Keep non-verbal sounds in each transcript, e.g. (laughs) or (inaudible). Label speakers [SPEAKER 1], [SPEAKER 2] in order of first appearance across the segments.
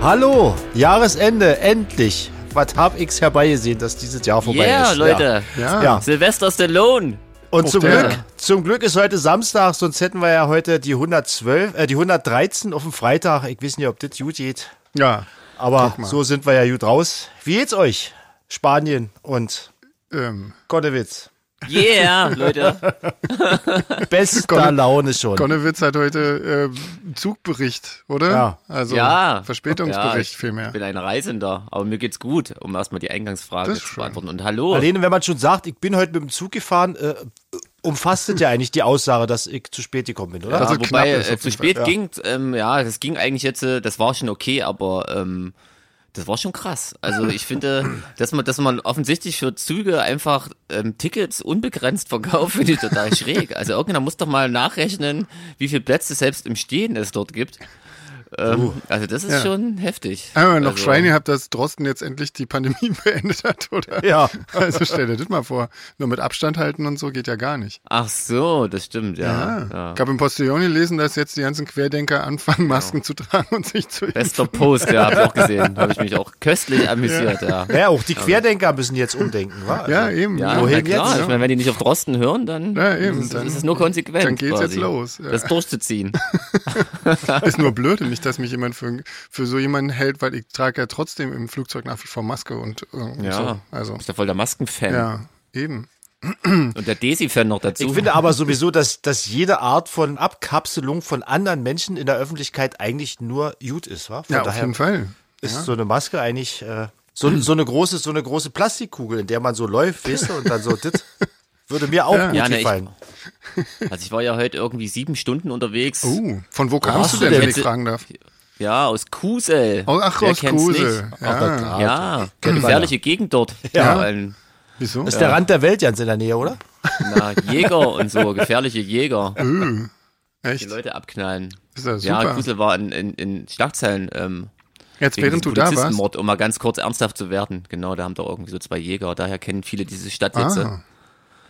[SPEAKER 1] Hallo, Jahresende, endlich. Was hab ich's herbeigesehen, dass dieses Jahr vorbei
[SPEAKER 2] Yeah,
[SPEAKER 1] ist.
[SPEAKER 2] Leute.
[SPEAKER 1] Ja.
[SPEAKER 3] Ja.
[SPEAKER 1] ja.
[SPEAKER 2] Sylvester Stallone.
[SPEAKER 1] Und
[SPEAKER 3] Guck
[SPEAKER 1] zum
[SPEAKER 3] der.
[SPEAKER 1] Glück, zum Glück ist heute Samstag, sonst hätten wir ja heute die 112, äh, die 113 auf dem Freitag. Ich weiß nicht, ob das gut geht.
[SPEAKER 3] Ja.
[SPEAKER 1] Aber
[SPEAKER 3] Guck mal.
[SPEAKER 1] so sind wir ja gut raus. Wie geht's euch? Spanien und
[SPEAKER 3] Ähm,
[SPEAKER 1] Konnewitz.
[SPEAKER 3] (laughs)
[SPEAKER 2] Yeah, Leute.
[SPEAKER 1] Bester
[SPEAKER 3] Konne-
[SPEAKER 1] Laune schon.
[SPEAKER 3] Konnewitz hat heute ähm, Zugbericht, oder?
[SPEAKER 1] Ja.
[SPEAKER 3] Also
[SPEAKER 2] Ja.
[SPEAKER 3] Verspätungsbericht
[SPEAKER 2] ja, Ich
[SPEAKER 3] vielmehr.
[SPEAKER 2] bin ein Reisender, aber mir geht's gut, um erstmal die Eingangsfrage
[SPEAKER 3] Das
[SPEAKER 2] zu
[SPEAKER 3] ist
[SPEAKER 2] beantworten. Und hallo.
[SPEAKER 1] Alleine, wenn man schon sagt, ich bin heute mit dem Zug gefahren, äh, umfasst das ja eigentlich die Aussage, dass ich zu spät gekommen bin, oder?
[SPEAKER 3] also
[SPEAKER 2] ja,
[SPEAKER 3] knapp
[SPEAKER 2] wobei
[SPEAKER 3] ist auf
[SPEAKER 2] äh,
[SPEAKER 3] jeden
[SPEAKER 2] zu spät
[SPEAKER 1] Fall, ja.
[SPEAKER 2] ging, ähm, ja, das ging eigentlich jetzt, äh, das war schon okay, aber ähm, das war schon krass. Also ich
[SPEAKER 3] (clears throat)
[SPEAKER 2] finde, dass man, dass man offensichtlich für Züge einfach ähm, Tickets unbegrenzt verkauft, finde ich
[SPEAKER 3] (laughs)
[SPEAKER 2] total schräg. Also irgendeiner muss doch mal nachrechnen, wie viele Plätze selbst im Stehen es dort gibt. Ähm, also das ist
[SPEAKER 3] Oh. Ja.
[SPEAKER 2] schon heftig.
[SPEAKER 3] Haben wir Ah, noch
[SPEAKER 2] also,
[SPEAKER 3] Schweine gehabt, dass Drosten jetzt endlich die Pandemie (laughs) beendet hat, oder?
[SPEAKER 1] Ja.
[SPEAKER 3] Also stell dir das mal vor. Nur mit Abstand halten und so geht ja gar nicht.
[SPEAKER 2] Ach so, das stimmt, ja.
[SPEAKER 3] Ah.
[SPEAKER 2] ja. Genau.
[SPEAKER 3] Ich habe im Postillon gelesen, dass jetzt die ganzen Querdenker anfangen, Masken zu tragen und sich zu
[SPEAKER 2] Bester Post, ja, hab ich auch gesehen. Habe ich mich auch
[SPEAKER 3] (laughs)
[SPEAKER 2] köstlich amüsiert, ja. Ja,
[SPEAKER 1] Ja, auch die Querdenker müssen jetzt umdenken, wa? Also,
[SPEAKER 3] Ja, eben. ne?
[SPEAKER 2] ja na
[SPEAKER 1] Wohin
[SPEAKER 2] klar.
[SPEAKER 1] jetzt?
[SPEAKER 2] Ich meine, wenn die nicht auf Drosten hören, dann
[SPEAKER 3] Ja, eben.
[SPEAKER 2] ist,
[SPEAKER 3] Dann-
[SPEAKER 2] ist es nur konsequent.
[SPEAKER 3] dann geht's jetzt
[SPEAKER 2] quasi,
[SPEAKER 3] los, ja.
[SPEAKER 2] Das durchzuziehen.
[SPEAKER 3] Ist nur blöd, nicht, dass mich jemand für, für so jemanden hält, weil ich trage ja trotzdem im Flugzeug nach wie vor Maske und, äh, und
[SPEAKER 2] Ja.
[SPEAKER 3] (laughs) so. Also,
[SPEAKER 2] Du bist ja voll der Maskenfan.
[SPEAKER 3] ja, eben.
[SPEAKER 2] Und der Desi-Fan noch dazu.
[SPEAKER 1] Ich finde aber sowieso, dass, dass jede Art von Abkapselung von anderen Menschen in der Öffentlichkeit eigentlich nur gut ist, wa? Von
[SPEAKER 3] Ja, auf
[SPEAKER 1] daher
[SPEAKER 3] jeden Fall.
[SPEAKER 1] ist so eine Maske eigentlich äh, so, so eine große, so eine große Plastikkugel, in der man so läuft, weißt du, und dann so dit. Würde mir auch gut
[SPEAKER 2] Ja, ne, ich-
[SPEAKER 1] gefallen.
[SPEAKER 2] also ich war ja heute irgendwie sieben Stunden unterwegs.
[SPEAKER 3] Uh, von wo
[SPEAKER 2] hast
[SPEAKER 3] kamst du
[SPEAKER 2] du
[SPEAKER 3] denn,
[SPEAKER 2] denn
[SPEAKER 3] wenn
[SPEAKER 2] jetzt-
[SPEAKER 3] ich fragen darf?
[SPEAKER 2] Ja, aus Kusel.
[SPEAKER 3] Oh, ach,
[SPEAKER 2] Wer
[SPEAKER 3] aus
[SPEAKER 2] kennt's
[SPEAKER 3] Kusel.
[SPEAKER 2] Nicht?
[SPEAKER 3] Ja.
[SPEAKER 2] Ja, ja gefährliche Gegend
[SPEAKER 3] (laughs)
[SPEAKER 2] dort.
[SPEAKER 1] Ja.
[SPEAKER 2] Vor allem,
[SPEAKER 3] Wieso?
[SPEAKER 1] ist der Rand der Welt ganz in der Nähe, oder?
[SPEAKER 2] na, Jäger und so, gefährliche Jäger.
[SPEAKER 3] Öh,
[SPEAKER 2] Die
[SPEAKER 3] echt?
[SPEAKER 2] Leute abknallen.
[SPEAKER 3] Ist ja
[SPEAKER 2] Ja,
[SPEAKER 3] super.
[SPEAKER 2] Kusel war in, in, in Schlagzeilen. Ähm,
[SPEAKER 3] Jetzt,
[SPEAKER 2] Wegen
[SPEAKER 3] während du
[SPEAKER 2] diesem
[SPEAKER 3] da warst.
[SPEAKER 2] Polizistenmord, um mal ganz kurz ernsthaft zu werden. Genau, da haben doch irgendwie so zwei Jäger. Daher kennen viele diese Stadt jetzt.
[SPEAKER 3] Ah,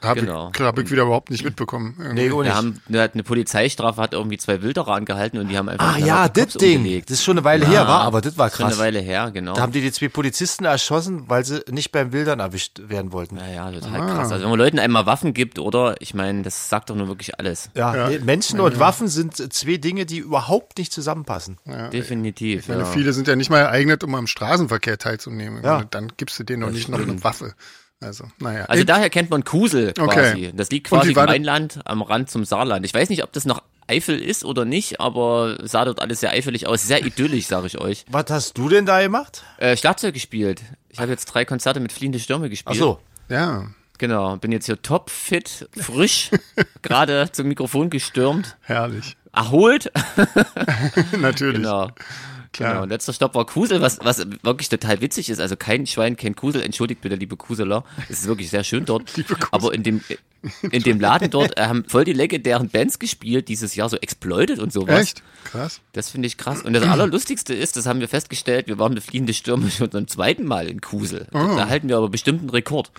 [SPEAKER 3] habe
[SPEAKER 2] Genau.
[SPEAKER 3] ich, hab ich wieder überhaupt nicht mitbekommen.
[SPEAKER 1] Nee,
[SPEAKER 3] irgendwie.
[SPEAKER 1] oh
[SPEAKER 2] Da
[SPEAKER 1] nicht.
[SPEAKER 2] haben da hat eine Polizeistrafe hat irgendwie zwei Wilderer angehalten und die haben einfach
[SPEAKER 1] Ah
[SPEAKER 2] dann
[SPEAKER 1] ja,
[SPEAKER 2] auf die
[SPEAKER 1] das
[SPEAKER 2] Cops
[SPEAKER 1] Ding.
[SPEAKER 2] umgelegt.
[SPEAKER 1] Das ist schon eine Weile her, war, aber das war
[SPEAKER 2] Schon eine
[SPEAKER 1] krass.
[SPEAKER 2] Weile her, genau.
[SPEAKER 1] Da haben die die zwei Polizisten erschossen, weil sie nicht beim Wildern erwischt werden wollten.
[SPEAKER 2] naja,
[SPEAKER 1] Ah.
[SPEAKER 2] total krass. Also wenn man Leuten einmal Waffen gibt, oder? Ich meine, das sagt doch nur wirklich alles.
[SPEAKER 1] Ja, nee, Menschen und Waffen sind äh, zwei Dinge, die überhaupt nicht zusammenpassen.
[SPEAKER 2] Definitiv.
[SPEAKER 3] Ich meine,
[SPEAKER 2] ja.
[SPEAKER 3] viele sind ja nicht mal geeignet, um am Straßenverkehr teilzunehmen. Ich
[SPEAKER 1] Ja.
[SPEAKER 3] meine, Dann gibst du denen doch nicht noch eine Waffe. Also, naja.
[SPEAKER 2] Also
[SPEAKER 3] Ich-
[SPEAKER 2] daher kennt man Kusel
[SPEAKER 3] Okay.
[SPEAKER 2] quasi. Das liegt
[SPEAKER 3] Und
[SPEAKER 2] quasi
[SPEAKER 3] wie
[SPEAKER 2] im
[SPEAKER 3] war das-
[SPEAKER 2] Rheinland am Rand zum Saarland. Ich weiß nicht, ob das noch Eifel ist oder nicht, aber sah dort alles sehr eifelig aus. Sehr idyllisch, sage ich euch.
[SPEAKER 1] Was hast du denn da gemacht?
[SPEAKER 2] Äh, Schlagzeug gespielt. Ich habe jetzt drei Konzerte mit Fliehende Stürme
[SPEAKER 1] Ach
[SPEAKER 2] gespielt.
[SPEAKER 1] so.
[SPEAKER 3] ja,
[SPEAKER 2] Genau, bin jetzt hier topfit, frisch, (laughs) gerade zum Mikrofon gestürmt,
[SPEAKER 3] herrlich. (laughs)
[SPEAKER 2] erholt.
[SPEAKER 3] Natürlich.
[SPEAKER 2] Genau. Genau, und letzter Stopp war Kusel, was, was wirklich total witzig ist. Also kein Schwein kennt Kusel, entschuldigt bitte, liebe Kuseler. Es ist wirklich sehr schön dort.
[SPEAKER 3] (laughs) Liebe Kusel.
[SPEAKER 2] Aber in dem, in dem Laden dort äh, haben voll die legendären Bands gespielt, dieses Jahr so Exploited und sowas.
[SPEAKER 3] Echt? Krass.
[SPEAKER 2] Das finde ich krass. Und das Allerlustigste ist, das haben wir festgestellt, wir waren mit fliehende Stürme schon zum zweiten Mal in Kusel.
[SPEAKER 3] Oh.
[SPEAKER 2] Da halten wir aber bestimmt einen Rekord.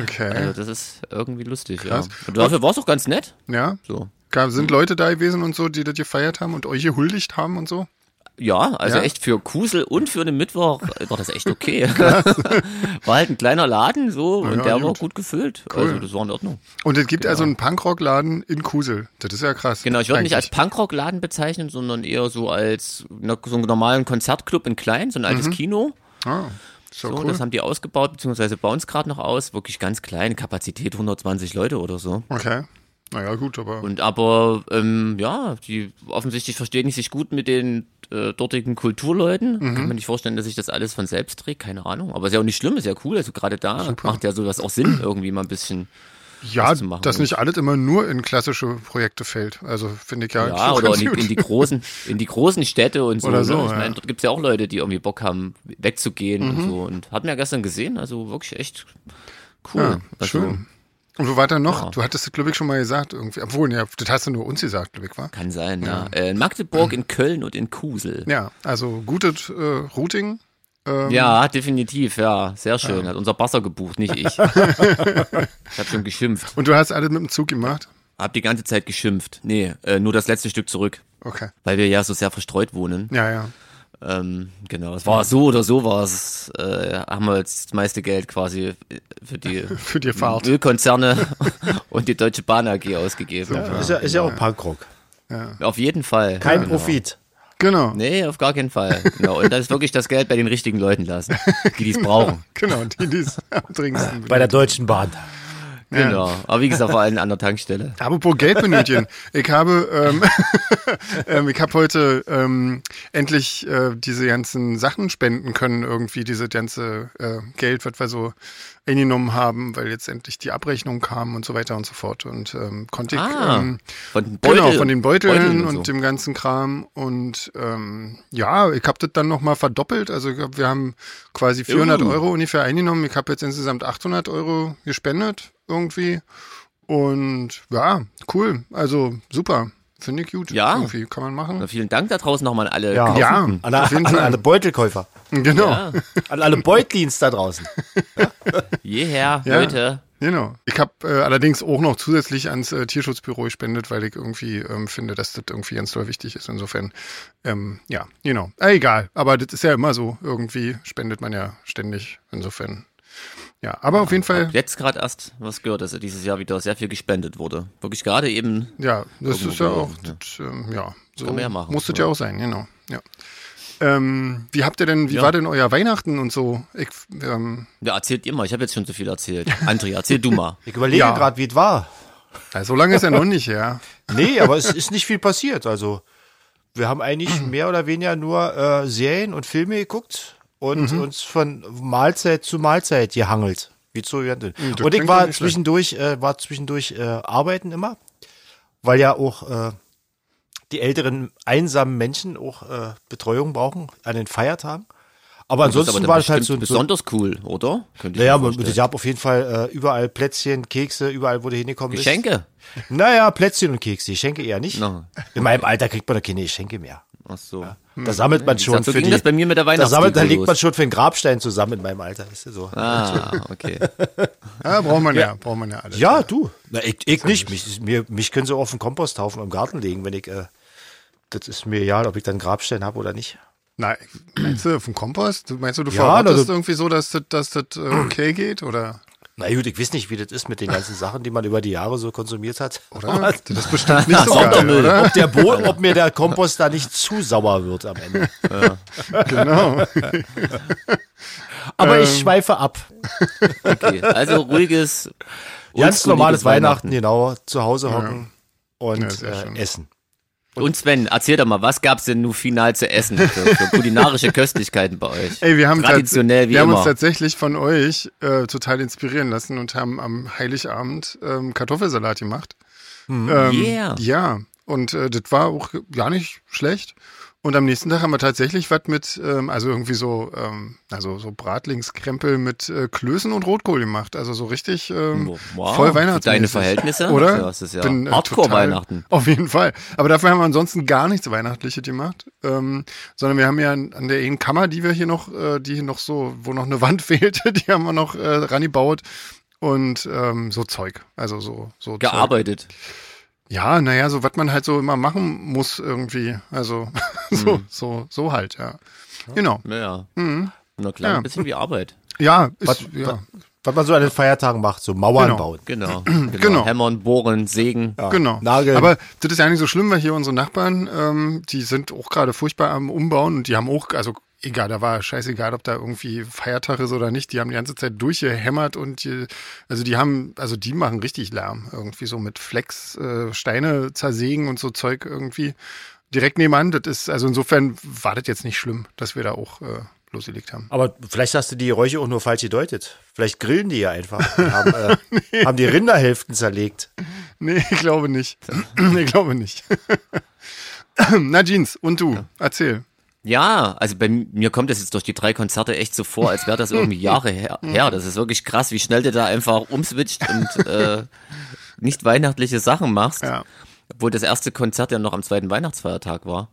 [SPEAKER 3] Okay.
[SPEAKER 2] Also das ist irgendwie lustig,
[SPEAKER 3] Krass.
[SPEAKER 2] ja. Und dafür war es auch ganz nett.
[SPEAKER 3] Ja.
[SPEAKER 2] So.
[SPEAKER 3] Gab- Sind Leute da gewesen und so, die das gefeiert haben und euch gehuldigt haben und so?
[SPEAKER 2] Ja, also
[SPEAKER 3] Ja?
[SPEAKER 2] echt für Kusel und für den Mittwoch äh, war das echt okay. (laughs) war halt ein kleiner Laden so und
[SPEAKER 3] ja,
[SPEAKER 2] der war
[SPEAKER 3] gut.
[SPEAKER 2] gut gefüllt. Also das war in Ordnung.
[SPEAKER 3] Und es gibt also einen Punkrock-Laden in Kusel. Das ist ja krass.
[SPEAKER 2] Genau, ich würde nicht als
[SPEAKER 3] Eigentlich.
[SPEAKER 2] Punkrock-Laden bezeichnen, sondern eher so als na, so einen normalen Konzertclub in klein, so ein altes Kino.
[SPEAKER 3] Ah, so,
[SPEAKER 2] So,
[SPEAKER 3] cool.
[SPEAKER 2] das haben die ausgebaut, beziehungsweise bauen es gerade noch aus. Wirklich ganz klein, Kapazität 120 Leute oder so.
[SPEAKER 3] okay. Naja, gut, aber.
[SPEAKER 2] Und aber, ähm, ja, die offensichtlich verstehen die sich gut mit den äh, dortigen Kulturleuten.
[SPEAKER 3] Mhm.
[SPEAKER 2] Kann man nicht vorstellen, dass sich das alles von selbst trägt, keine Ahnung. Aber ist ja auch nicht schlimm, ist ja cool. Also gerade da macht ja sowas auch Sinn, irgendwie mal ein bisschen.
[SPEAKER 3] ja,
[SPEAKER 2] was zu machen
[SPEAKER 3] dass nicht alles immer nur in klassische Projekte fällt. Also, finde ich ja.
[SPEAKER 2] Ja,
[SPEAKER 3] schon
[SPEAKER 2] oder in
[SPEAKER 3] ganz
[SPEAKER 2] die,
[SPEAKER 3] gut.
[SPEAKER 2] in die großen, in die großen Städte und so.
[SPEAKER 3] Oder so,
[SPEAKER 2] ne? Ich
[SPEAKER 3] ja. Mhm.
[SPEAKER 2] meine, dort gibt's ja auch Leute, die irgendwie Bock haben, wegzugehen und so. Und hat mir ja gestern gesehen, also wirklich echt cool.
[SPEAKER 3] Ja,
[SPEAKER 2] also,
[SPEAKER 3] schön. Und wo war dann noch?
[SPEAKER 2] Ja.
[SPEAKER 3] Du hattest das, glaube ich, schon mal gesagt irgendwie. Obwohl, ja, das hast du nur uns gesagt, glaube ich, war.
[SPEAKER 2] Kann sein, ja. Äh, in Magdeburg, in Köln und in Kusel.
[SPEAKER 3] Ja, also gutes äh, Routing. Ähm,
[SPEAKER 2] Ja, definitiv, ja.
[SPEAKER 3] Ah,
[SPEAKER 2] Sehr schön. Hat unser Basser gebucht, nicht
[SPEAKER 3] (laughs)
[SPEAKER 2] ich. ich hab schon geschimpft.
[SPEAKER 3] Und du hast alles mit dem Zug gemacht?
[SPEAKER 2] Hab die ganze Zeit geschimpft. Nee, äh, nur das letzte Stück zurück.
[SPEAKER 3] Okay.
[SPEAKER 2] Weil wir ja so sehr verstreut wohnen.
[SPEAKER 3] Ja, ja.
[SPEAKER 2] Ähm, genau, es war so oder so war es, äh, haben wir jetzt das meiste Geld quasi äh, für die,
[SPEAKER 3] (laughs) Für die Fahrt.
[SPEAKER 2] Ölkonzerne (laughs) und die Deutsche Bahn AG ausgegeben.
[SPEAKER 1] ist ja, ist ja auch Punkrock.
[SPEAKER 2] Auf jeden Fall.
[SPEAKER 1] Kein
[SPEAKER 2] Ja, genau.
[SPEAKER 1] Profit.
[SPEAKER 3] Genau.
[SPEAKER 2] Nee, auf gar keinen Fall. Genau. Und das wirklich das Geld bei den richtigen Leuten lassen, die dies
[SPEAKER 3] (laughs)
[SPEAKER 2] brauchen.
[SPEAKER 3] Genau, die, die
[SPEAKER 2] (laughs)
[SPEAKER 3] es am dringendsten
[SPEAKER 1] Bei der Deutschen Bahn.
[SPEAKER 2] Genau. Aber wie gesagt, vor allem an der Tankstelle.
[SPEAKER 3] Apropos Geldmenüchen. Ich habe, ähm, ähm, (laughs) ich habe heute ähm, endlich äh, diese ganzen Sachen spenden können, irgendwie diese ganze äh, Geld, was wir so eingenommen haben, weil jetzt endlich die Abrechnung kam und so weiter und so fort. Und ähm, konnte ich
[SPEAKER 2] Ah,
[SPEAKER 3] ähm,
[SPEAKER 2] von
[SPEAKER 3] genau,
[SPEAKER 2] Beutel-
[SPEAKER 3] von den Beuteln,
[SPEAKER 2] Beuteln und
[SPEAKER 3] und,
[SPEAKER 2] so.
[SPEAKER 3] dem ganzen Kram. Und ähm, ja, ich habe das dann nochmal verdoppelt. Also ich hab, wir haben quasi 400
[SPEAKER 2] Juhu.
[SPEAKER 3] Euro ungefähr eingenommen. Ich habe jetzt insgesamt 800 Euro gespendet irgendwie. Und ja, cool. Also super. Finde ich gut.
[SPEAKER 2] Ja.
[SPEAKER 3] Irgendwie kann man machen.
[SPEAKER 2] Na, vielen Dank da draußen nochmal an alle.
[SPEAKER 1] Ja.
[SPEAKER 3] Ja,
[SPEAKER 1] An, an, an alle Beutelkäufer.
[SPEAKER 3] genau.
[SPEAKER 1] An alle Beutlins da draußen.
[SPEAKER 2] Jeher,
[SPEAKER 3] Ja.
[SPEAKER 2] Leute.
[SPEAKER 3] Genau. Ich habe äh, allerdings auch noch zusätzlich ans äh, Tierschutzbüro gespendet, weil ich irgendwie ähm, finde, dass das irgendwie ganz doll wichtig ist. Insofern, ähm, ja, genau. Äh, egal, aber das ist ja immer so. Irgendwie spendet man ja ständig. Insofern, ja, aber auf jeden Fall,
[SPEAKER 2] Jetzt gerade erst was gehört, dass dieses Jahr wieder sehr viel gespendet wurde. Wirklich gerade eben.
[SPEAKER 3] ja, das
[SPEAKER 2] Irgendwo
[SPEAKER 3] ist ja auch,
[SPEAKER 2] gelesen, ja.
[SPEAKER 3] das, ähm, ja, so
[SPEAKER 2] Kann man ja machen, ne?
[SPEAKER 3] muss das
[SPEAKER 2] ja.
[SPEAKER 3] ja auch sein, genau, ja. Ähm, wie habt ihr denn, wie
[SPEAKER 2] Ja.
[SPEAKER 3] war denn euer Weihnachten und so? Ich, ähm,
[SPEAKER 2] Ja, erzählt ihr mal. Ich habe jetzt schon so viel erzählt. André, erzähl du
[SPEAKER 3] (laughs)
[SPEAKER 2] mal.
[SPEAKER 1] Ich überlege
[SPEAKER 3] Ja.
[SPEAKER 1] gerade, wie es war.
[SPEAKER 3] na, so lange ist ja noch
[SPEAKER 2] (laughs)
[SPEAKER 3] nicht, ja.
[SPEAKER 1] Nee, aber es ist nicht viel passiert. Also, wir haben eigentlich mehr oder weniger nur äh, Serien und Filme geguckt und uns von Mahlzeit zu Mahlzeit gehangelt. Wie zu
[SPEAKER 3] das
[SPEAKER 1] Und ich
[SPEAKER 3] klingt
[SPEAKER 1] war
[SPEAKER 3] doch nicht schlecht.
[SPEAKER 1] zwischendurch, äh, war zwischendurch äh, arbeiten immer, weil ja auch äh, die älteren einsamen Menschen auch äh, Betreuung brauchen an den Feiertagen. Aber
[SPEAKER 2] Das ist
[SPEAKER 1] ansonsten
[SPEAKER 2] dann
[SPEAKER 1] war es halt so,
[SPEAKER 2] bestimmt
[SPEAKER 1] so
[SPEAKER 2] besonders cool, oder? Könnte ich
[SPEAKER 1] naja,
[SPEAKER 2] mir
[SPEAKER 1] aber
[SPEAKER 2] vorstellen.
[SPEAKER 1] ich habe auf jeden Fall äh, überall Plätzchen, Kekse, überall, wo du hingekommen bist.
[SPEAKER 2] Geschenke.
[SPEAKER 1] Naja, Plätzchen und Kekse. Ich schenke eher nicht.
[SPEAKER 2] No.
[SPEAKER 1] In meinem Alter kriegt man da keine Geschenke mehr.
[SPEAKER 2] Ach so.
[SPEAKER 1] Da sammelt man schon.
[SPEAKER 2] gesagt, so
[SPEAKER 1] für
[SPEAKER 2] ging
[SPEAKER 1] die,
[SPEAKER 2] das bei mir mit der
[SPEAKER 1] da, sammelt, da
[SPEAKER 2] Weihnachtsdeko
[SPEAKER 1] legt man
[SPEAKER 2] los.
[SPEAKER 1] schon für den Grabstein zusammen in meinem Alter. Ist ja so.
[SPEAKER 2] Ah, okay.
[SPEAKER 3] Ja, braucht man ja, braucht man ja alles.
[SPEAKER 1] Ja, du. Na, ich, ich nicht. Mich, mir, mich können sie auf den Komposthaufen im Garten legen, wenn ich. Äh, das ist mir egal, ob ich dann einen Grabstein habe oder nicht.
[SPEAKER 3] Nein, meinst du vom Kompost? Du Meinst du, du
[SPEAKER 1] Ja,
[SPEAKER 3] verrottest
[SPEAKER 1] also-
[SPEAKER 3] irgendwie so, dass das, dass das äh, okay geht? Oder?
[SPEAKER 1] Na gut, ich weiß nicht, wie das ist mit den ganzen Sachen, die man über die Jahre so konsumiert hat.
[SPEAKER 3] oder?
[SPEAKER 2] Also-
[SPEAKER 3] Das ist
[SPEAKER 2] (laughs)
[SPEAKER 3] bestimmt (laughs) nicht so geil,
[SPEAKER 2] Sondermüll.
[SPEAKER 3] oder?
[SPEAKER 1] Ob, der Boden, ob mir der Kompost da nicht zu sauer wird am Ende. (laughs)
[SPEAKER 3] Genau.
[SPEAKER 1] Aber ich schweife ab.
[SPEAKER 2] okay. Also ruhiges.
[SPEAKER 1] Ganz
[SPEAKER 2] unschuldiges
[SPEAKER 1] normales Weihnachten, genau. Zu Hause hocken
[SPEAKER 3] Ja,
[SPEAKER 1] und
[SPEAKER 3] sehr schön.
[SPEAKER 1] äh, essen.
[SPEAKER 2] Und Sven, erzähl doch mal, was gab's denn nun final zu essen für, für kulinarische Köstlichkeiten bei euch?
[SPEAKER 3] Ey, wir haben, tats-
[SPEAKER 2] traditionell wie
[SPEAKER 3] wir haben uns
[SPEAKER 2] immer.
[SPEAKER 3] tatsächlich von euch äh, total inspirieren lassen und haben am Heiligabend ähm, Kartoffelsalat gemacht. Ähm,
[SPEAKER 2] Yeah.
[SPEAKER 3] Ja, und äh, das war auch gar nicht schlecht. Und am nächsten Tag haben wir tatsächlich was mit, ähm, also irgendwie so, ähm, also so Bratlingskrempel mit äh, Klößen und Rotkohl gemacht. Also so richtig ähm,
[SPEAKER 2] Wow,
[SPEAKER 3] voll
[SPEAKER 2] für
[SPEAKER 3] weihnachtsmäßig.
[SPEAKER 2] deine Verhältnisse?
[SPEAKER 3] Oder?
[SPEAKER 2] Ja, das ist ja
[SPEAKER 3] Bin, äh,
[SPEAKER 2] Hardcore
[SPEAKER 3] total-
[SPEAKER 2] Weihnachten.
[SPEAKER 3] Auf jeden Fall. Aber dafür haben wir ansonsten gar nichts Weihnachtliches gemacht, ähm, sondern wir haben ja an an der einen Kammer, die wir hier noch, äh, die hier noch so, wo noch eine Wand (laughs) fehlte, die haben wir noch äh, rangebaut und ähm, so Zeug. Also so, so Zeug.
[SPEAKER 2] Gearbeitet.
[SPEAKER 3] Ja, naja, so was man halt so immer machen muss irgendwie. Also (laughs) so, so, so halt, ja. Genau.
[SPEAKER 2] Naja. Na klar,
[SPEAKER 3] Ja.
[SPEAKER 2] ein bisschen wie Arbeit.
[SPEAKER 3] Ja, ist,
[SPEAKER 1] Was-
[SPEAKER 3] ja.
[SPEAKER 1] Was man so an den Feiertagen macht, so Mauern
[SPEAKER 3] Genau.
[SPEAKER 1] bauen.
[SPEAKER 2] (clears throat) Genau. genau.
[SPEAKER 3] Genau.
[SPEAKER 2] Hämmern, bohren, sägen.
[SPEAKER 3] Genau.
[SPEAKER 1] Nageln.
[SPEAKER 3] Aber das ist ja nicht so schlimm, weil hier unsere Nachbarn, ähm, die sind auch gerade furchtbar am Umbauen und die haben auch, also egal, da war scheißegal, ob da irgendwie Feiertag ist oder nicht, die haben die ganze Zeit durchgehämmert und die, also die haben, also die machen richtig Lärm irgendwie so mit Flex, äh, Steine zersägen und so Zeug irgendwie direkt nebenan. Das ist, also insofern war das jetzt nicht schlimm, dass wir da auch äh, losgelegt haben.
[SPEAKER 1] Aber vielleicht hast du die Geräusche auch nur falsch gedeutet. Vielleicht grillen die ja einfach. und Haben,
[SPEAKER 3] (laughs)
[SPEAKER 1] äh, haben die Rinderhälften zerlegt.
[SPEAKER 3] (laughs) Nee, ich glaube nicht. (clears throat) ich glaube nicht. (laughs) Na, Jeans, und du, erzähl.
[SPEAKER 2] Ja, also bei mir kommt das jetzt durch die drei Konzerte echt so vor, als wäre das irgendwie Jahre her, her. Das ist wirklich krass, wie schnell du da einfach umswitcht und äh, nicht weihnachtliche Sachen machst.
[SPEAKER 3] Ja.
[SPEAKER 2] Obwohl das erste Konzert ja noch am zweiten Weihnachtsfeiertag war.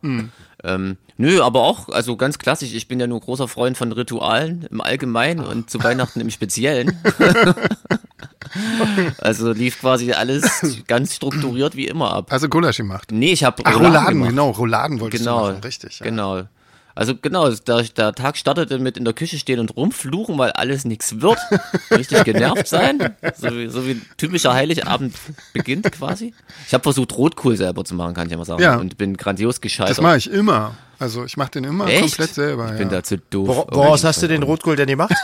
[SPEAKER 2] Ähm, nö, aber auch, also ganz klassisch, ich bin ja nur großer Freund von Ritualen im Allgemeinen und zu Weihnachten im Speziellen. also lief quasi alles ganz strukturiert wie immer ab.
[SPEAKER 3] Hast du Gulasch gemacht?
[SPEAKER 2] Nee, ich habe
[SPEAKER 3] Ach, Rouladen, genau, Rouladen wolltest
[SPEAKER 2] Genau,
[SPEAKER 3] du machen, richtig. Ja.
[SPEAKER 2] Genau. Also genau, der, der Tag startete mit in der Küche stehen und rumfluchen, weil alles nichts
[SPEAKER 3] (laughs)
[SPEAKER 2] wird. Richtig genervt sein. So wie, so wie typischer Heiligabend beginnt quasi. Ich habe versucht, Rotkohl selber zu machen, kann ich ja mal sagen.
[SPEAKER 3] Ja.
[SPEAKER 2] Und bin grandios gescheitert.
[SPEAKER 3] Das mache ich immer. Also ich mache den immer
[SPEAKER 2] Echt?
[SPEAKER 3] komplett selber.
[SPEAKER 2] Ich bin
[SPEAKER 3] ja.
[SPEAKER 2] da zu doof.
[SPEAKER 1] Wor woraus hast du den Rotkohl denn gemacht?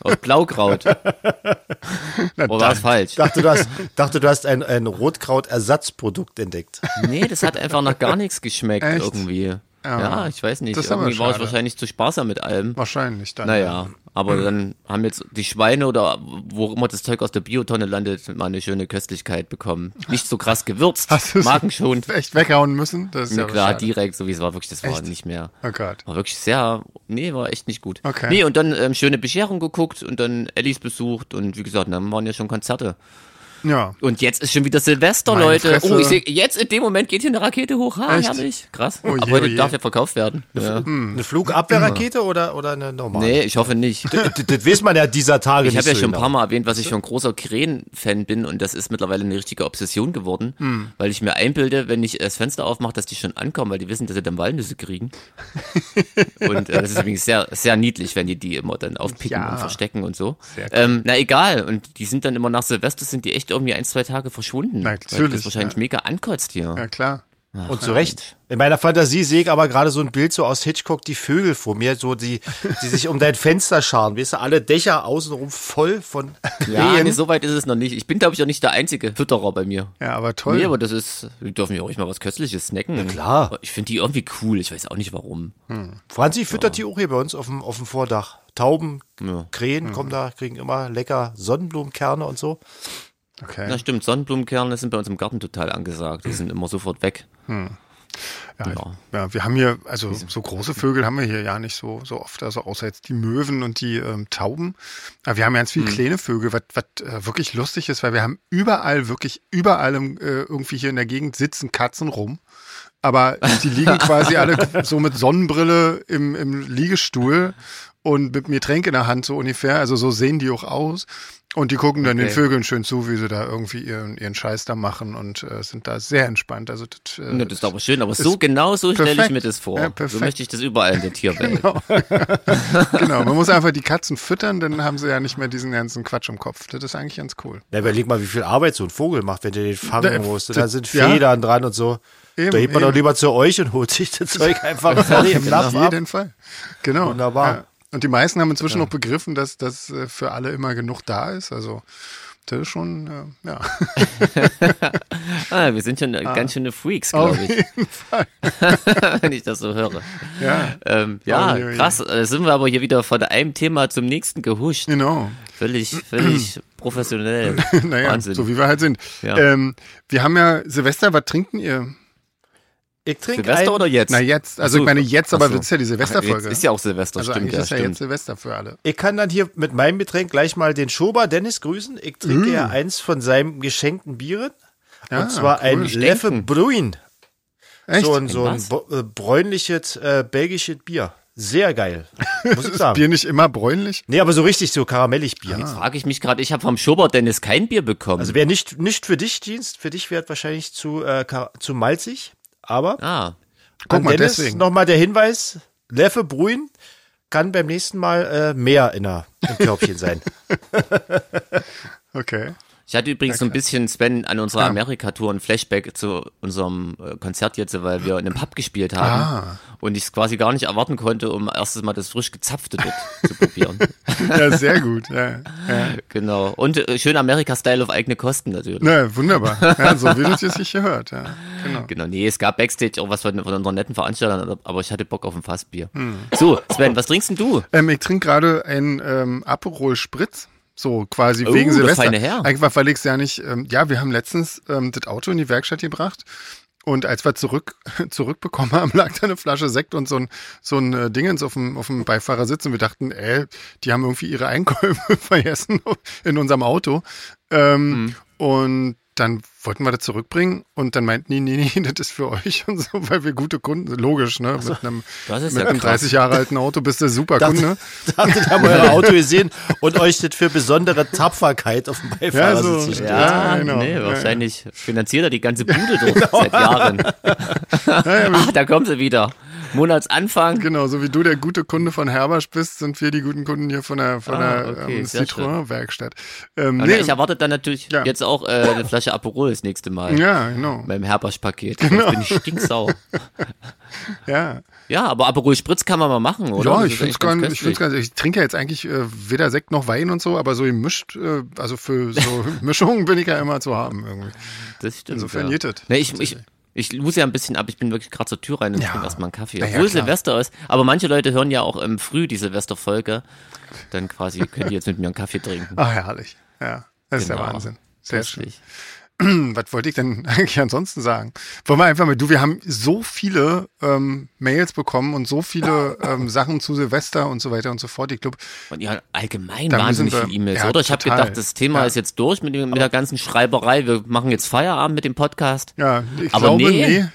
[SPEAKER 2] Aus
[SPEAKER 3] (laughs)
[SPEAKER 2] Blaukraut. Oder war es falsch?
[SPEAKER 1] dachte, du hast, dachte, du hast ein, ein Rotkraut-Ersatzprodukt entdeckt.
[SPEAKER 2] Nee, das hat einfach nach
[SPEAKER 3] (laughs)
[SPEAKER 2] gar nichts geschmeckt
[SPEAKER 3] Echt?
[SPEAKER 2] irgendwie. Ja, ich weiß nicht.
[SPEAKER 3] Das ist aber
[SPEAKER 2] irgendwie war ich
[SPEAKER 3] schade.
[SPEAKER 2] wahrscheinlich zu sparsam mit allem.
[SPEAKER 3] Wahrscheinlich dann.
[SPEAKER 2] Naja, aber dann haben jetzt die Schweine oder wo immer das Zeug aus der Biotonne landet, mal eine schöne Köstlichkeit bekommen. Nicht so krass gewürzt,
[SPEAKER 3] Hast du es
[SPEAKER 2] magenschonend.
[SPEAKER 3] echt weghauen müssen? Das ist ja
[SPEAKER 2] Mir klar,
[SPEAKER 3] schade.
[SPEAKER 2] direkt, so wie es war, wirklich, das war
[SPEAKER 3] Echt?
[SPEAKER 2] nicht mehr.
[SPEAKER 3] Oh Gott.
[SPEAKER 2] War wirklich sehr, nee, war echt nicht gut.
[SPEAKER 3] Okay.
[SPEAKER 2] Nee, und dann ähm, schöne Bescherung geguckt und dann Ellis besucht und wie gesagt, dann waren ja schon Konzerte.
[SPEAKER 3] Ja.
[SPEAKER 2] Und jetzt ist schon wieder Silvester,
[SPEAKER 3] Meine
[SPEAKER 2] Leute.
[SPEAKER 3] Fresse.
[SPEAKER 2] Oh, ich sehe, jetzt in dem Moment geht hier eine Rakete hoch. Ha,
[SPEAKER 3] Echt?
[SPEAKER 2] herrlich. Krass.
[SPEAKER 3] Oh je,
[SPEAKER 2] Aber heute
[SPEAKER 3] oh je.
[SPEAKER 2] darf ja verkauft werden. Ja.
[SPEAKER 3] Hm.
[SPEAKER 1] Eine Flugabwehrrakete oder, oder eine normale?
[SPEAKER 2] Nee, ich hoffe nicht.
[SPEAKER 1] Das, das weiß man ja dieser Tage
[SPEAKER 2] Ich
[SPEAKER 1] nicht
[SPEAKER 2] habe ja
[SPEAKER 1] so
[SPEAKER 2] schon ein
[SPEAKER 1] genau.
[SPEAKER 2] paar Mal erwähnt, was ich schon großer Krähen-Fan bin und das ist mittlerweile eine richtige Obsession geworden,
[SPEAKER 3] Hm.
[SPEAKER 2] weil ich mir einbilde, wenn ich das Fenster aufmache, dass die schon ankommen, weil die wissen, dass sie dann Walnüsse
[SPEAKER 3] (laughs)
[SPEAKER 2] kriegen. und äh, das ist übrigens sehr, sehr niedlich, wenn die die immer dann aufpicken
[SPEAKER 3] Ja.
[SPEAKER 2] und verstecken und so.
[SPEAKER 3] Sehr cool.
[SPEAKER 2] Ähm, na egal, und die sind dann immer nach Silvester, sind die echt irgendwie ein, zwei Tage verschwunden.
[SPEAKER 3] Na,
[SPEAKER 2] weil
[SPEAKER 3] natürlich,
[SPEAKER 2] Das wahrscheinlich
[SPEAKER 3] ja.
[SPEAKER 2] mega ankotzt hier.
[SPEAKER 3] Ja, klar.
[SPEAKER 1] Und zu Recht. In meiner Fantasie sehe ich aber gerade so ein Bild so aus Hitchcock, die Vögel vor mir, so die, die sich um dein Fenster scharen. Weißt du, alle Dächer außenrum voll von
[SPEAKER 2] Ja,
[SPEAKER 1] Krähen.
[SPEAKER 2] nee, so weit ist es noch nicht. Ich bin, glaube ich, auch nicht der einzige Fütterer bei mir.
[SPEAKER 3] Ja, aber toll.
[SPEAKER 2] Nee, aber das ist, wir dürfen ja auch mal was Köstliches snacken. Ja,
[SPEAKER 1] klar.
[SPEAKER 2] Ich finde die irgendwie cool, ich weiß auch nicht warum.
[SPEAKER 1] Franzi füttert die auch hier bei uns auf dem, auf dem Vordach. Tauben,
[SPEAKER 2] Ja.
[SPEAKER 1] Krähen kommen da, kriegen immer lecker Sonnenblumenkerne und so.
[SPEAKER 2] Na
[SPEAKER 3] okay.
[SPEAKER 2] stimmt, Sonnenblumenkerne sind bei uns im Garten total angesagt. Die sind immer sofort weg.
[SPEAKER 3] Hm. Ja, ja, wir haben hier, also so große Vögel haben wir hier ja nicht so, so oft, also außer jetzt die Möwen und die ähm, Tauben. Aber wir haben ganz
[SPEAKER 2] Mhm.
[SPEAKER 3] viele kleine Vögel, was was, äh, wirklich lustig ist, weil wir haben überall, wirklich überall im, äh, irgendwie hier in der Gegend sitzen Katzen rum. Aber
[SPEAKER 2] (laughs)
[SPEAKER 3] die liegen quasi alle so mit Sonnenbrille im, im Liegestuhl und mit mir Tränke in der Hand so ungefähr. Also so sehen die auch aus. Und die gucken dann den
[SPEAKER 2] Okay.
[SPEAKER 3] Vögeln schön zu, wie sie da irgendwie ihren, ihren Scheiß da machen und äh, sind da sehr entspannt. Also das, äh,
[SPEAKER 2] Na, das ist aber schön, aber so genau so stelle ich
[SPEAKER 3] perfekt.
[SPEAKER 2] mir das vor.
[SPEAKER 3] Ja,
[SPEAKER 2] so
[SPEAKER 3] perfekt.
[SPEAKER 2] möchte ich das überall in der
[SPEAKER 3] (laughs)
[SPEAKER 2] Tierwelt.
[SPEAKER 3] Genau, man muss einfach die Katzen füttern, dann haben sie ja nicht mehr diesen ganzen Quatsch im Kopf. Das ist eigentlich ganz cool.
[SPEAKER 1] Na, überleg mal, wie viel Arbeit so ein Vogel macht, wenn du den
[SPEAKER 3] Da-
[SPEAKER 1] fangen musst. Da sind
[SPEAKER 3] ja.
[SPEAKER 1] Federn dran und so.
[SPEAKER 3] Eben,
[SPEAKER 1] da geht man doch
[SPEAKER 3] eben.
[SPEAKER 1] lieber zu euch und holt sich das Zeug
[SPEAKER 3] (laughs)
[SPEAKER 1] einfach fertig im
[SPEAKER 3] Auf
[SPEAKER 1] Napf ab.
[SPEAKER 3] jeden Fall. Genau.
[SPEAKER 1] Wunderbar.
[SPEAKER 3] Ja. Und die meisten haben inzwischen noch begriffen, dass das äh, für alle immer genug da ist. Also das ist schon, äh, ja. (laughs)
[SPEAKER 2] Ah, wir sind schon äh, ganz schöne Freaks, glaube ich. (laughs) Wenn ich das so höre.
[SPEAKER 3] ja. Oh,
[SPEAKER 2] Ähm, ja,
[SPEAKER 3] Uiuiui.
[SPEAKER 2] krass. Da sind wir aber hier wieder von einem Thema zum nächsten gehuscht.
[SPEAKER 3] Genau.
[SPEAKER 2] Völlig,
[SPEAKER 3] (clears throat)
[SPEAKER 2] völlig
[SPEAKER 3] (laughs)
[SPEAKER 2] professionell.
[SPEAKER 3] Naja,
[SPEAKER 2] Wahnsinn.
[SPEAKER 3] so wie wir halt sind.
[SPEAKER 2] Ja.
[SPEAKER 3] Ähm, wir haben ja, Silvester, was trinken ihr?
[SPEAKER 1] Ich trinke ein,
[SPEAKER 2] Silvester oder jetzt?
[SPEAKER 3] Na jetzt, also
[SPEAKER 2] Ach so.
[SPEAKER 3] ich meine jetzt, aber
[SPEAKER 2] Ach so.
[SPEAKER 3] das ist ja die
[SPEAKER 2] Jetzt
[SPEAKER 3] Silvesterfolge.
[SPEAKER 2] ist ja auch Silvester,
[SPEAKER 3] also
[SPEAKER 2] stimmt,
[SPEAKER 3] eigentlich
[SPEAKER 2] ja,
[SPEAKER 3] ist ja
[SPEAKER 2] stimmt.
[SPEAKER 3] jetzt Silvester für alle.
[SPEAKER 1] Ich kann dann hier mit meinem Getränk gleich mal den Schober Dennis grüßen. Ich trinke
[SPEAKER 3] Mm.
[SPEAKER 1] ja eins von seinem geschenkten Bieren.
[SPEAKER 3] Ja,
[SPEAKER 1] und zwar
[SPEAKER 3] Ah, cool.
[SPEAKER 1] ein Leffe Bruin.
[SPEAKER 3] Echt?
[SPEAKER 1] So ein, so ein
[SPEAKER 2] Was?
[SPEAKER 1] bo- äh, bräunliches äh, belgisches Bier. Sehr
[SPEAKER 3] (laughs)
[SPEAKER 1] geil. Muss ich
[SPEAKER 3] Ist
[SPEAKER 1] sagen.
[SPEAKER 3] Bier Ah. nicht immer bräunlich?
[SPEAKER 1] Nee, aber so richtig so karamellig Bier.
[SPEAKER 2] Jetzt frage ich mich gerade, ich habe vom Schobert Dennis kein Bier bekommen.
[SPEAKER 1] Also wäre nicht, nicht für dich Dienst, für dich wäre es wahrscheinlich zu, äh, kar- zu malzig. Aber
[SPEAKER 2] ah,
[SPEAKER 1] an
[SPEAKER 3] mal,
[SPEAKER 1] Dennis
[SPEAKER 3] deswegen.
[SPEAKER 1] nochmal der Hinweis, Leffe Bruin kann beim nächsten Mal äh, mehr in der, im Körbchen sein.
[SPEAKER 3] (laughs) Okay.
[SPEAKER 2] ich hatte übrigens so ein bisschen, Sven, an unserer Amerika-Tour ein Flashback zu unserem äh, Konzert jetzt, weil wir in einem Pub
[SPEAKER 3] Ah.
[SPEAKER 2] gespielt haben. Und ich es quasi gar nicht erwarten konnte, um erstes Mal das frisch gezapfte dort zu
[SPEAKER 3] (laughs)
[SPEAKER 2] probieren.
[SPEAKER 3] Ja, sehr gut. Ja, ja.
[SPEAKER 2] Genau. Und äh, schön Amerika-Style auf eigene Kosten natürlich.
[SPEAKER 3] Na, wunderbar. Ja, so wie das jetzt sich gehört. Ja, genau.
[SPEAKER 2] Genau, nee, es gab Backstage auch was von, von unseren netten Veranstaltern, aber ich hatte Bock auf ein Fassbier.
[SPEAKER 3] Hm.
[SPEAKER 2] So, Sven, was trinkst denn du?
[SPEAKER 3] Ähm, ich trinke gerade einen ähm, Aperol Spritz. So quasi
[SPEAKER 2] Oh,
[SPEAKER 3] wegen
[SPEAKER 2] das
[SPEAKER 3] Silvester.
[SPEAKER 2] feine Herr.
[SPEAKER 3] Einfach weil ich es ja nicht. Ähm, ja, wir haben letztens ähm, das Auto in die Werkstatt gebracht. Und als wir zurück, (laughs) zurückbekommen haben, (laughs) lag da eine Flasche Sekt und so ein, so ein äh, Dingens auf dem, auf dem Beifahrersitz. Und wir dachten, ey, die haben irgendwie ihre Einkäufe (laughs) vergessen in unserem Auto. Ähm,
[SPEAKER 2] Mhm.
[SPEAKER 3] Und dann wollten wir das zurückbringen. Und dann meinten die, nee, nee, (laughs) das ist für euch und so, weil wir gute Kunden sind. Logisch, ne? Mit einem,
[SPEAKER 2] Das ist
[SPEAKER 3] mit
[SPEAKER 2] ja
[SPEAKER 3] einem
[SPEAKER 2] krass.
[SPEAKER 3] 30 Jahre alten Auto
[SPEAKER 2] (laughs)
[SPEAKER 3] bist du super Kunde.
[SPEAKER 1] Da habt ihr da mal euer Auto gesehen und euch das für besondere Tapferkeit auf dem Beifahrersitz
[SPEAKER 3] so.
[SPEAKER 1] gestellt.
[SPEAKER 3] Ja, genau.
[SPEAKER 2] nee,
[SPEAKER 3] Ja, Genau.
[SPEAKER 2] (laughs)
[SPEAKER 3] ja. (laughs)
[SPEAKER 2] wahrscheinlich finanziert er die ganze Bude dort seit Jahren. ah, da kommen sie wieder. Monatsanfang.
[SPEAKER 3] Genau, so wie du der gute Kunde von Herbers bist, sind wir die guten Kunden hier von der, von
[SPEAKER 2] Ah,
[SPEAKER 3] der
[SPEAKER 2] okay,
[SPEAKER 3] ähm,
[SPEAKER 2] sehr
[SPEAKER 3] Citroën-Werkstatt. Ähm,
[SPEAKER 2] Und
[SPEAKER 3] nee,
[SPEAKER 2] ich erwarte dann natürlich
[SPEAKER 3] Ja.
[SPEAKER 2] jetzt auch äh, eine Flasche Aperol das nächste Mal.
[SPEAKER 3] ja, genau.
[SPEAKER 2] Beim Herbersch-Paket. Genau. bin ich stinksauer.
[SPEAKER 3] Ja.
[SPEAKER 2] ja, aber Aperol Spritz kann man mal machen, oder?
[SPEAKER 3] Ja,
[SPEAKER 2] Das ist
[SPEAKER 3] ich finde es
[SPEAKER 2] eigentlich ganz
[SPEAKER 3] ganz, ich
[SPEAKER 2] köstlich.
[SPEAKER 3] find's ganz, ich trinke ja jetzt eigentlich äh, weder Sekt noch Wein und so, aber so gemischt, äh, also
[SPEAKER 2] (laughs)
[SPEAKER 3] für so Mischungen bin ich ja immer zu haben irgendwie.
[SPEAKER 2] Das stimmt.
[SPEAKER 3] Insofern
[SPEAKER 2] ja.
[SPEAKER 3] geht es.
[SPEAKER 2] Nee, ich, ich, ich muss ja ein bisschen ab. Ich bin wirklich gerade zur Tür rein und trinke erstmal einen Kaffee.
[SPEAKER 3] Na ja,
[SPEAKER 2] Obwohl
[SPEAKER 3] klar.
[SPEAKER 2] Silvester ist. Aber manche Leute hören ja auch ähm, früh die Silvesterfolge. Dann quasi können die jetzt mit mir einen Kaffee trinken.
[SPEAKER 3] Ach, herrlich. Ja, das ist
[SPEAKER 2] Genau.
[SPEAKER 3] der Wahnsinn. Ah, Sehr schön. Hm,
[SPEAKER 2] Köstlich.
[SPEAKER 3] Was wollte ich denn (laughs) eigentlich ansonsten sagen? Wollen wir einfach mal, du, wir haben so viele ähm, Mails bekommen und
[SPEAKER 2] (laughs)
[SPEAKER 3] so viele ähm, Sachen zu Silvester und so weiter und so fort. Ich glaube,
[SPEAKER 2] Und ja, allgemein
[SPEAKER 3] Da
[SPEAKER 2] wahnsinnig
[SPEAKER 3] müssen wir-
[SPEAKER 2] viele E-Mails,
[SPEAKER 3] ja,
[SPEAKER 2] oder? Ich habe
[SPEAKER 3] total.
[SPEAKER 2] gedacht, das Thema
[SPEAKER 3] Ja.
[SPEAKER 2] ist jetzt durch mit, dem, mit der ganzen Schreiberei. Wir machen jetzt Feierabend mit dem Podcast.
[SPEAKER 3] ja, ich
[SPEAKER 2] Aber
[SPEAKER 3] glaube, nee,
[SPEAKER 2] nee.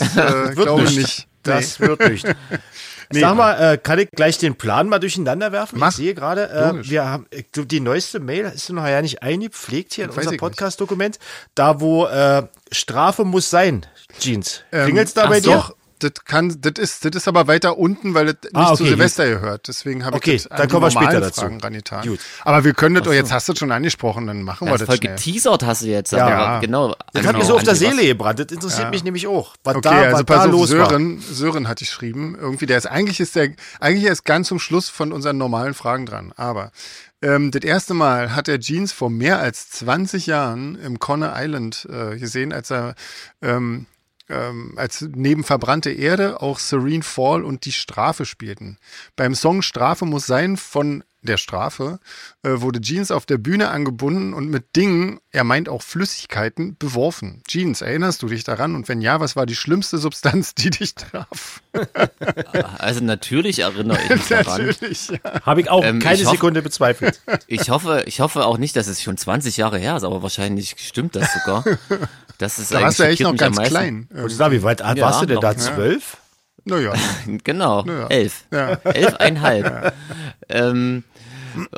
[SPEAKER 1] (laughs)
[SPEAKER 3] ist, äh, ich
[SPEAKER 1] Wird
[SPEAKER 3] glaube
[SPEAKER 1] nicht.
[SPEAKER 3] nicht.
[SPEAKER 1] Das wird nicht. Sag mal, äh, kann ich gleich den Plan mal durcheinander werfen?
[SPEAKER 3] Mach.
[SPEAKER 1] Ich sehe gerade, äh,
[SPEAKER 3] Logisch.
[SPEAKER 1] wir haben ich glaub, die neueste Mail ist noch ja nicht eingepflegt hier in
[SPEAKER 3] Weiß ich
[SPEAKER 1] unser
[SPEAKER 3] nicht.
[SPEAKER 1] Podcast-Dokument, da wo äh, Strafe muss sein, Jeans.
[SPEAKER 3] Ähm,
[SPEAKER 1] Klingelt's da bei dir?
[SPEAKER 2] ach so.
[SPEAKER 3] Doch, das kann, das ist, das ist aber weiter unten, weil das nicht
[SPEAKER 1] Ah,
[SPEAKER 3] zu
[SPEAKER 1] okay,
[SPEAKER 3] Silvester gehört. Deswegen habe
[SPEAKER 1] Okay,
[SPEAKER 3] ich das
[SPEAKER 1] dann
[SPEAKER 3] an die
[SPEAKER 1] kommen wir später
[SPEAKER 3] normalen
[SPEAKER 1] dazu.
[SPEAKER 3] Fragen rangetan.
[SPEAKER 1] Gut.
[SPEAKER 3] Aber wir können das doch, jetzt hast du das schon angesprochen, dann machen wir
[SPEAKER 2] Ganz
[SPEAKER 3] das
[SPEAKER 2] voll
[SPEAKER 3] schnell.
[SPEAKER 2] geteasert hast du jetzt.
[SPEAKER 1] Ja.
[SPEAKER 2] aber genau.
[SPEAKER 1] Das hat
[SPEAKER 2] genau,
[SPEAKER 1] mir so auf der
[SPEAKER 2] Andi, was-
[SPEAKER 1] Seele gebrannt. Das interessiert mich nämlich auch. Was
[SPEAKER 3] Okay,
[SPEAKER 1] da, was
[SPEAKER 3] also
[SPEAKER 1] da
[SPEAKER 3] pass auf,
[SPEAKER 1] los war.
[SPEAKER 3] Sören, Sören hatte ich geschrieben. Irgendwie, der ist eigentlich ist der, eigentlich ist ganz zum Schluss von unseren normalen Fragen dran. Aber ähm, das erste Mal hat er Jeans vor mehr als 20 Jahren im Conner Island äh, gesehen, als er ähm, ähm, als neben verbrannte Erde auch Serene Fall und die Strafe spielten. Beim Song Strafe muss sein von der Strafe äh, wurde Jeans auf der Bühne angebunden und mit Dingen, er meint auch Flüssigkeiten, beworfen. Jeans, erinnerst du dich daran? Und wenn ja, was war die schlimmste Substanz, die dich traf?
[SPEAKER 2] Also natürlich erinnere
[SPEAKER 3] (laughs)
[SPEAKER 2] ich mich daran.
[SPEAKER 3] Natürlich, ja.
[SPEAKER 1] Habe ich auch
[SPEAKER 2] Ähm,
[SPEAKER 1] keine
[SPEAKER 2] ich hoff-
[SPEAKER 1] Sekunde bezweifelt.
[SPEAKER 2] Ich hoffe, ich hoffe auch nicht, dass es schon 20 Jahre her ist, aber wahrscheinlich stimmt das sogar.
[SPEAKER 3] (laughs)
[SPEAKER 2] Das ist
[SPEAKER 3] Da
[SPEAKER 2] eigentlich
[SPEAKER 3] warst du ja echt
[SPEAKER 2] schockiert
[SPEAKER 3] noch
[SPEAKER 2] mich am
[SPEAKER 3] ganz
[SPEAKER 2] meisten.
[SPEAKER 3] klein.
[SPEAKER 1] (laughs)
[SPEAKER 3] Äh,
[SPEAKER 1] Und sag, wie weit
[SPEAKER 2] Ja,
[SPEAKER 1] warst du denn
[SPEAKER 2] noch,
[SPEAKER 1] da?
[SPEAKER 2] ne?
[SPEAKER 1] Zwölf?
[SPEAKER 3] Naja,
[SPEAKER 2] (laughs) Genau,
[SPEAKER 3] Ja.
[SPEAKER 2] elf.
[SPEAKER 3] Ja. (laughs)
[SPEAKER 2] Elfeinhalb. ähm,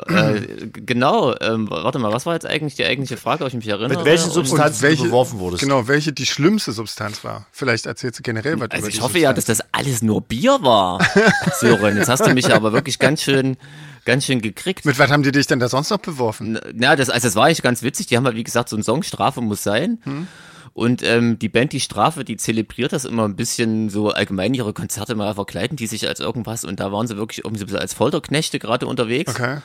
[SPEAKER 2] äh, g- genau, ähm, warte mal, was war jetzt eigentlich die eigentliche Frage, ob ich mich erinnere?
[SPEAKER 1] Mit welchen
[SPEAKER 2] Und-
[SPEAKER 1] Substanzen
[SPEAKER 3] welche-
[SPEAKER 1] du beworfen wurdest?
[SPEAKER 3] genau, welche die schlimmste Substanz war. Vielleicht erzählst du generell was
[SPEAKER 2] Also
[SPEAKER 3] über die
[SPEAKER 2] ich hoffe ja, dass das alles nur Bier war, Sören. Jetzt hast du mich aber wirklich ganz schön, ganz schön gekriegt.
[SPEAKER 3] Mit was haben die dich denn da sonst noch beworfen?
[SPEAKER 2] Na, das, also das war eigentlich ganz witzig. Die haben halt, wie gesagt, so einen Song, Strafe muss sein.
[SPEAKER 3] Hm.
[SPEAKER 2] Und ähm, die Band Die Strafe, die zelebriert das immer ein bisschen so allgemein ihre Konzerte mal verkleiden, die sich als irgendwas. Und da waren sie wirklich irgendwie so ein bisschen als Folterknechte gerade unterwegs
[SPEAKER 3] Okay.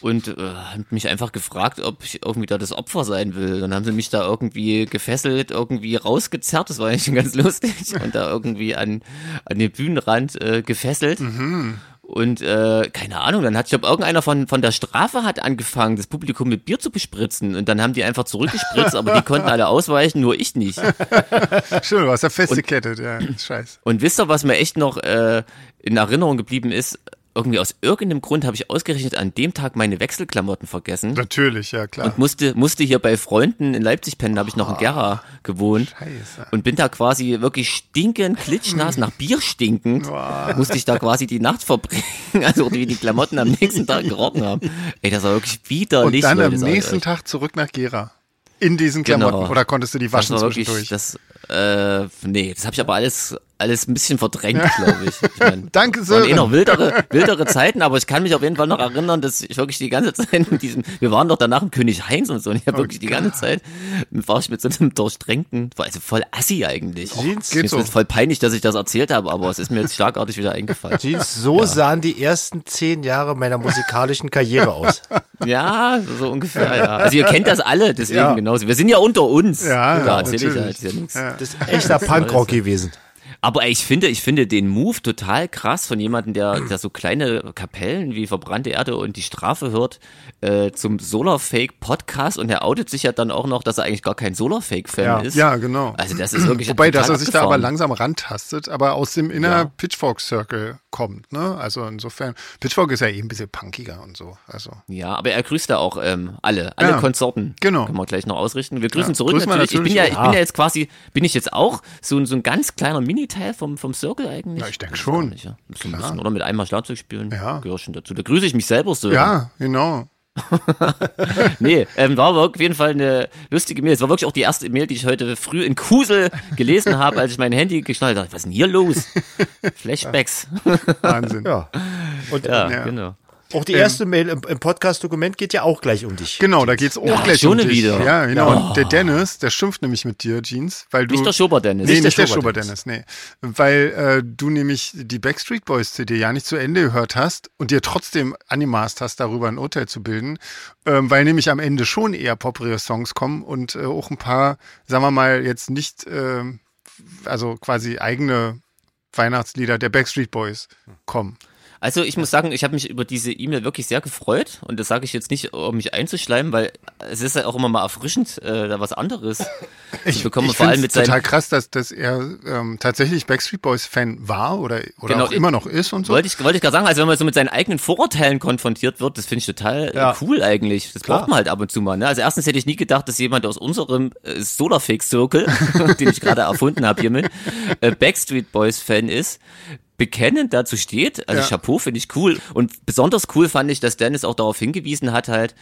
[SPEAKER 2] und äh, haben mich einfach gefragt, ob ich irgendwie da das Opfer sein will. Dann haben sie mich da irgendwie gefesselt, irgendwie rausgezerrt, das war eigentlich schon ganz lustig, und da irgendwie an, an den Bühnenrand äh, gefesselt. Und äh, keine Ahnung, dann hat, ich glaube, irgendeiner von, von der Strafe hat angefangen, das Publikum mit Bier zu bespritzen. Und dann haben die einfach zurückgespritzt, aber die konnten alle ausweichen, nur ich nicht.
[SPEAKER 3] Schön, du warst ja festgekettet, ja. Scheiß.
[SPEAKER 2] Und wisst ihr, was mir echt noch äh, in Erinnerung geblieben ist? Irgendwie aus irgendeinem Grund habe ich ausgerechnet an dem Tag meine Wechselklamotten vergessen.
[SPEAKER 3] Natürlich, ja klar.
[SPEAKER 2] und musste, musste hier bei Freunden in Leipzig pennen, da habe ich noch in Gera gewohnt
[SPEAKER 3] Ah, Scheiße.
[SPEAKER 2] und bin da quasi wirklich stinkend, klitschnass, nach Bier stinkend, musste ich da quasi die Nacht verbringen, (laughs) also wie die Klamotten am nächsten Tag gerochen haben. Ey, das war wirklich
[SPEAKER 3] Und
[SPEAKER 2] widerlich.
[SPEAKER 3] dann am
[SPEAKER 2] Leute, sag ich
[SPEAKER 3] nächsten
[SPEAKER 2] euch.
[SPEAKER 3] Tag zurück nach Gera. In diesen Klamotten.
[SPEAKER 2] Genau.
[SPEAKER 3] Oder konntest du die
[SPEAKER 2] das
[SPEAKER 3] waschen
[SPEAKER 2] war wirklich, (laughs)
[SPEAKER 3] zwischendurch?
[SPEAKER 2] das, äh, nee, das habe ich aber alles, alles ein bisschen verdrängt, glaube ich. ich mein,
[SPEAKER 3] (laughs) Danke,
[SPEAKER 2] es waren eh
[SPEAKER 3] Sören.
[SPEAKER 2] noch wildere, wildere Zeiten, aber ich kann mich auf jeden Fall noch erinnern, dass ich wirklich die ganze Zeit mit diesem, wir waren doch danach im König Heinz und so, und ich
[SPEAKER 3] Oh,
[SPEAKER 2] habe wirklich die ganze Zeit, war ich mit so einem durchdrängten, war also voll assi eigentlich.
[SPEAKER 1] Jeans?
[SPEAKER 3] Geht
[SPEAKER 2] Mir ist
[SPEAKER 3] so.
[SPEAKER 2] jetzt voll peinlich, dass ich das erzählt habe, aber es ist mir jetzt schlagartig wieder
[SPEAKER 3] (laughs)
[SPEAKER 2] eingefallen.
[SPEAKER 1] Jeans, so sahen die ersten zehn Jahre meiner musikalischen Karriere aus.
[SPEAKER 2] Ja, so, so ungefähr, ja. Also ihr kennt das alle, deswegen
[SPEAKER 3] Ja.
[SPEAKER 2] genauso. Wir sind ja unter uns.
[SPEAKER 3] Ja, ja,
[SPEAKER 2] da erzähl ich ja
[SPEAKER 3] natürlich.
[SPEAKER 2] jetzt ja nichts.
[SPEAKER 1] Das ist echter Punkrock gewesen.
[SPEAKER 2] Aber ey, ich finde, ich finde den Move total krass von jemandem, der, der so kleine Kapellen wie Verbrannte Erde und die Strafe hört äh, zum Solarfake-Podcast und er outet sich ja dann auch noch, dass er eigentlich gar kein Solarfake-Fan
[SPEAKER 1] Ja.
[SPEAKER 2] ist.
[SPEAKER 3] Ja, genau.
[SPEAKER 2] Also das ist wirklich
[SPEAKER 3] Wobei,
[SPEAKER 2] total
[SPEAKER 3] dass er sich da aber
[SPEAKER 2] abgefahren.
[SPEAKER 3] langsam rantastet, aber aus dem inner Pitchfork-Circle kommt, ne? Also insofern, Pitchfork ist ja eh ein bisschen punkiger und so. Also.
[SPEAKER 2] Ja, aber er grüßt da auch ähm, alle, alle
[SPEAKER 3] Ja,
[SPEAKER 2] Konsorten.
[SPEAKER 3] genau.
[SPEAKER 2] Können wir gleich noch ausrichten. Wir grüßen
[SPEAKER 3] Ja,
[SPEAKER 2] zurück
[SPEAKER 3] grüßen wir
[SPEAKER 2] natürlich. Ich bin ja,
[SPEAKER 3] natürlich
[SPEAKER 2] ich bin ja jetzt quasi, bin ich jetzt auch so, ein- so ein ganz kleiner Miniteil vom, vom Circle eigentlich.
[SPEAKER 3] Ja, ich denk
[SPEAKER 2] Weiß
[SPEAKER 3] schon.
[SPEAKER 2] gar Nicht, ja. so ein bisschen, oder mit einmal Schlagzeug spielen.
[SPEAKER 3] Ja.
[SPEAKER 2] Gehört schon dazu. Da grüße ich mich selber so.
[SPEAKER 3] Ja, genau.
[SPEAKER 2] nee, ähm, war aber auf jeden Fall eine lustige Mail. Es war wirklich auch die erste Mail, die ich heute früh in Kusel gelesen habe, als ich mein Handy geschnallt habe. Was ist denn hier los? Flashbacks.
[SPEAKER 3] Wahnsinn.
[SPEAKER 1] Ja. Und
[SPEAKER 2] ja,
[SPEAKER 3] Ja.
[SPEAKER 2] genau.
[SPEAKER 1] auch die erste Mail im, im Podcast-Dokument geht ja auch gleich um dich.
[SPEAKER 3] Genau, da geht's auch
[SPEAKER 2] Ja,
[SPEAKER 3] gleich
[SPEAKER 2] schon
[SPEAKER 3] um dich.
[SPEAKER 2] wieder.
[SPEAKER 3] Ja, genau. Und der Dennis, der schimpft nämlich mit dir, Jeans, weil du.
[SPEAKER 2] Oh. Nicht der Schober-Dennis.
[SPEAKER 3] Nee,
[SPEAKER 2] Nicht
[SPEAKER 3] nicht,
[SPEAKER 2] der
[SPEAKER 3] der
[SPEAKER 1] Schober-Dennis.
[SPEAKER 3] Schober-Dennis, nee. Weil äh, du nämlich die Backstreet Boys CD ja nicht zu Ende gehört hast und dir trotzdem angemaßt hast, darüber ein Urteil zu bilden, ähm, weil nämlich am Ende schon eher Poprio-Songs kommen und äh, auch ein paar, sagen wir mal, jetzt nicht, ähm, also quasi eigene Weihnachtslieder der Backstreet Boys kommen.
[SPEAKER 2] Also ich muss sagen, ich habe mich über diese E-Mail wirklich sehr gefreut und das sage ich jetzt nicht, um mich einzuschleimen, weil es ist ja auch immer mal erfrischend, äh, da was anderes ich, zu bekommen.
[SPEAKER 3] ich
[SPEAKER 2] und vor allem mit
[SPEAKER 3] find's
[SPEAKER 2] seinem
[SPEAKER 3] total krass, dass, dass er ähm, tatsächlich Backstreet Boys Fan war oder, oder
[SPEAKER 2] Genau,
[SPEAKER 3] auch
[SPEAKER 2] ich-
[SPEAKER 3] immer noch ist und so.
[SPEAKER 2] Wollte ich, wollte ich gerade sagen, also wenn man so mit seinen eigenen Vorurteilen konfrontiert wird, das finde ich total äh,
[SPEAKER 1] Ja.
[SPEAKER 2] cool eigentlich. Das
[SPEAKER 1] Klar.
[SPEAKER 2] braucht man halt ab und zu mal. Ne? Also erstens hätte ich nie gedacht, dass jemand aus unserem äh, Solarfix-Zirkel, (laughs) den ich gerade erfunden habe hiermit, äh, Backstreet Boys-Fan ist, bekennend dazu steht. Also
[SPEAKER 3] Ja.
[SPEAKER 2] Chapeau finde ich cool. Und besonders cool fand ich, dass Dennis auch darauf hingewiesen hat halt,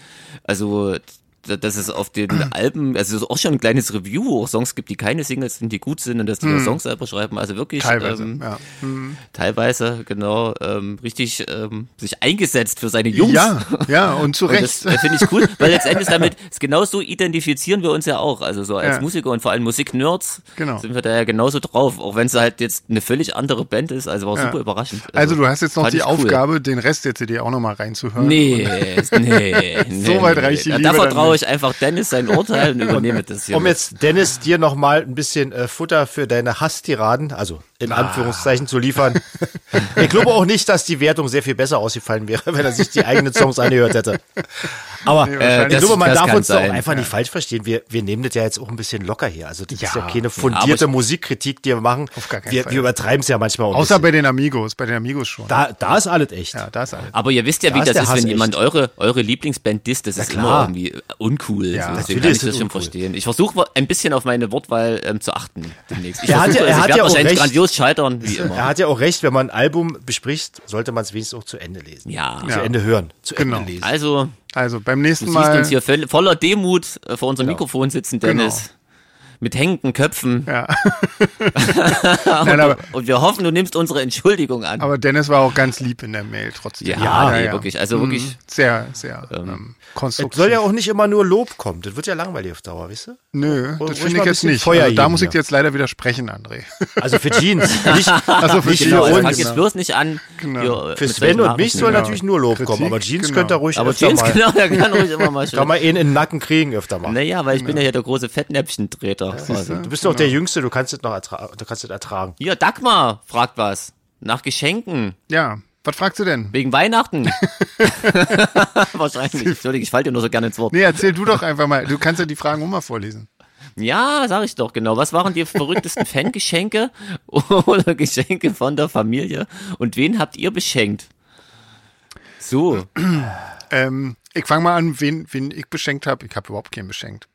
[SPEAKER 2] also d- dass es auf
[SPEAKER 3] (clears throat)
[SPEAKER 2] den Alben, also es ist auch schon ein kleines Review, wo auch Songs gibt, die keine Singles sind, die gut sind und dass die Songs selber schreiben. Also wirklich
[SPEAKER 3] Hm. Teilweise,
[SPEAKER 2] ähm,
[SPEAKER 3] ja.
[SPEAKER 2] teilweise genau ähm, richtig ähm, sich eingesetzt für seine Jungs.
[SPEAKER 3] Ja,
[SPEAKER 2] (laughs)
[SPEAKER 3] ja, und zu
[SPEAKER 2] Und das
[SPEAKER 3] Recht.
[SPEAKER 2] äh, finde ich cool,
[SPEAKER 3] (laughs)
[SPEAKER 2] weil letztendlich damit genauso identifizieren wir uns ja auch. Also so als
[SPEAKER 3] Ja.
[SPEAKER 2] Musiker und vor allem Musiknerds
[SPEAKER 3] Genau.
[SPEAKER 2] sind wir da ja genauso drauf, auch wenn es halt jetzt eine völlig andere Band ist. Also war
[SPEAKER 3] Ja.
[SPEAKER 2] super überraschend.
[SPEAKER 3] Also du hast jetzt noch
[SPEAKER 2] fand
[SPEAKER 3] die
[SPEAKER 2] ich cool.
[SPEAKER 3] Aufgabe, den Rest der CD auch nochmal reinzuhören. (laughs)
[SPEAKER 2] Nee, nee, nee.
[SPEAKER 3] So weit reicht die
[SPEAKER 2] Da-
[SPEAKER 3] Liebe
[SPEAKER 2] Da
[SPEAKER 3] dann
[SPEAKER 2] vertraue
[SPEAKER 3] nicht.
[SPEAKER 2] ich einfach Dennis sein Urteil und übernehme das
[SPEAKER 3] (laughs)
[SPEAKER 2] hier.
[SPEAKER 1] Um jetzt Dennis dir nochmal ein bisschen äh, Futter für deine Hasstiraden, also
[SPEAKER 3] Ah.
[SPEAKER 1] in Anführungszeichen zu liefern. ich glaube auch nicht, dass die Wertung sehr viel besser ausgefallen wäre, wenn er sich die eigenen Songs angehört hätte. Aber äh, ich
[SPEAKER 3] wahrscheinlich.
[SPEAKER 1] glaube, man
[SPEAKER 2] Das- das
[SPEAKER 1] darf
[SPEAKER 2] kann
[SPEAKER 1] uns doch
[SPEAKER 2] sein,
[SPEAKER 1] einfach nicht falsch verstehen. Wir, wir nehmen das ja jetzt auch ein bisschen locker hier. Also das ist ja
[SPEAKER 3] Ja.
[SPEAKER 1] keine
[SPEAKER 2] aber
[SPEAKER 1] fundierte
[SPEAKER 2] ich-
[SPEAKER 1] Musikkritik, die wir machen.
[SPEAKER 3] Auf gar keinen
[SPEAKER 1] wir,
[SPEAKER 3] Fall.
[SPEAKER 1] wir übertreiben es ja manchmal auch. ein
[SPEAKER 3] Außer
[SPEAKER 1] bisschen.
[SPEAKER 3] bei den Amigos, bei den Amigos schon.
[SPEAKER 1] da, da ist alles echt.
[SPEAKER 3] ja, da ist alles.
[SPEAKER 2] Aber ihr wisst ja,
[SPEAKER 1] Da
[SPEAKER 2] wie
[SPEAKER 1] ist
[SPEAKER 2] das
[SPEAKER 1] der
[SPEAKER 2] ist,
[SPEAKER 1] Hass
[SPEAKER 2] wenn
[SPEAKER 1] echt.
[SPEAKER 2] jemand eure, eure Lieblingsband disst, das ist immer
[SPEAKER 1] klar.
[SPEAKER 2] irgendwie uncool.
[SPEAKER 3] Ja,
[SPEAKER 2] so, deswegen
[SPEAKER 1] natürlich
[SPEAKER 2] kann ich
[SPEAKER 1] ist
[SPEAKER 2] das
[SPEAKER 1] es
[SPEAKER 2] schon
[SPEAKER 1] uncool.
[SPEAKER 2] verstehen. Ich versuche ein bisschen auf meine Wortwahl ähm, zu achten demnächst. Ich
[SPEAKER 1] Er hat ja-
[SPEAKER 2] versuche
[SPEAKER 1] er
[SPEAKER 2] es, ich
[SPEAKER 1] hat
[SPEAKER 2] werde
[SPEAKER 1] ja auch
[SPEAKER 2] wahrscheinlich
[SPEAKER 1] recht.
[SPEAKER 2] grandios scheitern, wie
[SPEAKER 1] (laughs) Er
[SPEAKER 2] immer.
[SPEAKER 1] hat ja auch recht, wenn man ein Album bespricht, sollte man es wenigstens auch zu Ende lesen.
[SPEAKER 2] Ja.
[SPEAKER 1] Zu Ende hören. Zu
[SPEAKER 3] Genau.
[SPEAKER 1] Ende lesen.
[SPEAKER 2] Also,
[SPEAKER 3] Also beim
[SPEAKER 2] du
[SPEAKER 3] nächsten
[SPEAKER 2] siehst
[SPEAKER 3] Mal.
[SPEAKER 2] uns hier voll- voller Demut äh, vor unserem Mikrofon sitzen, Dennis.
[SPEAKER 1] Genau.
[SPEAKER 2] Mit hängenden Köpfen. (laughs)
[SPEAKER 3] Ja. Nein, aber,
[SPEAKER 2] Und wir hoffen, du nimmst unsere Entschuldigung an.
[SPEAKER 3] aber Dennis war auch ganz lieb in der Mail trotzdem.
[SPEAKER 2] ja, nee, wirklich. Also
[SPEAKER 1] Mhm.
[SPEAKER 2] wirklich.
[SPEAKER 3] Sehr, sehr ähm,
[SPEAKER 1] Es
[SPEAKER 3] konstruktiv.
[SPEAKER 1] soll ja auch nicht immer nur Lob kommen. Das wird ja langweilig auf Dauer, weißt du?
[SPEAKER 3] Nö,
[SPEAKER 1] ruhig
[SPEAKER 3] das
[SPEAKER 1] mal
[SPEAKER 3] finde
[SPEAKER 1] ein
[SPEAKER 3] ich jetzt
[SPEAKER 1] bisschen
[SPEAKER 3] nicht.
[SPEAKER 1] Feuer
[SPEAKER 3] Also, da
[SPEAKER 1] geben
[SPEAKER 3] muss ich dir
[SPEAKER 1] hier.
[SPEAKER 3] jetzt leider widersprechen, André. (laughs)
[SPEAKER 1] Also für Jeans. (laughs) Nicht,
[SPEAKER 3] Also für
[SPEAKER 1] nicht
[SPEAKER 3] Jeans,
[SPEAKER 1] für
[SPEAKER 2] Genau, also
[SPEAKER 1] uns.
[SPEAKER 2] fang jetzt bloß nicht an. hier, äh,
[SPEAKER 1] Genau. Für
[SPEAKER 2] mit
[SPEAKER 1] Sven
[SPEAKER 2] solchen
[SPEAKER 1] und mich soll
[SPEAKER 2] Nachrichten.
[SPEAKER 1] natürlich nur Lob
[SPEAKER 3] Kritik,
[SPEAKER 1] kommen, aber Jeans
[SPEAKER 3] genau.
[SPEAKER 1] könnte er ruhig
[SPEAKER 2] Aber
[SPEAKER 1] öfter
[SPEAKER 2] James,
[SPEAKER 1] mal.
[SPEAKER 2] genau, der kann ruhig immer mal schön
[SPEAKER 1] Kann man ihn in den Nacken kriegen öfter mal.
[SPEAKER 2] Naja, weil ich bin ja hier der große Fettnäpfchentreter. quasi.
[SPEAKER 1] Du bist doch der Jüngste, du kannst das noch ertragen. Du kannst das ertragen.
[SPEAKER 2] Hier, Dagmar fragt was. Nach Geschenken.
[SPEAKER 3] Ja, was fragst du denn?
[SPEAKER 2] Wegen Weihnachten. (laughs) Wahrscheinlich. Entschuldigung, ich falle dir nur so gerne ins Wort.
[SPEAKER 3] Nee, erzähl du doch einfach mal. Du kannst ja die Fragen auch mal vorlesen.
[SPEAKER 2] Ja, sag ich doch genau. Was waren die verrücktesten Fangeschenke (laughs) oder Geschenke von der Familie? Und wen habt ihr beschenkt? So,
[SPEAKER 3] Ähm, ich fange mal an, wen, wen ich beschenkt habe. Ich habe überhaupt keinen beschenkt.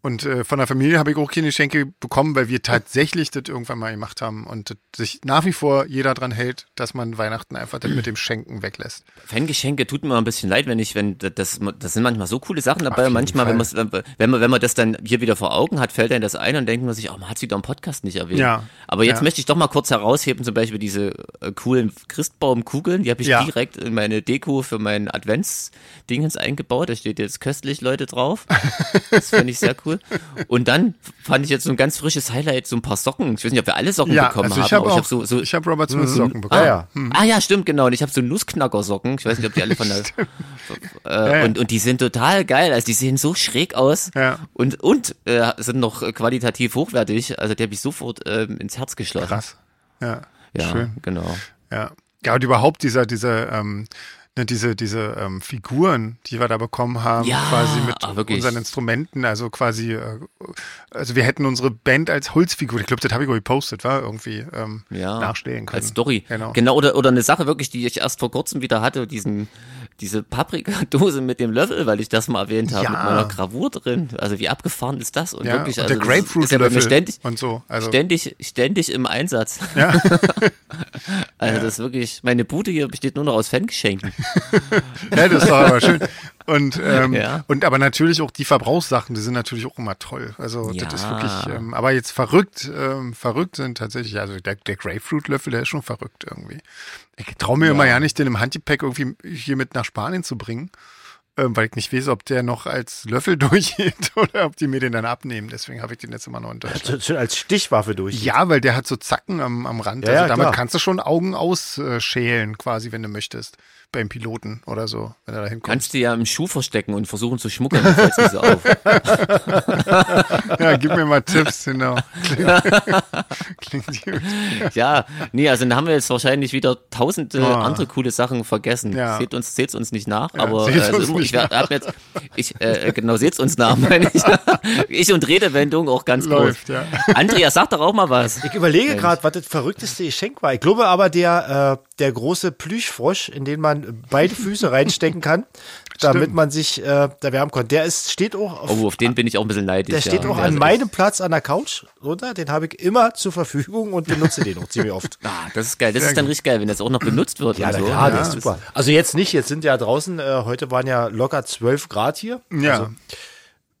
[SPEAKER 3] Und äh, von der Familie habe ich auch keine Geschenke bekommen, weil wir tatsächlich das irgendwann mal gemacht haben und das sich nach wie vor jeder dran hält, dass man Weihnachten einfach das mit dem Schenken weglässt.
[SPEAKER 2] Fangeschenke tut mir ein bisschen leid, wenn ich, wenn das, das sind manchmal so coole Sachen dabei.
[SPEAKER 3] jeden
[SPEAKER 2] Manchmal, wenn,
[SPEAKER 3] Fall.
[SPEAKER 2] man's- wenn man, wenn man das dann hier wieder vor Augen hat, fällt einem das ein und denkt man sich, oh, man hat sie doch im Podcast nicht erwähnt.
[SPEAKER 3] Ja.
[SPEAKER 2] Aber jetzt
[SPEAKER 3] Ja.
[SPEAKER 2] möchte ich doch mal kurz herausheben, zum Beispiel diese äh, coolen Christbaumkugeln, die habe ich
[SPEAKER 3] Ja.
[SPEAKER 2] direkt in meine Deko für meinen Adventsdingens eingebaut. Da steht jetzt köstlich Leute drauf. Das fand ich sehr
[SPEAKER 3] (laughs)
[SPEAKER 2] cool. Und dann fand ich jetzt so ein ganz frisches Highlight, so ein paar Socken. Ich weiß nicht, ob wir alle Socken
[SPEAKER 3] Ja,
[SPEAKER 2] bekommen
[SPEAKER 3] also ich
[SPEAKER 2] haben,
[SPEAKER 3] habe
[SPEAKER 2] aber
[SPEAKER 3] auch,
[SPEAKER 2] so, so
[SPEAKER 3] ich habe Robert Smith Socken bekommen.
[SPEAKER 1] Ah ja.
[SPEAKER 2] Ah ja, stimmt, genau. Und ich habe so Nussknackersocken. Ich weiß nicht, ob die alle von
[SPEAKER 3] (laughs)
[SPEAKER 2] der. Äh,
[SPEAKER 3] ja.
[SPEAKER 2] und, und die sind total geil. Also die sehen so schräg aus
[SPEAKER 3] Ja.
[SPEAKER 2] und, und äh, sind noch äh, qualitativ hochwertig. Also die habe ich sofort ähm, ins Herz geschlossen.
[SPEAKER 3] Krass. Ja,
[SPEAKER 2] ja,
[SPEAKER 3] schön.
[SPEAKER 2] genau.
[SPEAKER 3] Ja. Ja, und überhaupt dieser, dieser, ähm, ne, diese, diese ähm, Figuren, die wir da bekommen haben,
[SPEAKER 2] Ja,
[SPEAKER 3] quasi mit
[SPEAKER 2] ah, wirklich.
[SPEAKER 3] unseren Instrumenten, also quasi, äh, also wir hätten unsere Band als Holzfigur, ich glaube, das habe ich gepostet, war irgendwie ähm,
[SPEAKER 2] Ja,
[SPEAKER 3] nachstellen können.
[SPEAKER 2] Als Story.
[SPEAKER 3] Genau.
[SPEAKER 2] oder, oder eine Sache wirklich, die ich erst vor kurzem wieder hatte, diesen, diese Paprikadose mit dem Löffel, weil ich das mal erwähnt habe,
[SPEAKER 3] Ja.
[SPEAKER 2] mit meiner Gravur drin. Also wie abgefahren ist das? Und
[SPEAKER 3] Ja,
[SPEAKER 2] wirklich,
[SPEAKER 3] und
[SPEAKER 2] also
[SPEAKER 3] der
[SPEAKER 2] das ist- ist ja bei mir
[SPEAKER 3] Grapefruit-Löffel
[SPEAKER 2] ständig,
[SPEAKER 3] und so. Also,
[SPEAKER 2] ständig, ständig im Einsatz. (laughs)
[SPEAKER 3] ja.
[SPEAKER 2] Also das ist wirklich, meine Bude hier besteht nur noch aus Fangeschenken.
[SPEAKER 3] Ja, das ist doch aber schön. Und, ähm,
[SPEAKER 2] Ja.
[SPEAKER 3] und aber natürlich auch die Verbrauchssachen, die sind natürlich auch immer toll. Also das ist
[SPEAKER 2] Ja.
[SPEAKER 3] wirklich, ähm, aber jetzt verrückt, ähm, verrückt sind tatsächlich, also der, der Grapefruit-Löffel, der ist schon verrückt irgendwie. Ich traue mir immer ja nicht, den im Handgepäck irgendwie hier mit nach Spanien zu bringen, ähm, weil ich nicht weiß, ob der noch als Löffel (laughs) durchgeht oder ob die mir den dann abnehmen. Deswegen habe ich den jetzt immer noch in Deutschland.
[SPEAKER 1] Schön als Stichwaffe durch.
[SPEAKER 3] Ja, weil der hat so Zacken am, am Rand.
[SPEAKER 1] Ja,
[SPEAKER 3] also
[SPEAKER 1] ja,
[SPEAKER 3] damit
[SPEAKER 1] klar.
[SPEAKER 3] kannst du schon Augen ausschälen, quasi, wenn du möchtest. Beim Piloten oder so, wenn er da hinkommt.
[SPEAKER 2] Kannst du ja im Schuh verstecken und versuchen zu schmuggeln, dann fällst du so auf.
[SPEAKER 3] (laughs) Ja, gib mir mal Tipps, genau.
[SPEAKER 1] (laughs)
[SPEAKER 3] Klingt, klingt gut.
[SPEAKER 2] Ja, nee, also dann haben wir jetzt wahrscheinlich wieder tausende
[SPEAKER 3] Ah.
[SPEAKER 2] andere coole Sachen vergessen.
[SPEAKER 3] Ja.
[SPEAKER 2] Seht uns, seht's uns nicht nach, aber
[SPEAKER 3] seht's
[SPEAKER 2] äh, also
[SPEAKER 3] uns
[SPEAKER 2] immer-
[SPEAKER 3] nicht
[SPEAKER 2] ich werd- hab jetzt, ich, äh, genau, seht's uns nach, (laughs) meine ich. ich und Redewendung auch ganz
[SPEAKER 3] Läuft,
[SPEAKER 2] groß.
[SPEAKER 3] ja.
[SPEAKER 2] Andreas, sag doch auch mal was.
[SPEAKER 1] Ich überlege gerade, was das verrückteste Geschenk war. Ich glaube aber, der, äh, der große Plüschfrosch, in den man beide Füße reinstecken kann, damit man sich äh, da wärmen kann, der ist, steht auch auf,
[SPEAKER 2] Oh, auf den bin ich auch ein bisschen neidisch.
[SPEAKER 1] der steht
[SPEAKER 2] ja. Also
[SPEAKER 1] auch
[SPEAKER 2] Der
[SPEAKER 1] an
[SPEAKER 2] ist-
[SPEAKER 1] meinem Platz an der Couch runter. Den habe ich immer zur Verfügung und benutze den auch ziemlich oft.
[SPEAKER 2] Ah, das ist geil. Das ist dann richtig geil, wenn das auch noch benutzt wird.
[SPEAKER 1] Ja,
[SPEAKER 2] und
[SPEAKER 1] na
[SPEAKER 2] so.
[SPEAKER 1] klar, der
[SPEAKER 2] Ja,
[SPEAKER 1] ist
[SPEAKER 2] das
[SPEAKER 1] super. Also jetzt nicht, jetzt sind ja draußen, äh, heute waren ja locker 12 Grad hier.
[SPEAKER 3] Ja,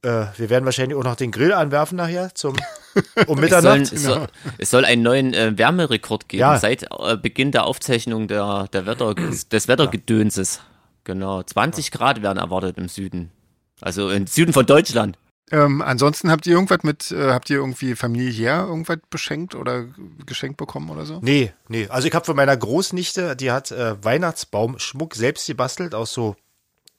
[SPEAKER 1] Äh, wir werden wahrscheinlich auch noch den Grill anwerfen nachher zum, um
[SPEAKER 2] Es soll,
[SPEAKER 3] (laughs)
[SPEAKER 1] Mitternacht.
[SPEAKER 2] es, soll, es soll einen neuen äh, Wärmerekord geben,
[SPEAKER 1] Ja.
[SPEAKER 2] seit äh, Beginn der Aufzeichnung der, der Wetter, des Wettergedönses. Genau, 20 Grad werden erwartet im Süden. Also im Süden von Deutschland.
[SPEAKER 3] ähm, ansonsten habt ihr irgendwas mit, äh, habt ihr irgendwie familiär irgendwas beschenkt oder geschenkt bekommen oder so?
[SPEAKER 1] Nee, nee. Also ich habe von meiner Großnichte, die hat äh, Weihnachtsbaumschmuck selbst gebastelt aus so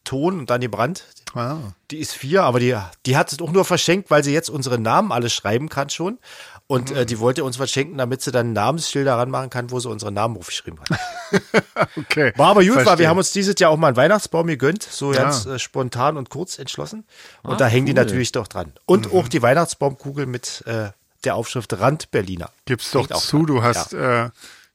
[SPEAKER 1] Ton und dann gebrannt.
[SPEAKER 3] Ah.
[SPEAKER 1] Die ist vier, aber die, die hat es auch nur verschenkt, weil sie jetzt unsere Namen alle schreiben kann schon. Und äh, die wollte uns was schenken, damit sie dann Namensschilder ranmachen kann, wo sie unsere Namen aufgeschrieben hat.
[SPEAKER 3] Okay.
[SPEAKER 1] War aber gut, weil
[SPEAKER 3] Verstehe.
[SPEAKER 1] wir haben uns dieses Jahr auch mal einen Weihnachtsbaum gegönnt, so
[SPEAKER 3] Ja.
[SPEAKER 1] ganz äh, spontan und kurz entschlossen. Und da hängen die natürlich doch dran. Und
[SPEAKER 3] Mhm.
[SPEAKER 1] auch die Weihnachtsbaumkugel mit äh, der Aufschrift Rand Berliner.
[SPEAKER 3] Gib's doch
[SPEAKER 1] Liegt auch
[SPEAKER 3] zu, du hast, äh,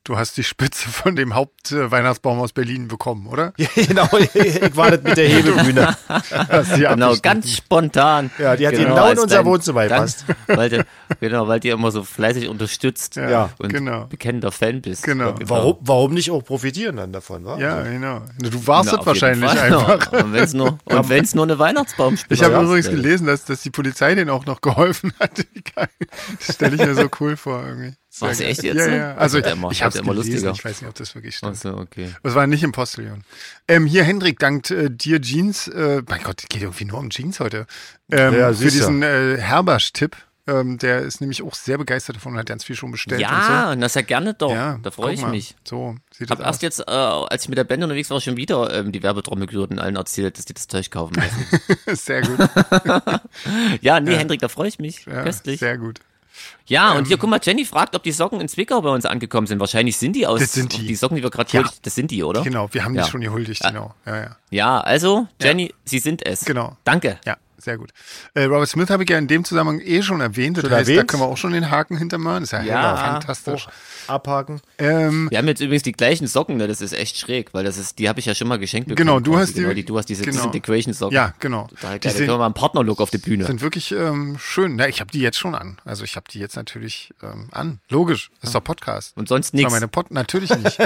[SPEAKER 3] du hast die Spitze von dem Hauptweihnachtsbaum aus Berlin bekommen, oder?
[SPEAKER 1] (laughs) genau, ich war das mit der Hebebühne.
[SPEAKER 3] Hast die
[SPEAKER 2] Genau,
[SPEAKER 3] abgeschnitten.
[SPEAKER 2] ganz spontan.
[SPEAKER 1] Ja, die hat genau in
[SPEAKER 2] als
[SPEAKER 1] unser
[SPEAKER 2] dein-
[SPEAKER 1] Wohnzimmer
[SPEAKER 2] dein-
[SPEAKER 1] gepasst.
[SPEAKER 2] (laughs) Weil du, genau, weil die immer so fleißig unterstützt
[SPEAKER 3] Ja,
[SPEAKER 2] und
[SPEAKER 3] genau.
[SPEAKER 2] bekennender Fan bist.
[SPEAKER 3] (laughs) Genau.
[SPEAKER 1] Warum, warum nicht auch profitieren dann davon, wa?
[SPEAKER 3] Ja, genau. Du warst
[SPEAKER 2] Na,
[SPEAKER 3] das
[SPEAKER 2] auf jeden
[SPEAKER 3] wahrscheinlich
[SPEAKER 2] Fall.
[SPEAKER 3] einfach.
[SPEAKER 2] (laughs) Und wenn es nur, und wenn's nur eine Weihnachtsbaumspitze
[SPEAKER 3] Ich habe
[SPEAKER 2] ist,
[SPEAKER 3] übrigens
[SPEAKER 2] äh,
[SPEAKER 3] gelesen, dass, dass die Polizei denen auch noch geholfen (laughs) hat. Wie geil. Das stelle ich mir so cool vor irgendwie. Sehr
[SPEAKER 2] Was,
[SPEAKER 3] geil.
[SPEAKER 2] echt jetzt
[SPEAKER 3] Ja,
[SPEAKER 2] so?
[SPEAKER 3] ja. Also
[SPEAKER 2] Wird ja immer-
[SPEAKER 3] ich
[SPEAKER 2] wird
[SPEAKER 3] habe
[SPEAKER 2] ja
[SPEAKER 3] es
[SPEAKER 2] immer
[SPEAKER 3] immer gelesen.
[SPEAKER 2] lustiger.
[SPEAKER 3] Ich weiß nicht, ob das wirklich stimmt.
[SPEAKER 2] Also, okay.
[SPEAKER 3] Das war nicht im Postillon. Ähm, hier, Hendrik, dankt äh, dir Jeans. Äh, mein Gott, es geht irgendwie nur um Jeans heute. Ähm,
[SPEAKER 1] Ja,
[SPEAKER 3] für
[SPEAKER 1] siehst du.
[SPEAKER 3] diesen äh, Herbasch-Tipp. Ähm, der ist nämlich auch sehr begeistert davon und hat ganz viel schon bestellt.
[SPEAKER 2] Ja, und das ja gerne doch.
[SPEAKER 3] und so. ja
[SPEAKER 2] da freue
[SPEAKER 3] guck
[SPEAKER 2] ich
[SPEAKER 3] mal.
[SPEAKER 2] mich.
[SPEAKER 3] So sieht
[SPEAKER 2] Hab
[SPEAKER 3] das aus.
[SPEAKER 2] erst jetzt, äh, als ich mit der Band unterwegs war, schon wieder ähm, die Werbetrommel gerührt und allen erzählt, dass die das Zeug kaufen
[SPEAKER 3] (laughs)
[SPEAKER 2] müssen.
[SPEAKER 3] sehr gut.
[SPEAKER 2] ja, nee, Hendrik, da freue ich mich.
[SPEAKER 3] Ja,
[SPEAKER 2] (laughs) Köstlich.
[SPEAKER 3] sehr Ähm. gut.
[SPEAKER 2] Ja, und hier, guck mal, Jenny fragt, ob die Socken in Zwickau bei uns angekommen sind. Wahrscheinlich sind die aus.
[SPEAKER 3] Das sind die.
[SPEAKER 2] die Socken, die wir gerade
[SPEAKER 3] Ja.
[SPEAKER 2] holen, das sind die, oder?
[SPEAKER 3] Genau, wir haben
[SPEAKER 2] ja.
[SPEAKER 3] die schon gehuldigt. Genau. Ja, ja.
[SPEAKER 2] Ja, also, Jenny, sie sind es.
[SPEAKER 3] Genau.
[SPEAKER 2] Danke.
[SPEAKER 3] Ja, sehr gut. Äh, Robert Smith habe ich ja in dem Zusammenhang eh schon erwähnt. Das
[SPEAKER 1] Schon
[SPEAKER 3] heißt, da
[SPEAKER 1] erwähnt?
[SPEAKER 3] können wir auch schon den Haken hintermachen. Ist ja,
[SPEAKER 2] Ja. Oh.
[SPEAKER 3] fantastisch.
[SPEAKER 1] Abhaken.
[SPEAKER 3] Ähm,
[SPEAKER 2] Wir haben jetzt übrigens die gleichen Socken, ne? das ist echt schräg, weil das ist, die habe ich ja schon mal geschenkt bekommen.
[SPEAKER 3] Genau, du
[SPEAKER 2] quasi.
[SPEAKER 3] hast die-
[SPEAKER 2] Genau, die du hast diese
[SPEAKER 3] genau.
[SPEAKER 2] Disintegration-Socken.
[SPEAKER 3] ja, genau.
[SPEAKER 2] Da,
[SPEAKER 3] Die
[SPEAKER 2] da können wir
[SPEAKER 3] sind,
[SPEAKER 2] mal einen Partnerlook auf die Bühne.
[SPEAKER 3] sind wirklich ähm, schön. Na, ich habe die jetzt schon an. Also ich habe die jetzt natürlich ähm, an. Logisch, ist doch Podcast.
[SPEAKER 2] Und sonst
[SPEAKER 3] Das war
[SPEAKER 2] nix.
[SPEAKER 3] meine Pod natürlich
[SPEAKER 2] (laughs)
[SPEAKER 3] nicht.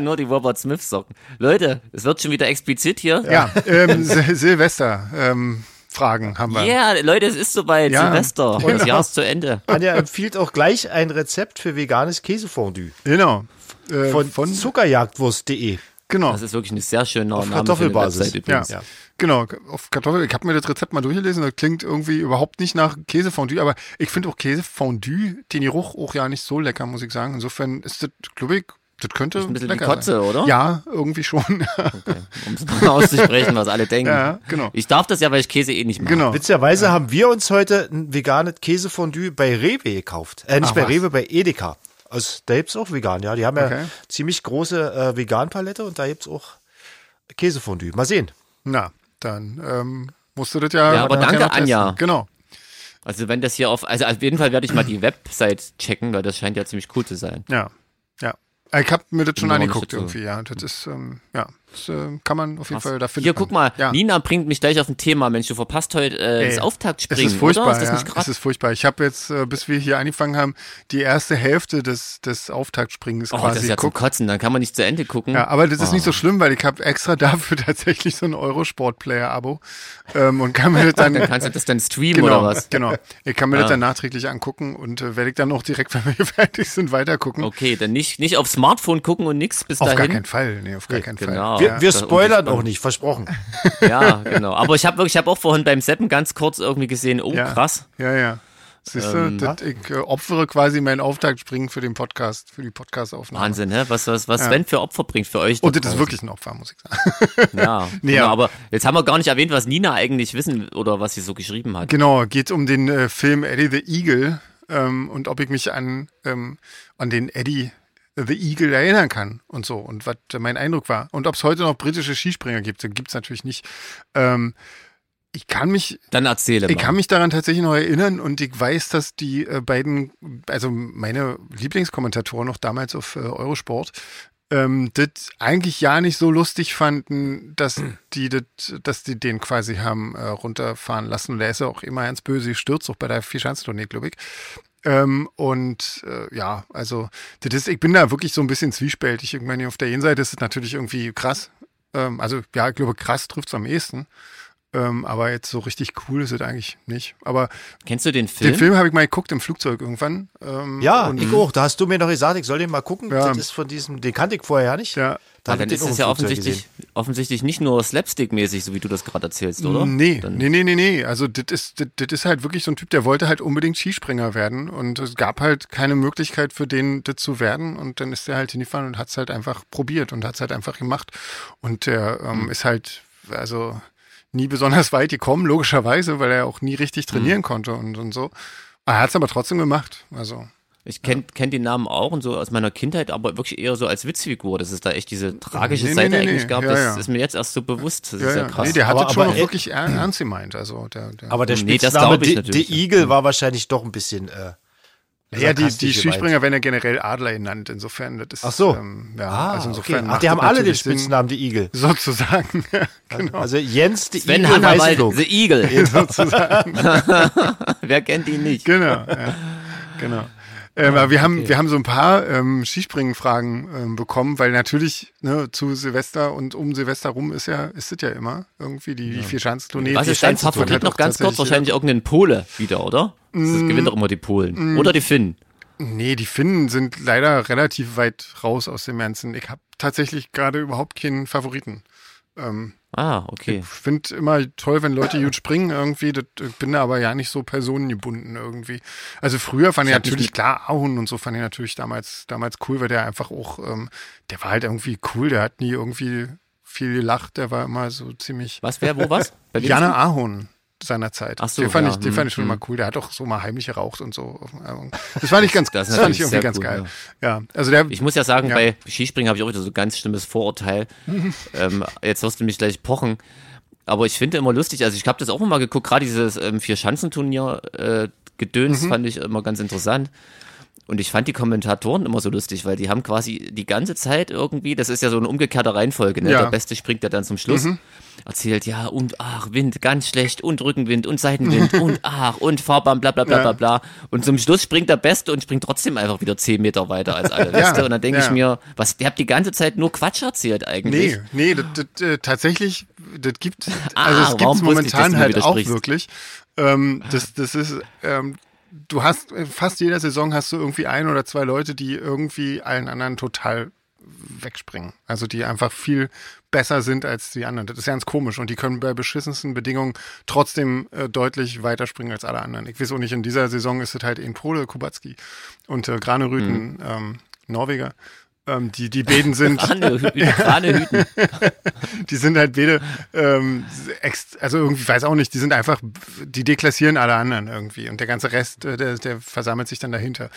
[SPEAKER 2] Nur die Robert Smith Socken. Leute, es wird schon wieder explizit hier.
[SPEAKER 3] ja, ähm, Sil Silvester ähm, Fragen haben wir.
[SPEAKER 2] Yeah, Leute, es ist soweit.
[SPEAKER 3] Ja,
[SPEAKER 2] Silvester. Und
[SPEAKER 3] genau.
[SPEAKER 2] das Jahr ist zu Ende.
[SPEAKER 1] Anja empfiehlt auch gleich ein Rezept für veganes Käsefondue
[SPEAKER 3] Genau. Äh,
[SPEAKER 1] von, zuckerjagdwurst.de.
[SPEAKER 3] genau.
[SPEAKER 2] Das ist wirklich ein sehr schöner Name
[SPEAKER 1] Kartoffelbasis.
[SPEAKER 2] für eine Website
[SPEAKER 3] Ja,
[SPEAKER 2] übrigens.
[SPEAKER 1] Ja.
[SPEAKER 3] genau. Auf Kartoffel. Ich habe mir das Rezept mal durchgelesen. Das klingt irgendwie überhaupt nicht nach Käsefondue, aber ich finde auch Käsefondue, den Geruch auch ja nicht so lecker, muss ich sagen. Insofern ist das, glaube ich, das könnte
[SPEAKER 2] ein bisschen wie
[SPEAKER 3] lecker
[SPEAKER 2] Kotze,
[SPEAKER 3] sein.
[SPEAKER 2] oder?
[SPEAKER 3] Ja, irgendwie schon. (laughs)
[SPEAKER 2] Um es mal (laughs) auszusprechen, was alle denken.
[SPEAKER 3] Ja, genau.
[SPEAKER 2] Ich darf das ja, weil ich Käse eh nicht mag.
[SPEAKER 3] genau.
[SPEAKER 1] Witzigerweise haben wir uns heute ein veganes Käsefondue bei Rewe gekauft. Äh, nicht
[SPEAKER 3] Ach,
[SPEAKER 1] bei
[SPEAKER 3] was?
[SPEAKER 1] Rewe, bei Edeka. Also, da gibt's auch vegan, ja. Die haben
[SPEAKER 3] Okay.
[SPEAKER 1] ja ziemlich große äh, Vegan-Palette und da gibt's auch Käsefondue. Mal sehen.
[SPEAKER 3] Ah, Na, dann ähm, musst du das ja.
[SPEAKER 2] Ja, aber
[SPEAKER 3] nachher
[SPEAKER 2] danke,
[SPEAKER 3] noch testen.
[SPEAKER 2] Anja.
[SPEAKER 3] Genau.
[SPEAKER 2] Also wenn das hier auf, also auf jeden Fall werde ich mal
[SPEAKER 3] (clears throat)
[SPEAKER 2] die Website checken, weil das scheint ja ziemlich cool zu sein.
[SPEAKER 3] Ja. Ja. Ich habe mir das schon
[SPEAKER 2] Genau, das ist
[SPEAKER 3] angeguckt
[SPEAKER 2] so.
[SPEAKER 3] irgendwie, ja. Das ist, ähm, ja. Das äh, kann man auf jeden
[SPEAKER 2] Krass.
[SPEAKER 3] Fall da finden.
[SPEAKER 2] Hier, guck mal,
[SPEAKER 3] Ja.
[SPEAKER 2] Nina bringt mich gleich auf ein Thema. Mensch, du verpasst heute äh, das
[SPEAKER 3] Ey,
[SPEAKER 2] Auftaktspringen,
[SPEAKER 3] es ist furchtbar,
[SPEAKER 2] oder? Ist das
[SPEAKER 3] ja.
[SPEAKER 2] nicht krass?
[SPEAKER 3] Es ist furchtbar. Ich habe jetzt, äh, bis wir hier angefangen haben, die erste Hälfte des, des Auftaktspringens
[SPEAKER 2] oh,
[SPEAKER 3] quasi
[SPEAKER 2] das ist ja Ah. zum
[SPEAKER 3] geguckt.
[SPEAKER 2] Kotzen, dann kann man nicht zu Ende gucken.
[SPEAKER 3] Ja, aber das ist nicht so schlimm, weil ich habe extra dafür (laughs) tatsächlich so ein Eurosport-Player-Abo ähm, und kann mir das
[SPEAKER 2] (laughs)
[SPEAKER 3] dann,
[SPEAKER 2] Dann kannst du das dann streamen
[SPEAKER 3] (laughs) genau,
[SPEAKER 2] oder was? Ah.
[SPEAKER 3] genau. Ich kann mir das dann nachträglich angucken und äh, werde ich dann auch direkt, (laughs) wenn wir hier fertig sind, weitergucken.
[SPEAKER 2] Okay, dann nicht, nicht auf Smartphone gucken und nix bis
[SPEAKER 3] Auf gar
[SPEAKER 2] dahin.
[SPEAKER 3] keinen Fall, nee, auf gar keinen
[SPEAKER 2] genau.
[SPEAKER 3] Fall.
[SPEAKER 1] Wir,
[SPEAKER 3] Ja.
[SPEAKER 1] wir
[SPEAKER 2] das ist
[SPEAKER 1] spoilern
[SPEAKER 2] unsichtbar.
[SPEAKER 1] auch nicht, versprochen.
[SPEAKER 2] Ja, genau. Aber ich habe wirklich, ich habe auch vorhin beim Seppen ganz kurz irgendwie gesehen, oh
[SPEAKER 3] Ja.
[SPEAKER 2] krass.
[SPEAKER 3] Ja, ja. Siehst du,
[SPEAKER 2] Ähm,
[SPEAKER 3] das, ich äh, opfere quasi meinen Auftaktspringen für den Podcast, für die Podcastaufnahme.
[SPEAKER 2] Wahnsinn, hä? Was, was, was Sven für Opfer bringt für euch.
[SPEAKER 3] Und
[SPEAKER 2] da
[SPEAKER 3] Oh, das ist wirklich ein Opfer, muss ich sagen.
[SPEAKER 2] draußen.
[SPEAKER 3] (laughs)
[SPEAKER 2] Ja,
[SPEAKER 3] Nee,
[SPEAKER 2] genau,
[SPEAKER 3] ja.
[SPEAKER 2] aber jetzt haben wir gar nicht erwähnt, was Nina eigentlich wissen oder was sie so geschrieben hat.
[SPEAKER 3] Genau, geht um den äh, Film Eddie the Eagle ähm, und ob ich mich an, ähm, an den Eddie the Eagle erinnern kann und so und was äh, mein Eindruck war. Und ob es heute noch britische Skispringer gibt, gibt es natürlich nicht. Ähm, ich kann mich
[SPEAKER 2] Dann erzähle
[SPEAKER 3] ich
[SPEAKER 2] mal.
[SPEAKER 3] kann mich daran tatsächlich noch erinnern und ich weiß, dass die äh, beiden, also meine Lieblingskommentatoren noch damals auf äh, Eurosport, ähm, das eigentlich ja nicht so lustig fanden, dass die das, dass die den quasi haben äh, runterfahren lassen. Und der ist ja auch immer ganz böse stürzt, auch bei der Vierschanztournee, glaube ich. Ähm, und äh, ja, also das ist, ich bin da wirklich so ein bisschen zwiespältig. Ich meine, auf der einen Seite ist es natürlich irgendwie krass. Ähm, also ja, ich glaube, krass trifft es am ehesten. Ähm, aber jetzt so richtig cool ist es eigentlich nicht. Aber
[SPEAKER 2] Kennst du den Film?
[SPEAKER 3] den Film habe ich mal geguckt im Flugzeug irgendwann. Ähm,
[SPEAKER 1] Ja,
[SPEAKER 3] und,
[SPEAKER 1] ich auch. Da hast du mir noch gesagt, ich soll den mal gucken.
[SPEAKER 3] Ja.
[SPEAKER 1] Das ist von diesem, den kannte ich vorher ja nicht.
[SPEAKER 3] Ja.
[SPEAKER 1] Da
[SPEAKER 2] Ah,
[SPEAKER 1] hab ich
[SPEAKER 2] dann
[SPEAKER 1] den
[SPEAKER 2] ist
[SPEAKER 1] auch im
[SPEAKER 2] es ja
[SPEAKER 1] Flugzeug
[SPEAKER 2] offensichtlich,
[SPEAKER 1] gesehen.
[SPEAKER 2] offensichtlich nicht nur slapstick-mäßig, so wie du das gerade erzählst, oder?
[SPEAKER 3] Nee,
[SPEAKER 2] Dann-
[SPEAKER 3] nee, nee, nee, nee. Also das ist, das, das ist halt wirklich so ein Typ, der wollte halt unbedingt Skispringer werden und es gab halt keine Möglichkeit für den, das zu werden und dann ist er halt hingefahren und hat es halt einfach probiert und hat es halt einfach gemacht und der
[SPEAKER 2] Hm.
[SPEAKER 3] ähm, ist halt, also nie besonders weit gekommen, logischerweise, weil er auch nie richtig
[SPEAKER 2] Hm.
[SPEAKER 3] trainieren konnte und, und so. Er hat es aber trotzdem gemacht, also...
[SPEAKER 2] Ich kenne kenn den Namen auch und so aus meiner Kindheit, aber wirklich eher so als Witzfigur, dass es da echt diese tragische
[SPEAKER 3] Nee, nee,
[SPEAKER 2] Seite
[SPEAKER 3] nee,
[SPEAKER 2] eigentlich
[SPEAKER 3] nee.
[SPEAKER 2] gab.
[SPEAKER 3] Ja,
[SPEAKER 2] das
[SPEAKER 3] ja.
[SPEAKER 2] ist mir jetzt erst so bewusst. Das
[SPEAKER 3] Ja,
[SPEAKER 2] ist ja
[SPEAKER 3] ja.
[SPEAKER 2] krass.
[SPEAKER 3] Nee, der hat
[SPEAKER 1] Aber-
[SPEAKER 3] das schon
[SPEAKER 1] aber
[SPEAKER 3] auch
[SPEAKER 1] er-
[SPEAKER 3] wirklich er- ernst gemeint. Also der, der
[SPEAKER 1] Aber der
[SPEAKER 2] Nee, das
[SPEAKER 1] Spitzname
[SPEAKER 2] glaub ich
[SPEAKER 1] The-
[SPEAKER 2] natürlich
[SPEAKER 1] The
[SPEAKER 2] nicht. Hm.
[SPEAKER 1] Eagle war wahrscheinlich doch ein bisschen. Äh,
[SPEAKER 3] ja, die, die
[SPEAKER 1] sarkastisch gemeint.
[SPEAKER 3] Skispringer werden ja generell Adler genannt. Insofern, das ist
[SPEAKER 1] Ach so.
[SPEAKER 3] Ähm, ja,
[SPEAKER 1] Ah,
[SPEAKER 3] also insofern.
[SPEAKER 1] okay. Ach,
[SPEAKER 3] macht
[SPEAKER 1] die haben
[SPEAKER 3] das
[SPEAKER 1] alle den
[SPEAKER 3] natürlich Sinn,
[SPEAKER 1] Spitznamen The Eagle.
[SPEAKER 3] (laughs) Sozusagen. (laughs) Ja, genau.
[SPEAKER 1] Also Jens The
[SPEAKER 2] Sven
[SPEAKER 1] Eagle
[SPEAKER 2] Hannawald,
[SPEAKER 1] Weißenflug.
[SPEAKER 2] The
[SPEAKER 3] (laughs)
[SPEAKER 2] Eagle. (laughs) Wer kennt ihn nicht?
[SPEAKER 3] genau. Ja, genau. Ähm,
[SPEAKER 1] Ah,
[SPEAKER 3] aber wir haben, wir haben so ein paar ähm, Skispringen-Fragen ähm, bekommen, weil natürlich ne, zu Silvester und um Silvester rum ist ja, ist es ja immer irgendwie die, die Vierschanztournee.
[SPEAKER 2] Was
[SPEAKER 3] die
[SPEAKER 2] ist dein
[SPEAKER 3] Schanzentournee
[SPEAKER 2] Favorit
[SPEAKER 3] hat
[SPEAKER 2] noch
[SPEAKER 3] auch
[SPEAKER 2] ganz kurz?
[SPEAKER 3] tatsächlich- Mm.
[SPEAKER 2] Wahrscheinlich irgendein Pole wieder, oder? Das gewinnt doch immer die Polen. Oder die Finnen.
[SPEAKER 3] Nee, die Finnen sind leider relativ weit raus aus dem Ganzen. Ich habe tatsächlich gerade überhaupt keinen Favoriten.
[SPEAKER 2] Ah, okay.
[SPEAKER 3] Ich finde immer toll, wenn Leute gut springen irgendwie. Das, ich bin da aber ja nicht so personengebunden irgendwie. Also früher fand ich,
[SPEAKER 2] hab mich
[SPEAKER 3] natürlich, klar, Ahun und so fand ich natürlich damals, damals cool, weil der einfach auch, ähm, der war halt irgendwie cool, der hat nie irgendwie viel gelacht, der war immer so ziemlich.
[SPEAKER 2] Was, wer, wo, was? Bei wem
[SPEAKER 3] Jana Ahon seinerzeit.
[SPEAKER 2] Ach so,
[SPEAKER 3] den fand
[SPEAKER 2] ja,
[SPEAKER 3] ich, den
[SPEAKER 2] hm,
[SPEAKER 3] fand ich schon
[SPEAKER 2] hm.
[SPEAKER 3] mal cool. Der hat auch so mal heimlich geraucht und so. Das fand
[SPEAKER 2] (laughs)
[SPEAKER 3] ich ganz,
[SPEAKER 2] Das
[SPEAKER 3] das,
[SPEAKER 2] ist
[SPEAKER 3] fand ich
[SPEAKER 2] natürlich
[SPEAKER 3] irgendwie
[SPEAKER 2] sehr
[SPEAKER 3] ganz
[SPEAKER 2] cool,
[SPEAKER 3] geil. Ja. also der,
[SPEAKER 2] Ich muss ja sagen,
[SPEAKER 3] Ja.
[SPEAKER 2] bei Skispringen habe ich auch wieder so ein ganz schlimmes
[SPEAKER 3] (laughs)
[SPEAKER 2] Vorurteil. ähm, jetzt wirst du mich gleich pochen. Aber ich finde immer lustig, also ich habe das auch immer geguckt, gerade dieses ähm, Vier-Schanzenturnier äh,
[SPEAKER 3] Mhm.
[SPEAKER 2] gedöns fand ich immer ganz interessant. Und ich fand die Kommentatoren immer so lustig, weil die haben quasi die ganze Zeit irgendwie, das ist ja so eine umgekehrte Reihenfolge, ne?
[SPEAKER 3] Ja. Mhm.
[SPEAKER 2] der Beste springt ja dann zum Schluss, erzählt, ja, und ach, Wind, ganz schlecht, und Rückenwind, und Seitenwind,
[SPEAKER 3] (laughs)
[SPEAKER 2] und ach, und Fahrbahn, bla bla bla bla bla. Und zum Schluss springt der Beste und springt trotzdem einfach wieder 10 Meter weiter als alle. weißt du? Und dann denke
[SPEAKER 3] ja.
[SPEAKER 2] ich mir, was, ihr habt die ganze Zeit nur Quatsch erzählt eigentlich.
[SPEAKER 3] Nee, nee, das, das, äh, tatsächlich, das
[SPEAKER 2] (laughs)
[SPEAKER 3] gibt
[SPEAKER 2] Ah,
[SPEAKER 3] also es
[SPEAKER 2] warum
[SPEAKER 3] gibt es
[SPEAKER 2] wusste ich, dass
[SPEAKER 3] momentan
[SPEAKER 2] du mir
[SPEAKER 3] halt auch
[SPEAKER 2] widersprichst?
[SPEAKER 3] wirklich. Ähm, das, das ist, ähm, du hast äh, fast jeder Saison hast du irgendwie ein oder zwei Leute, die irgendwie allen anderen total wegspringen. Also die einfach viel besser sind als die anderen. Das ist ganz komisch und die können bei beschissensten Bedingungen trotzdem äh, deutlich weiter springen als alle anderen. Ich weiß auch nicht, in dieser Saison ist es halt eben Pole, Kubacki und äh,
[SPEAKER 2] Mhm.
[SPEAKER 3] Granerüten, ähm, Norweger. Ähm, die, die beiden
[SPEAKER 2] (laughs)
[SPEAKER 3] sind,
[SPEAKER 2] Krane,
[SPEAKER 3] (laughs)
[SPEAKER 2] Hü- Krane hüten.
[SPEAKER 3] die sind halt beide, ähm, ex also irgendwie, weiß auch nicht, die sind einfach, die deklassieren alle anderen irgendwie und der ganze Rest, äh, der, der versammelt sich dann dahinter.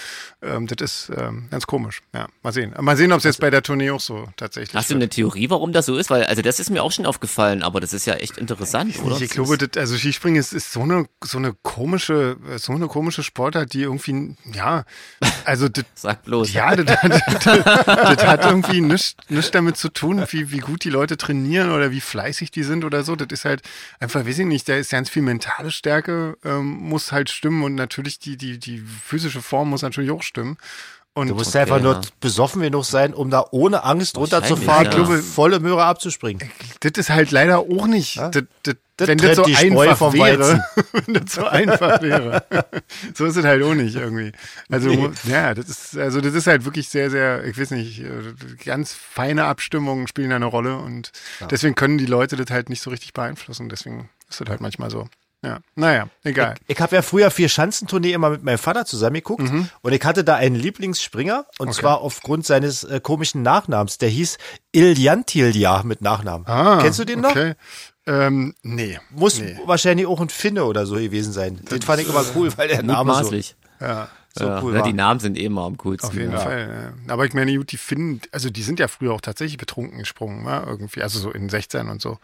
[SPEAKER 3] Ähm, das ist ähm, ganz komisch, ja. Mal sehen. Mal sehen, ob es jetzt bei der Tournee auch so tatsächlich
[SPEAKER 2] Hast du
[SPEAKER 3] wird.
[SPEAKER 2] eine Theorie, warum das so ist? Weil, also das ist mir auch schon aufgefallen, aber das ist ja echt interessant, oder?
[SPEAKER 3] Ich glaube, das, also Skispringen ist, ist so eine so eine komische so eine komische Sportart, die irgendwie ja also das,
[SPEAKER 2] Sag bloß.
[SPEAKER 3] ja das, das, das, das hat irgendwie nichts nichts damit zu tun, wie, wie gut die Leute trainieren oder wie fleißig die sind oder so. Das ist halt einfach, weiß ich nicht, da ist ganz viel mentale Stärke, ähm, muss halt stimmen und natürlich die, die, die physische Form muss natürlich auch stimmen. Und
[SPEAKER 1] Du musst
[SPEAKER 2] Okay,
[SPEAKER 1] einfach nur
[SPEAKER 2] ja.
[SPEAKER 1] besoffen genug sein, um da ohne Angst runterzufahren,
[SPEAKER 2] Wahrscheinlich,
[SPEAKER 1] ja.
[SPEAKER 2] ja.
[SPEAKER 1] volle Möhre abzuspringen.
[SPEAKER 3] das ist halt leider auch nicht. Das, das,
[SPEAKER 1] Das
[SPEAKER 3] wenn das
[SPEAKER 1] trennt
[SPEAKER 3] so
[SPEAKER 1] die Spreu
[SPEAKER 3] einfach
[SPEAKER 1] vom
[SPEAKER 3] wäre,
[SPEAKER 1] Weizen.
[SPEAKER 3] (laughs) wenn das so einfach wäre. (laughs) so ist es halt auch nicht irgendwie. Also ja, das ist also das ist halt wirklich sehr sehr, ich weiß nicht, äh, ganz feine Abstimmungen spielen da eine Rolle und deswegen können die Leute das halt nicht so richtig beeinflussen, deswegen ist das halt manchmal so. Ja, naja, egal.
[SPEAKER 1] Ich habe ja früher vier Schanzentournee immer mit meinem Vater zusammengeguckt
[SPEAKER 3] Mhm.
[SPEAKER 1] und ich hatte da einen Lieblingsspringer und zwar aufgrund seines äh, komischen Nachnamens. Der hieß Iljantilja mit Nachnamen. Kennst du den noch?
[SPEAKER 3] Ah, Okay. Ähm, nee.
[SPEAKER 1] Muss
[SPEAKER 3] nee. äh,
[SPEAKER 1] wahrscheinlich auch ein Finne oder so gewesen sein. Den fand ich immer cool, weil der Name so,
[SPEAKER 2] Mutmaßlich.
[SPEAKER 3] Ja.
[SPEAKER 1] so
[SPEAKER 2] ja,
[SPEAKER 1] cool
[SPEAKER 2] na,
[SPEAKER 1] war.
[SPEAKER 2] die Namen sind eh immer am coolsten.
[SPEAKER 3] Auf jeden
[SPEAKER 2] ja.
[SPEAKER 3] Fall. Ja. Aber ich meine, gut, die finden, also die sind ja früher auch tatsächlich betrunken gesprungen, ja, irgendwie, also so in 16 und so. Ähm,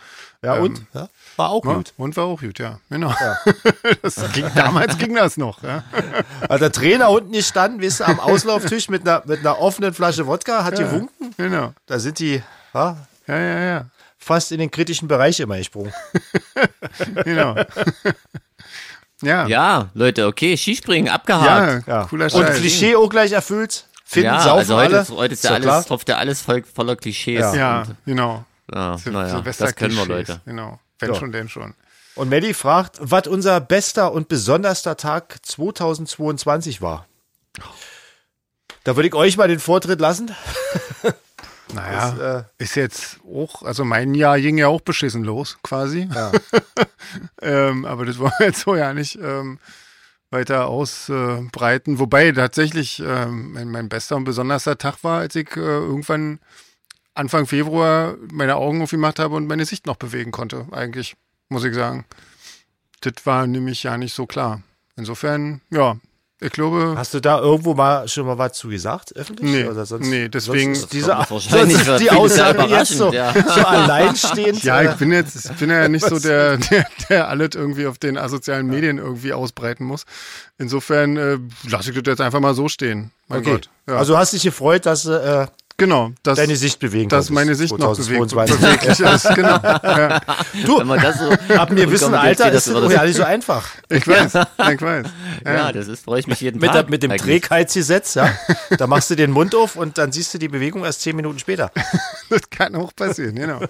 [SPEAKER 1] ja, und? Ja, war auch
[SPEAKER 3] Ja,
[SPEAKER 1] gut.
[SPEAKER 3] Und war auch gut, ja. Genau. (laughs) Das ging, damals ging das noch. Ja. (laughs)
[SPEAKER 1] Hat der Trainer unten gestanden, weißt du, am Auslauftisch mit einer, mit einer offenen Flasche Wodka, hat gewunken.
[SPEAKER 3] Genau.
[SPEAKER 1] Da sind die ja,
[SPEAKER 3] Ja, ja, ja.
[SPEAKER 1] fast in den kritischen Bereich immer
[SPEAKER 3] (laughs)
[SPEAKER 1] gesprungen.
[SPEAKER 3] Genau. Ja.
[SPEAKER 2] Ja, Leute, okay, Skispringen abgehakt.
[SPEAKER 3] Ja,
[SPEAKER 1] Ja.
[SPEAKER 3] cooler
[SPEAKER 1] Und
[SPEAKER 3] Scheiß.
[SPEAKER 1] Klischee auch gleich erfüllt. Finden,
[SPEAKER 2] Ja,
[SPEAKER 1] saufen
[SPEAKER 2] also heute
[SPEAKER 1] alle.
[SPEAKER 2] ist, heute ist
[SPEAKER 1] doch
[SPEAKER 2] ja
[SPEAKER 1] klar.
[SPEAKER 2] alles, tropft ja alles voll, voller Klischees.
[SPEAKER 3] Ja,
[SPEAKER 2] Und,
[SPEAKER 3] genau.
[SPEAKER 2] ja,
[SPEAKER 3] Sil-
[SPEAKER 2] Ah, naja, das können wir,
[SPEAKER 3] Silvester-Klischees.
[SPEAKER 2] Leute.
[SPEAKER 3] Genau. Wenn
[SPEAKER 1] Ja.
[SPEAKER 3] schon, denn schon.
[SPEAKER 1] Und Melly fragt, was unser bester und besonderster Tag 2022 war. Da würde ich euch mal den Vortritt lassen.
[SPEAKER 3] Naja,
[SPEAKER 1] Das, äh,
[SPEAKER 3] ist jetzt auch, also mein Jahr ging ja auch beschissen los, quasi. (laughs) ähm, aber das wollen wir jetzt so ja nicht ähm, weiter ausbreiten. Äh, breiten. Wobei tatsächlich ähm, mein, mein bester und besonderster Tag war, als ich äh, irgendwann Anfang Februar meine Augen aufgemacht habe und meine Sicht noch bewegen konnte, eigentlich, muss ich sagen. Das war nämlich ja nicht so klar. Insofern, ja, ich glaube.
[SPEAKER 1] Hast du da irgendwo mal schon mal was zu gesagt, öffentlich?
[SPEAKER 3] Nee,
[SPEAKER 1] Oder sonst,
[SPEAKER 3] nee, deswegen-
[SPEAKER 1] Sonst ist diese,
[SPEAKER 2] Das kommt wahrscheinlich
[SPEAKER 1] sonst ist die
[SPEAKER 2] für viele
[SPEAKER 1] Aussage
[SPEAKER 2] sehr
[SPEAKER 1] jetzt so,
[SPEAKER 2] überraschend,
[SPEAKER 1] so alleinstehend. äh,
[SPEAKER 3] Ja, ich bin jetzt, ich bin ja nicht so der, (laughs) der, der alles irgendwie auf den asozialen Medien irgendwie ausbreiten muss. Insofern äh, lasse ich das jetzt einfach mal so stehen. Mein
[SPEAKER 1] okay.
[SPEAKER 3] Oh Gott. Ja.
[SPEAKER 1] Also hast dich gefreut, dass äh,
[SPEAKER 3] genau, dass,
[SPEAKER 1] deine Sicht bewegen
[SPEAKER 3] dass
[SPEAKER 1] konntest,
[SPEAKER 3] meine Sicht noch bewegt
[SPEAKER 1] 2022.
[SPEAKER 3] (laughs) beweglich ist.
[SPEAKER 1] (laughs)
[SPEAKER 3] Genau. Ja,
[SPEAKER 2] Wenn man
[SPEAKER 3] (laughs)
[SPEAKER 2] das so
[SPEAKER 1] Ab
[SPEAKER 2] (laughs)
[SPEAKER 1] mir wissen, Alter, ist das ja nicht so einfach.
[SPEAKER 3] ich weiß, ich weiß.
[SPEAKER 2] Ja, das ist, freue ich mich jeden
[SPEAKER 1] Mit, der,
[SPEAKER 2] Tag.
[SPEAKER 1] mit dem
[SPEAKER 2] eigentlich.
[SPEAKER 1] Trägheitsgesetz, ja. Da machst du den Mund auf und dann siehst du die Bewegung erst zehn Minuten
[SPEAKER 3] (laughs)
[SPEAKER 1] später.
[SPEAKER 3] Das kann auch passieren, genau.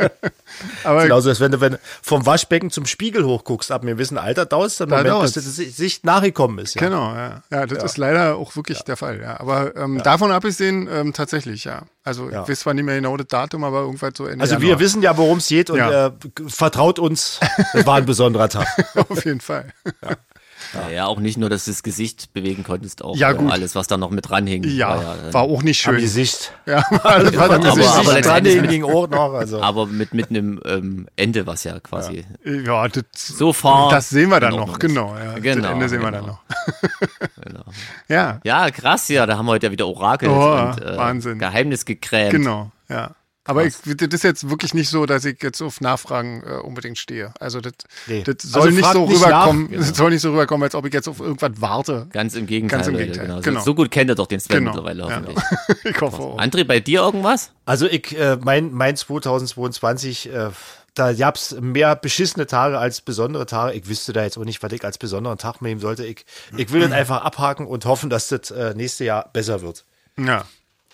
[SPEAKER 3] (laughs) Aber
[SPEAKER 1] Genauso, als wenn du wenn du vom Waschbecken zum Spiegel hochguckst, ab mir wissen, Alter, dauert es dann
[SPEAKER 3] Da
[SPEAKER 1] einen Moment, bis
[SPEAKER 3] dauert's.
[SPEAKER 1] die Sicht nachgekommen ist. Ja.
[SPEAKER 3] Genau, ja. Ja, das ist leider auch wirklich der Fall, ja. Aber ähm, davon abgesehen, ähm, tatsächlich, ja. Also ich
[SPEAKER 1] Ja.
[SPEAKER 3] weiß zwar nicht mehr genau das Datum, aber irgendwann so Ende
[SPEAKER 1] Also wir
[SPEAKER 3] Januar.
[SPEAKER 1] wissen ja, worum es geht und
[SPEAKER 3] genau. Ja.
[SPEAKER 1] äh, vertraut uns, das war ein besonderer Tag.
[SPEAKER 3] (laughs) auf jeden Fall.
[SPEAKER 2] Ja, ja, auch nicht nur, dass du das Gesicht bewegen konntest, auch
[SPEAKER 3] Ja,
[SPEAKER 2] äh,
[SPEAKER 3] gut.
[SPEAKER 2] alles, was da noch mit dranhing.
[SPEAKER 3] Ja,
[SPEAKER 2] war ja, äh,
[SPEAKER 3] war auch nicht
[SPEAKER 1] An
[SPEAKER 3] schön.
[SPEAKER 1] die Sicht.
[SPEAKER 3] Ja, (laughs) das war dann
[SPEAKER 2] Aber-
[SPEAKER 3] aber,
[SPEAKER 2] aber
[SPEAKER 1] Sicht dran
[SPEAKER 2] letztendlich-
[SPEAKER 1] hängen ging auch noch. Also.
[SPEAKER 2] aber mit, mit einem ähm, Ende, was ja quasi
[SPEAKER 3] ja, das,
[SPEAKER 2] so far.
[SPEAKER 3] das sehen wir dann
[SPEAKER 2] in
[SPEAKER 3] noch,
[SPEAKER 2] Ordnung ist.
[SPEAKER 3] genau. Ja, Das
[SPEAKER 2] Genau,
[SPEAKER 3] Ende sehen wir
[SPEAKER 2] genau.
[SPEAKER 3] dann noch.
[SPEAKER 2] Genau.
[SPEAKER 3] (laughs) Ja,
[SPEAKER 2] Ja, krass, ja, da haben wir heute ja wieder Orakel
[SPEAKER 3] Oh,
[SPEAKER 2] und äh,
[SPEAKER 3] Wahnsinn.
[SPEAKER 2] Geheimnis gekrämt.
[SPEAKER 3] genau, ja. Aber ich, das ist jetzt wirklich nicht so, dass ich jetzt auf Nachfragen äh, unbedingt stehe. Also das,
[SPEAKER 1] Nee.
[SPEAKER 3] das
[SPEAKER 1] Also
[SPEAKER 3] soll nicht
[SPEAKER 1] fragt
[SPEAKER 3] so
[SPEAKER 1] nicht nach,
[SPEAKER 3] rüberkommen,
[SPEAKER 2] genau.
[SPEAKER 3] das soll nicht so rüberkommen, als ob ich jetzt auf irgendwas warte. (laughs)
[SPEAKER 2] Ganz im Gegenteil,
[SPEAKER 3] Ganz im
[SPEAKER 2] Leute,
[SPEAKER 3] Gegenteil,
[SPEAKER 2] Genau.
[SPEAKER 3] genau.
[SPEAKER 2] So, so gut kennt ihr doch den Sven
[SPEAKER 3] Genau,
[SPEAKER 2] mittlerweile
[SPEAKER 3] ja.
[SPEAKER 2] hoffentlich.
[SPEAKER 3] Ich hoffe auch.
[SPEAKER 2] André, bei dir irgendwas?
[SPEAKER 1] Also ich, äh, mein, mein 2022, äh, da gab's mehr beschissene Tage als besondere Tage. Ich wüsste da jetzt auch nicht, was ich als besonderen Tag nehmen sollte. Ich, ich
[SPEAKER 3] (clears throat)
[SPEAKER 1] will das einfach abhaken und hoffen, dass das äh, nächste Jahr besser wird.
[SPEAKER 3] Ja,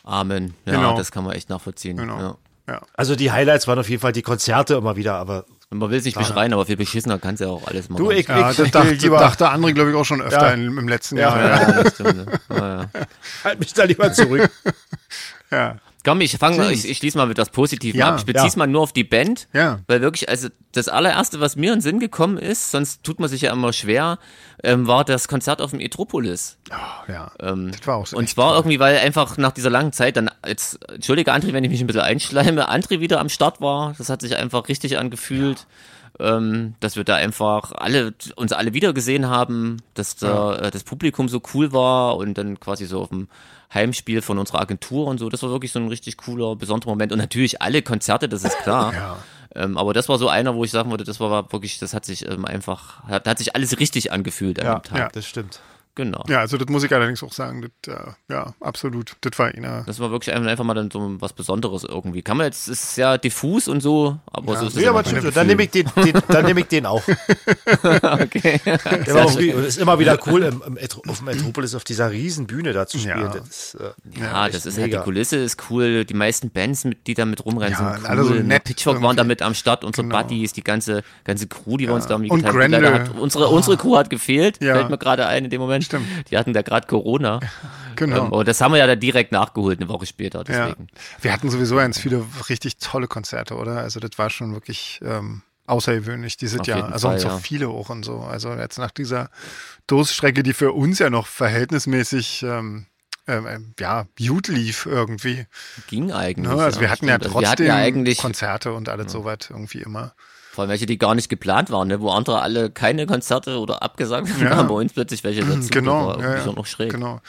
[SPEAKER 2] Amen. Ja,
[SPEAKER 3] Genau.
[SPEAKER 2] das kann man echt nachvollziehen.
[SPEAKER 3] genau.
[SPEAKER 2] Ja.
[SPEAKER 3] Ja.
[SPEAKER 1] Also die Highlights waren auf jeden Fall die Konzerte immer wieder, aber
[SPEAKER 2] Und man will es nicht beschreien, aber viel beschissener kann es ja auch alles machen.
[SPEAKER 1] du, ich,
[SPEAKER 3] Ja,
[SPEAKER 1] ich,
[SPEAKER 3] das
[SPEAKER 1] (laughs) ich will
[SPEAKER 3] dachte,
[SPEAKER 1] lieber,
[SPEAKER 3] dachte André, glaube ich, auch schon öfter
[SPEAKER 1] Ja.
[SPEAKER 3] in, im letzten
[SPEAKER 1] Ja.
[SPEAKER 3] Jahr. Ja.
[SPEAKER 2] ja, das stimmt, ne? ja, ja.
[SPEAKER 1] (laughs) halt mich da lieber zurück.
[SPEAKER 3] Ja.
[SPEAKER 2] Komm, ich fange, ich, ich schließe mal mit was Positivem
[SPEAKER 3] Ja,
[SPEAKER 2] ab. Ich beziehe
[SPEAKER 1] ja.
[SPEAKER 2] mal nur auf die Band,
[SPEAKER 3] Ja.
[SPEAKER 2] weil wirklich, also das allererste, was mir in den Sinn gekommen ist, sonst tut man sich ja immer schwer, ähm, war das Konzert auf dem Etropolis.
[SPEAKER 3] Ja. das war auch so.
[SPEAKER 2] Und zwar irgendwie, weil einfach nach dieser langen Zeit dann, jetzt, entschuldige André, wenn ich mich ein bisschen einschleime, André wieder am Start war. Das hat sich einfach richtig angefühlt. Ähm, dass wir da einfach alle uns alle wieder gesehen haben, dass da, äh, das Publikum so cool war und dann quasi so auf dem Heimspiel von unserer Agentur und so, das war wirklich so ein richtig cooler, besonderer Moment. Und natürlich alle Konzerte, das ist
[SPEAKER 3] (laughs)
[SPEAKER 2] klar. Ähm, aber das war so einer, wo ich sagen würde, das war wirklich, das hat sich ähm, einfach, hat, hat sich alles richtig angefühlt an dem Tag.
[SPEAKER 3] Ja.
[SPEAKER 1] das stimmt.
[SPEAKER 2] Genau.
[SPEAKER 3] Ja, also das muss ich allerdings auch sagen. Das, äh, ja, absolut. Das war einer.
[SPEAKER 2] Das war wirklich einfach mal dann so was Besonderes irgendwie. Kann man jetzt, es ist ja diffus und so, aber so ist es
[SPEAKER 1] Ja, aber
[SPEAKER 2] immer
[SPEAKER 1] stimmt, dann nehme ich den, den, dann nehme ich den
[SPEAKER 3] (laughs)
[SPEAKER 1] auch.
[SPEAKER 2] bei- okay.
[SPEAKER 1] Der war auch, und ist immer wieder cool, im, im, Etro- auf dem Metropolis auf dieser riesen Bühne da zu spielen.
[SPEAKER 3] Ja.
[SPEAKER 1] Das ist, äh,
[SPEAKER 2] (laughs) Ja, das ist halt, die
[SPEAKER 1] mega.
[SPEAKER 2] Kulisse ist cool, die meisten Bands, mit, die da mit rumrennen,
[SPEAKER 3] Ja,
[SPEAKER 2] sind cool.
[SPEAKER 3] alle so nett
[SPEAKER 2] Pitchfork waren
[SPEAKER 3] irgendwie.
[SPEAKER 2] da mit am Start, unsere
[SPEAKER 3] Genau.
[SPEAKER 2] Buddies, die ganze, ganze Crew, die wir uns da um die
[SPEAKER 3] Und
[SPEAKER 2] geteilt haben. Leider
[SPEAKER 3] Grendel. Ah.
[SPEAKER 2] Hat, unsere, unsere Crew hat gefehlt,
[SPEAKER 3] Ja.
[SPEAKER 2] fällt mir gerade ein in dem Moment.
[SPEAKER 3] Stimmt.
[SPEAKER 2] Die hatten da gerade Corona.
[SPEAKER 3] Genau.
[SPEAKER 2] Ähm, aber das haben wir ja da direkt nachgeholt, eine Woche später.
[SPEAKER 3] Ja.
[SPEAKER 2] Deswegen.
[SPEAKER 3] Wir hatten sowieso ganz viele richtig tolle Konzerte, oder? Also das war schon wirklich ähm, außergewöhnlich dieses
[SPEAKER 2] Auf
[SPEAKER 3] Jahr.
[SPEAKER 2] jeden
[SPEAKER 3] Also und
[SPEAKER 2] Fall,
[SPEAKER 3] so
[SPEAKER 2] ja.
[SPEAKER 3] viele auch und so. Also jetzt nach dieser Durststrecke, die für uns ja noch verhältnismäßig ähm, ähm, ja, gut lief irgendwie.
[SPEAKER 2] Ging eigentlich.
[SPEAKER 3] Ne? Also wir hatten ja
[SPEAKER 2] stimmt. Also
[SPEAKER 3] trotzdem
[SPEAKER 2] wir hatten ja eigentlich
[SPEAKER 3] Konzerte und alles soweit irgendwie immer.
[SPEAKER 2] Vor allem welche, die gar nicht geplant waren, ne? wo andere alle keine Konzerte oder abgesagt haben, (laughs)
[SPEAKER 3] Ja.
[SPEAKER 2] haben bei uns plötzlich welche dazu. Das
[SPEAKER 3] Genau,
[SPEAKER 2] war
[SPEAKER 3] ja,
[SPEAKER 2] irgendwie
[SPEAKER 3] ja.
[SPEAKER 2] schon noch schräg.
[SPEAKER 3] genau.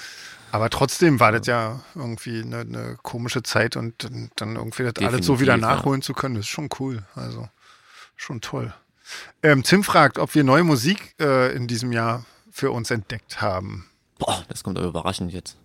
[SPEAKER 3] Aber trotzdem war das ja irgendwie eine, eine komische Zeit und dann- dann irgendwie das alles so
[SPEAKER 2] Definitiv,
[SPEAKER 3] wieder
[SPEAKER 2] ja.
[SPEAKER 3] nachholen zu können, das ist schon cool. Also schon toll. Ähm, Tim fragt, ob wir neue Musik äh, in diesem Jahr für uns entdeckt haben.
[SPEAKER 2] Boah, das kommt aber überraschend jetzt.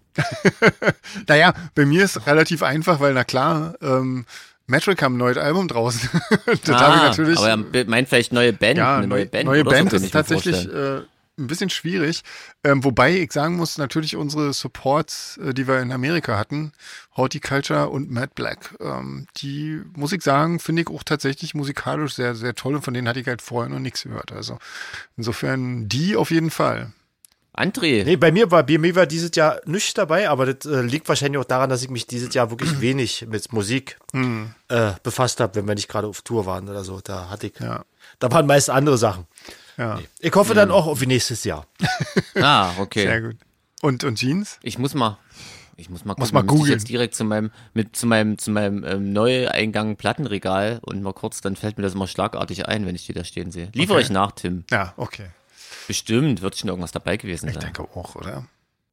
[SPEAKER 3] Naja, bei mir ist relativ einfach, weil na klar, ähm, Metric haben ein neues Album draußen. (laughs) das habe ich
[SPEAKER 2] Ah,
[SPEAKER 3] natürlich.
[SPEAKER 2] Aber er meint vielleicht neue Band,
[SPEAKER 3] ja,
[SPEAKER 2] eine neue Band.
[SPEAKER 3] neue
[SPEAKER 2] oder so,
[SPEAKER 3] Band
[SPEAKER 2] könnte
[SPEAKER 3] ist
[SPEAKER 2] ich mir
[SPEAKER 3] tatsächlich
[SPEAKER 2] vorstellen.
[SPEAKER 3] äh, ein bisschen schwierig. Ähm, wobei ich sagen muss, natürlich unsere Supports, äh, die wir in Amerika hatten, Horticulture und Matt Black, ähm, die, muss ich sagen, finde ich auch tatsächlich musikalisch sehr, sehr toll und von denen hatte ich halt vorher noch nichts gehört. Also insofern die auf jeden Fall.
[SPEAKER 2] André,
[SPEAKER 1] Nee, bei mir war, bei mir war dieses Jahr nichts dabei, aber das äh, liegt wahrscheinlich auch daran, dass ich mich dieses Jahr
[SPEAKER 3] (clears throat)
[SPEAKER 1] wirklich wenig mit Musik
[SPEAKER 3] Hm.
[SPEAKER 1] äh, befasst habe, wenn wir nicht gerade auf Tour waren oder so. Da hatte ich,
[SPEAKER 3] Ja.
[SPEAKER 1] da waren meist andere Sachen.
[SPEAKER 3] Ja, Hm.
[SPEAKER 1] Ich hoffe dann auch auf nächstes Jahr.
[SPEAKER 2] ah,
[SPEAKER 3] sehr
[SPEAKER 2] okay.
[SPEAKER 3] gut. Und, und Jeans?
[SPEAKER 2] Ich muss mal, ich muss mal gucken,
[SPEAKER 3] Muss mal
[SPEAKER 2] müsste ich
[SPEAKER 3] googeln.
[SPEAKER 2] jetzt direkt zu meinem, mit, zu meinem, zu meinem ähm, Neueingang Plattenregal und mal kurz, dann fällt mir das mal schlagartig ein, wenn ich die da stehen sehe. Liefere
[SPEAKER 3] Okay.
[SPEAKER 2] ich nach, Tim.
[SPEAKER 3] Ja, okay.
[SPEAKER 2] Bestimmt wird schon irgendwas dabei gewesen
[SPEAKER 3] Ich
[SPEAKER 2] sein.
[SPEAKER 3] denke auch, oder?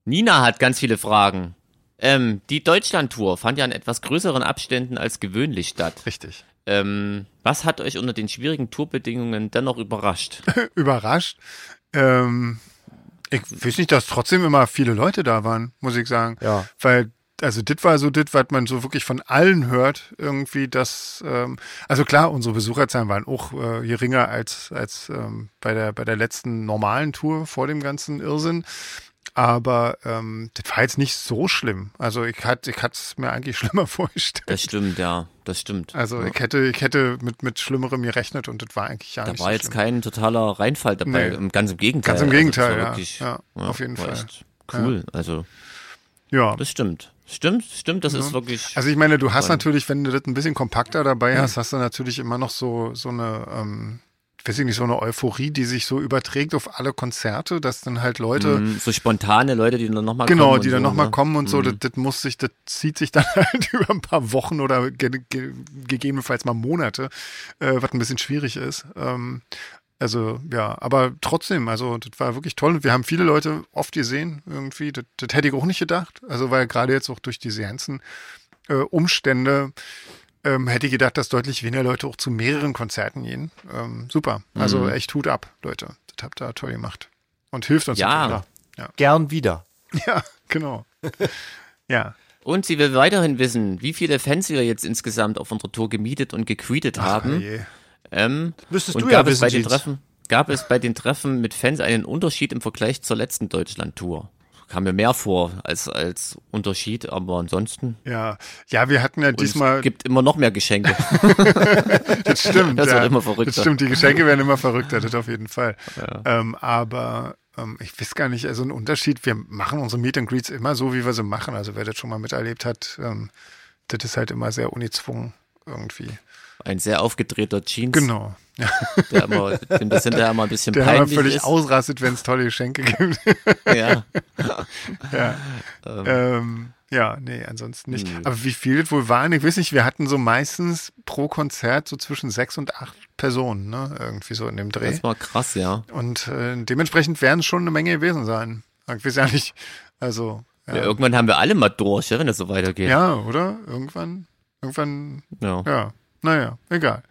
[SPEAKER 2] Nina hat ganz viele Fragen. Ähm, die Deutschland-Tour fand ja in etwas größeren Abständen als gewöhnlich statt.
[SPEAKER 3] Richtig.
[SPEAKER 2] Ähm, was hat euch unter den schwierigen Tourbedingungen dennoch überrascht?
[SPEAKER 3] Überrascht. Ähm, ich weiß nicht, dass trotzdem immer viele Leute da waren, muss ich sagen.
[SPEAKER 1] Ja.
[SPEAKER 3] Weil, also das war so das, was man so wirklich von allen hört, irgendwie, dass, ähm, also klar, unsere Besucherzahlen waren auch äh, geringer als, als ähm, bei, der, bei der letzten normalen Tour vor dem ganzen Irrsinn. Aber ähm, das war jetzt nicht so schlimm. Also ich hatte ich es mir eigentlich (laughs) schlimmer vorgestellt.
[SPEAKER 2] Das stimmt, ja, das stimmt.
[SPEAKER 3] Also ich hätte, ich hätte mit, mit Schlimmerem gerechnet und das war eigentlich ja
[SPEAKER 2] Da
[SPEAKER 3] nicht
[SPEAKER 2] war
[SPEAKER 3] so
[SPEAKER 2] jetzt
[SPEAKER 3] schlimm.
[SPEAKER 2] kein totaler Reinfall dabei.
[SPEAKER 3] Nee.
[SPEAKER 2] Im- Ganz im Gegenteil. Also,
[SPEAKER 3] Ganz im Gegenteil,
[SPEAKER 2] das war
[SPEAKER 3] ja. Ja, auf jeden
[SPEAKER 2] war
[SPEAKER 3] Fall.
[SPEAKER 2] echt Cool, also
[SPEAKER 3] Ja.
[SPEAKER 2] das stimmt. Stimmt, stimmt, das ist wirklich.
[SPEAKER 3] Also ich meine, du hast natürlich, wenn du das ein bisschen kompakter dabei hast, hast du natürlich immer noch so, so eine, ähm, weiß ich nicht, so eine Euphorie, die sich so überträgt auf alle Konzerte, dass dann halt Leute,
[SPEAKER 2] mh, ähm, so spontane Leute, die dann nochmal kommen.
[SPEAKER 3] genau, die
[SPEAKER 2] und
[SPEAKER 3] dann
[SPEAKER 2] so,
[SPEAKER 3] nochmal
[SPEAKER 2] ne?
[SPEAKER 3] kommen und so, das, das muss sich, das zieht sich dann (laughs) halt über ein paar Wochen oder ge ge gegebenenfalls mal Monate, äh, was ein bisschen schwierig ist. Ähm, also ja, aber trotzdem, also das war wirklich toll. und Wir haben viele Leute oft gesehen irgendwie. Das, das hätte ich auch nicht gedacht. Also weil gerade jetzt auch durch diese ganzen äh, Umstände ähm, hätte ich gedacht, dass deutlich weniger Leute auch zu mehreren Konzerten gehen. Ähm, super. Also
[SPEAKER 2] Mhm.
[SPEAKER 3] echt Hut ab, Leute. Das habt ihr toll gemacht. Und hilft uns
[SPEAKER 2] Ja.
[SPEAKER 3] natürlich auch. Ja.
[SPEAKER 1] Gern wieder.
[SPEAKER 3] Ja,
[SPEAKER 2] (laughs)
[SPEAKER 3] genau. ja.
[SPEAKER 2] Und sie will weiterhin wissen, wie viele Fans wir jetzt insgesamt auf unserer Tour gemietet und gecreatet haben.
[SPEAKER 3] Ah, je.
[SPEAKER 2] Ähm,
[SPEAKER 1] Müsstest
[SPEAKER 2] und
[SPEAKER 1] du ja
[SPEAKER 2] gab es
[SPEAKER 1] wissen,
[SPEAKER 2] bei den
[SPEAKER 1] Jeans.
[SPEAKER 2] Treffen, gab es bei den Treffen mit Fans einen Unterschied im Vergleich zur letzten Deutschland-Tour? Kam mir mehr vor als als Unterschied, aber ansonsten
[SPEAKER 3] Ja. ja, wir hatten ja
[SPEAKER 2] Und
[SPEAKER 3] diesmal.
[SPEAKER 2] es Oh, gibt immer noch mehr Geschenke. (laughs)
[SPEAKER 3] das stimmt.
[SPEAKER 2] Das
[SPEAKER 3] ja.
[SPEAKER 2] wird immer verrückter.
[SPEAKER 3] Das stimmt, die Geschenke werden
[SPEAKER 2] (laughs)
[SPEAKER 3] immer verrückter, das auf jeden Fall. Ähm, aber ähm, ich weiß gar nicht, also ein Unterschied, wir machen unsere Meet and Greets immer so, wie wir sie machen. Also wer das schon mal miterlebt hat, ähm, das ist halt immer sehr ungezwungen irgendwie.
[SPEAKER 2] Ein sehr aufgedrehter Jeans,
[SPEAKER 3] Genau. Ja,
[SPEAKER 2] der immer, dem das hinterher immer ein bisschen
[SPEAKER 3] (laughs) der immer
[SPEAKER 2] peinlich
[SPEAKER 3] völlig
[SPEAKER 2] ist.
[SPEAKER 3] ausrastet, wenn es tolle Geschenke gibt.
[SPEAKER 2] Ja.
[SPEAKER 3] ja.
[SPEAKER 2] Also
[SPEAKER 3] Ähm, ja, nee, ansonsten nicht.
[SPEAKER 2] Hm.
[SPEAKER 3] Aber wie viel das wohl waren, ich weiß nicht, wir hatten so meistens pro Konzert so zwischen sechs und acht Personen, ne? Irgendwie so in dem Dreh.
[SPEAKER 2] Das war krass, ja.
[SPEAKER 3] Und äh, dementsprechend werden es schon eine Menge gewesen sein. Ich weiß ja nicht. Also, ja,
[SPEAKER 2] ja. Irgendwann haben wir alle mal durch, ja, wenn das so weitergeht.
[SPEAKER 3] ja oder? Irgendwann, irgendwann,
[SPEAKER 2] Ja.
[SPEAKER 3] ja, naja, egal.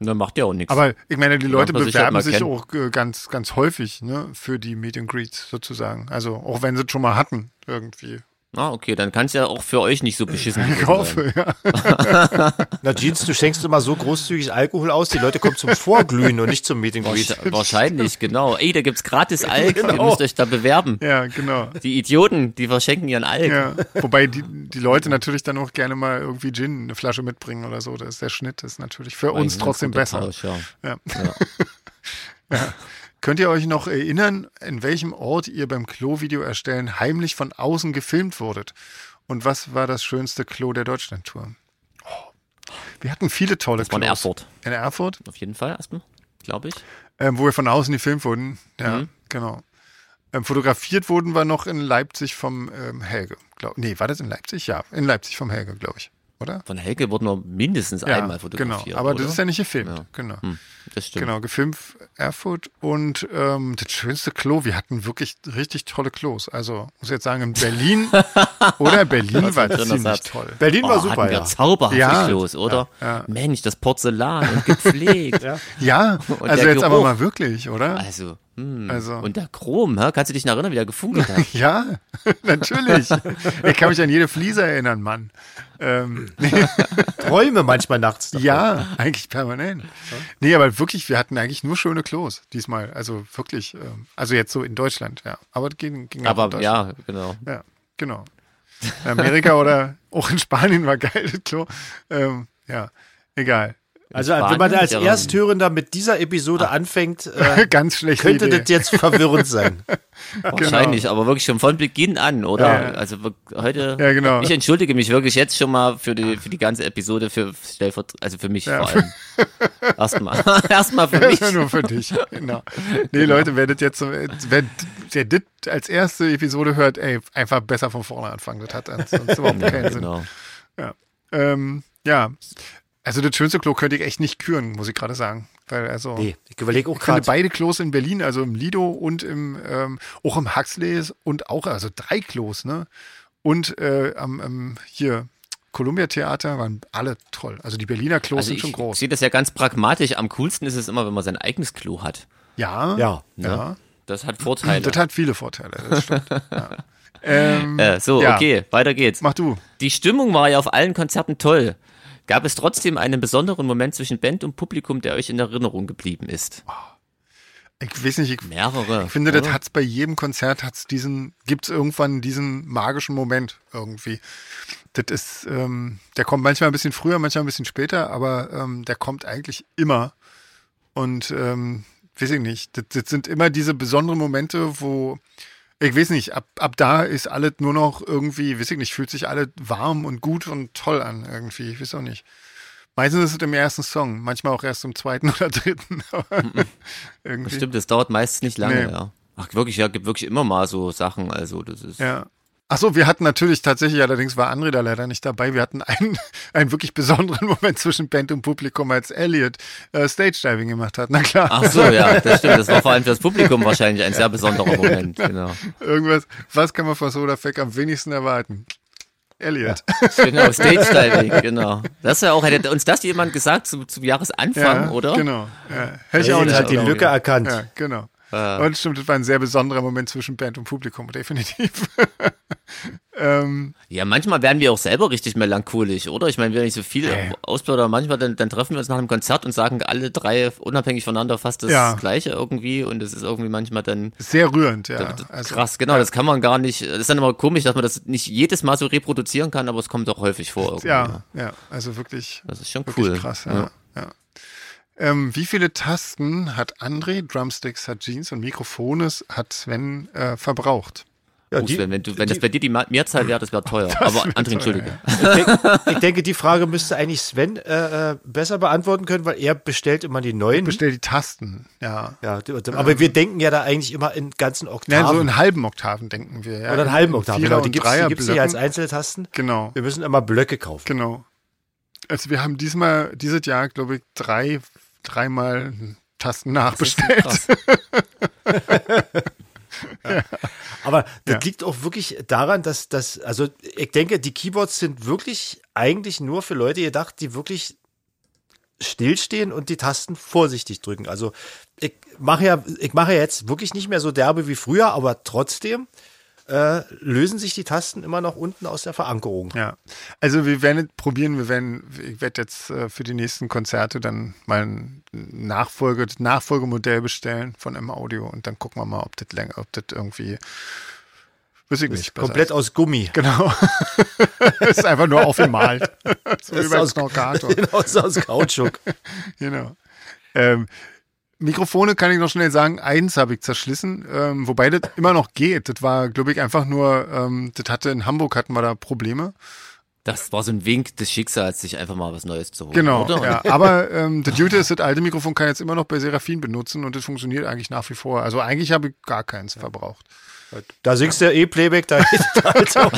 [SPEAKER 2] Dann macht ja auch nichts.
[SPEAKER 3] Aber ich meine, die Leute
[SPEAKER 2] man sich halt
[SPEAKER 3] bewerben
[SPEAKER 2] mal
[SPEAKER 3] sich
[SPEAKER 2] kennen.
[SPEAKER 3] auch äh, ganz, ganz häufig ne, für die Meet and Greets sozusagen. Also auch wenn sie es schon mal hatten irgendwie.
[SPEAKER 2] Ah, okay, dann kann es ja auch für euch nicht so
[SPEAKER 3] (laughs)
[SPEAKER 2] beschissen
[SPEAKER 3] Ich
[SPEAKER 2] gewesen sein.
[SPEAKER 3] hoffe, ja.
[SPEAKER 1] Na, Jeans, du schenkst immer so großzügig Alkohol aus, die Leute kommen zum Vorglühen und nicht zum Meeting Greet.
[SPEAKER 2] Wahrsch- Wahrscheinlich, genau. Ey, da gibt's
[SPEAKER 3] (laughs)
[SPEAKER 2] gratis Alk, ihr
[SPEAKER 3] Genau.
[SPEAKER 2] müsst euch da bewerben.
[SPEAKER 3] Ja, genau.
[SPEAKER 2] Die Idioten, die verschenken ihren Alk.
[SPEAKER 3] Ja. Wobei die, die Leute natürlich dann auch gerne mal irgendwie Gin, eine Flasche mitbringen oder so. Das ist der Schnitt, ist natürlich für uns
[SPEAKER 2] Eigentlich ein
[SPEAKER 3] trotzdem
[SPEAKER 2] guter
[SPEAKER 3] besser.
[SPEAKER 2] Tausch, ja.
[SPEAKER 3] Ja.
[SPEAKER 2] Ja.
[SPEAKER 3] (laughs) Könnt ihr euch noch erinnern, in welchem Ort ihr beim Klo-Video erstellen heimlich von außen gefilmt wurdet? Und was war das schönste Klo der Deutschlandtour? Oh. Wir hatten viele tolle
[SPEAKER 2] war in
[SPEAKER 3] Klos.
[SPEAKER 2] Erfurt.
[SPEAKER 3] In Erfurt,
[SPEAKER 2] Auf jeden Fall erstmal, glaube ich.
[SPEAKER 3] ähm, wo wir von außen gefilmt wurden. Ja,
[SPEAKER 2] Mhm.
[SPEAKER 3] genau. Ähm, fotografiert wurden wir noch in Leipzig vom ähm, Helge. Glaub, nee, war das in Leipzig? Ja, in Leipzig vom Helge, glaube ich. Oder?
[SPEAKER 2] Von Helge wurden wir mindestens
[SPEAKER 3] Ja,
[SPEAKER 2] einmal fotografiert.
[SPEAKER 3] Genau, aber
[SPEAKER 2] oder?
[SPEAKER 3] das ist ja nicht gefilmt.
[SPEAKER 2] Ja.
[SPEAKER 3] Genau.
[SPEAKER 2] Hm, das stimmt.
[SPEAKER 3] Genau, gefilmt Erfurt und ähm, das schönste Klo. Wir hatten wirklich richtig tolle Klos. Also muss jetzt sagen,
[SPEAKER 2] (laughs)
[SPEAKER 3] in Berlin oder Berlin
[SPEAKER 2] Was
[SPEAKER 3] war
[SPEAKER 2] ein schöner
[SPEAKER 3] ziemlich
[SPEAKER 2] Satz.
[SPEAKER 3] toll.
[SPEAKER 1] Berlin war
[SPEAKER 2] Oh, hatten
[SPEAKER 1] super,
[SPEAKER 2] wir
[SPEAKER 1] ja.
[SPEAKER 2] zauberhafte
[SPEAKER 3] Ja.
[SPEAKER 2] Klos, oder?
[SPEAKER 3] Ja, ja.
[SPEAKER 2] Mensch, das Porzellan und gepflegt.
[SPEAKER 3] (laughs) Ja,
[SPEAKER 2] Und
[SPEAKER 3] also
[SPEAKER 2] der
[SPEAKER 3] jetzt aber
[SPEAKER 2] Geruch.
[SPEAKER 3] mal wirklich, oder?
[SPEAKER 2] Also, hm.
[SPEAKER 3] Also.
[SPEAKER 2] und der Chrom, hä? kannst du dich noch erinnern, wie der gefunkelt hat?
[SPEAKER 3] (laughs) Ja, natürlich. Ich kann mich an jede Fliese erinnern, Mann. Ähm,
[SPEAKER 1] Träume manchmal nachts. davon.
[SPEAKER 3] ja, eigentlich permanent. Nee, aber wirklich, wir hatten eigentlich nur schöne Klos diesmal. Also wirklich, ähm, also jetzt so in Deutschland, ja. Aber das ging, ging auch in
[SPEAKER 2] Aber
[SPEAKER 3] Deutschland.
[SPEAKER 2] ja, genau.
[SPEAKER 3] Ja, genau. In Amerika oder auch in Spanien war geil, das Klo. Ähm, ja, egal.
[SPEAKER 1] Also
[SPEAKER 2] Spanien
[SPEAKER 1] wenn man als
[SPEAKER 2] nicht, aber-
[SPEAKER 1] Ersthörender mit dieser Episode
[SPEAKER 3] (laughs)
[SPEAKER 1] anfängt, äh,
[SPEAKER 3] Ganz schlechte
[SPEAKER 1] könnte
[SPEAKER 3] Ah. Idee.
[SPEAKER 1] das jetzt verwirrend
[SPEAKER 3] (laughs)
[SPEAKER 1] sein.
[SPEAKER 2] Wahrscheinlich, aber wirklich schon von Beginn an, oder?
[SPEAKER 3] Genau. Ja.
[SPEAKER 2] Also wir- heute.
[SPEAKER 3] Ja, genau.
[SPEAKER 2] Ich entschuldige mich wirklich jetzt schon mal für die, für die ganze Episode, für stellvertret- also für mich vor allem. Erstmal. (laughs) Erstmal für mich.
[SPEAKER 3] Nur für dich. Genau. Nee, Leute, werdet jetzt, so- wer, wer das als erste Episode hört, ey, einfach besser von vorne anfangen. Das hat sonst überhaupt keinen Sinn.
[SPEAKER 2] Genau.
[SPEAKER 3] Ähm, ja. Also das schönste Klo könnte ich echt nicht küren, muss ich gerade sagen. Weil also.
[SPEAKER 1] Nee, ich überlege auch
[SPEAKER 3] Ich finde
[SPEAKER 1] gerade.
[SPEAKER 3] beide Klos in Berlin, also im Lido und im, ähm, auch im Huxleys und auch, also drei Klos, ne? Und äh, am, am hier Columbia Theater waren alle toll. Also die Berliner Klos
[SPEAKER 2] Also
[SPEAKER 3] sind schon
[SPEAKER 2] ich
[SPEAKER 3] groß.
[SPEAKER 2] sehe das ja ganz pragmatisch. Am coolsten ist es immer, wenn man sein eigenes Klo hat.
[SPEAKER 3] Ja,
[SPEAKER 1] Ja.
[SPEAKER 3] ja.
[SPEAKER 2] Das hat Vorteile.
[SPEAKER 3] Hm, Das hat viele Vorteile.
[SPEAKER 2] (laughs)
[SPEAKER 3] Das stimmt. ja. ähm,
[SPEAKER 2] äh, so,
[SPEAKER 3] Ja.
[SPEAKER 2] okay, weiter geht's.
[SPEAKER 3] Mach du.
[SPEAKER 2] Die Stimmung war ja auf allen Konzerten toll. Gab es trotzdem einen besonderen Moment zwischen Band und Publikum, der euch in Erinnerung geblieben ist?
[SPEAKER 3] Ich weiß nicht, ich
[SPEAKER 2] Mehrere.
[SPEAKER 3] Ich finde, das hat's bei jedem Konzert hat's diesen, gibt's irgendwann diesen magischen Moment irgendwie. Das ist, ähm, der kommt manchmal ein bisschen früher, manchmal ein bisschen später, aber ähm, der kommt eigentlich immer. Und ähm, weiß ich nicht, das, das sind immer diese besonderen Momente, wo ich weiß nicht, ab, ab da ist alles nur noch irgendwie, weiß ich nicht, fühlt sich alles warm und gut und toll an irgendwie. Ich weiß auch nicht. Meistens ist es im ersten Song, manchmal auch erst im zweiten (laughs) oder dritten. Aber irgendwie.
[SPEAKER 2] Stimmt, das dauert meistens nicht lange,
[SPEAKER 3] Nee.
[SPEAKER 2] ja. Ach, wirklich, ja, gibt wirklich immer mal so Sachen, also das ist.
[SPEAKER 3] Ja. Ach so, wir hatten natürlich tatsächlich, allerdings war André da leider nicht dabei, wir hatten einen, (laughs) einen wirklich besonderen Moment zwischen Band und Publikum, als Elliot äh, Stage-Diving gemacht hat. Na klar,
[SPEAKER 2] Ach so, ja, das stimmt. Das war vor allem für das Publikum wahrscheinlich ein sehr besonderer Moment, genau.
[SPEAKER 3] (laughs) irgendwas, was kann man von Soda Fake am wenigsten erwarten? Elliot.
[SPEAKER 2] Genau, Stage Diving, genau. Das ist ja auch, hätte uns das jemand gesagt zum, zum Jahresanfang, oder?
[SPEAKER 3] Genau. Ja. Hätte ich auch
[SPEAKER 1] Elliot
[SPEAKER 3] nicht
[SPEAKER 1] hat die
[SPEAKER 3] geglaubt.
[SPEAKER 1] Lücke erkannt.
[SPEAKER 3] Ja, genau. Und stimmt, das war ein sehr besonderer Moment zwischen Band und Publikum, definitiv. ähm,
[SPEAKER 2] Ja, manchmal werden wir auch selber richtig melancholisch, oder? Ich meine, wenn ich so viel ausplaudere, manchmal dann, dann treffen wir uns nach einem Konzert und sagen alle drei unabhängig voneinander fast das
[SPEAKER 3] Ja.
[SPEAKER 2] Gleiche irgendwie und es ist irgendwie manchmal dann
[SPEAKER 3] sehr rührend, ja.
[SPEAKER 2] krass, genau, das kann man gar nicht, das ist dann immer komisch, dass man das nicht jedes Mal so reproduzieren kann, aber es kommt auch häufig vor irgendwie.
[SPEAKER 3] ja, ja, also wirklich
[SPEAKER 2] Das ist schon
[SPEAKER 3] Wirklich
[SPEAKER 2] cool.
[SPEAKER 3] krass, ja. ja. Ähm, wie viele Tasten hat André, Drumsticks, hat Jeans und Mikrofones hat Sven äh, verbraucht?
[SPEAKER 1] Ja,
[SPEAKER 2] Oh,
[SPEAKER 1] die,
[SPEAKER 2] Sven, wenn, du, wenn das bei dir die Ma- Mehrzahl wäre, das wäre teuer. aber André, entschuldige.
[SPEAKER 1] ich denke, die Frage müsste eigentlich Sven äh, äh, besser beantworten können, weil er bestellt immer die neuen.
[SPEAKER 3] Bestell die Tasten, ja.
[SPEAKER 1] ja, die- aber wir denken ja da eigentlich immer in ganzen Oktaven
[SPEAKER 3] Ja, so in halben Oktaven denken wir. Ja.
[SPEAKER 1] oder in halben Oktaven.
[SPEAKER 3] Vierer-
[SPEAKER 1] Genau,
[SPEAKER 3] und
[SPEAKER 1] die gibt es nicht
[SPEAKER 3] Dreierblöcken.
[SPEAKER 1] als Einzeltasten.
[SPEAKER 3] Genau,
[SPEAKER 1] Wir müssen immer Blöcke kaufen.
[SPEAKER 3] genau. Also wir haben diesmal, dieses Jahr, glaube ich, drei, dreimal Tasten nachbestellt.
[SPEAKER 1] Aber das
[SPEAKER 3] Ja.
[SPEAKER 1] liegt auch wirklich daran, dass das, also ich denke, die Keyboards sind wirklich eigentlich nur für Leute gedacht, die wirklich stillstehen und die Tasten vorsichtig drücken. Also ich mache ja, ich mache ja jetzt wirklich nicht mehr so derbe wie früher, aber trotzdem äh, lösen sich die Tasten immer noch unten aus der Verankerung.
[SPEAKER 3] Ja, also wir werden es probieren, wir werden, ich werde jetzt äh, für die nächsten Konzerte dann mal ein Nachfolge, das Nachfolgemodell bestellen von M-Audio und dann gucken wir mal, ob das länger, ob das irgendwie, weiß ich nicht, besser
[SPEAKER 1] Komplett
[SPEAKER 3] ist.
[SPEAKER 1] aus Gummi.
[SPEAKER 3] Genau. (laughs) ist einfach
[SPEAKER 1] (laughs)
[SPEAKER 3] nur aufgemalt. so wie
[SPEAKER 1] Ist
[SPEAKER 3] beim
[SPEAKER 1] aus- (laughs)
[SPEAKER 3] Snorkator.
[SPEAKER 1] Genau, ist aus
[SPEAKER 3] (laughs)
[SPEAKER 1] Kautschuk.
[SPEAKER 3] Genau. Ähm, Mikrofone kann ich noch schnell sagen, eins habe ich zerschlissen, ähm, wobei das immer noch geht. Das war, glaube ich, einfach nur, ähm, das hatte in Hamburg hatten wir da Probleme.
[SPEAKER 2] Das war so ein Wink des Schicksals, sich einfach mal was Neues zu holen.
[SPEAKER 3] Genau.
[SPEAKER 2] Oder?
[SPEAKER 3] Ja. Aber ähm, das Gute ist, das alte Mikrofon kann ich jetzt immer noch bei Serafin benutzen und das funktioniert eigentlich nach wie vor. Also eigentlich habe ich gar keins verbraucht.
[SPEAKER 1] Da singst du ja eh Playback, da (laughs) geht
[SPEAKER 3] (laughs)
[SPEAKER 1] halt auch.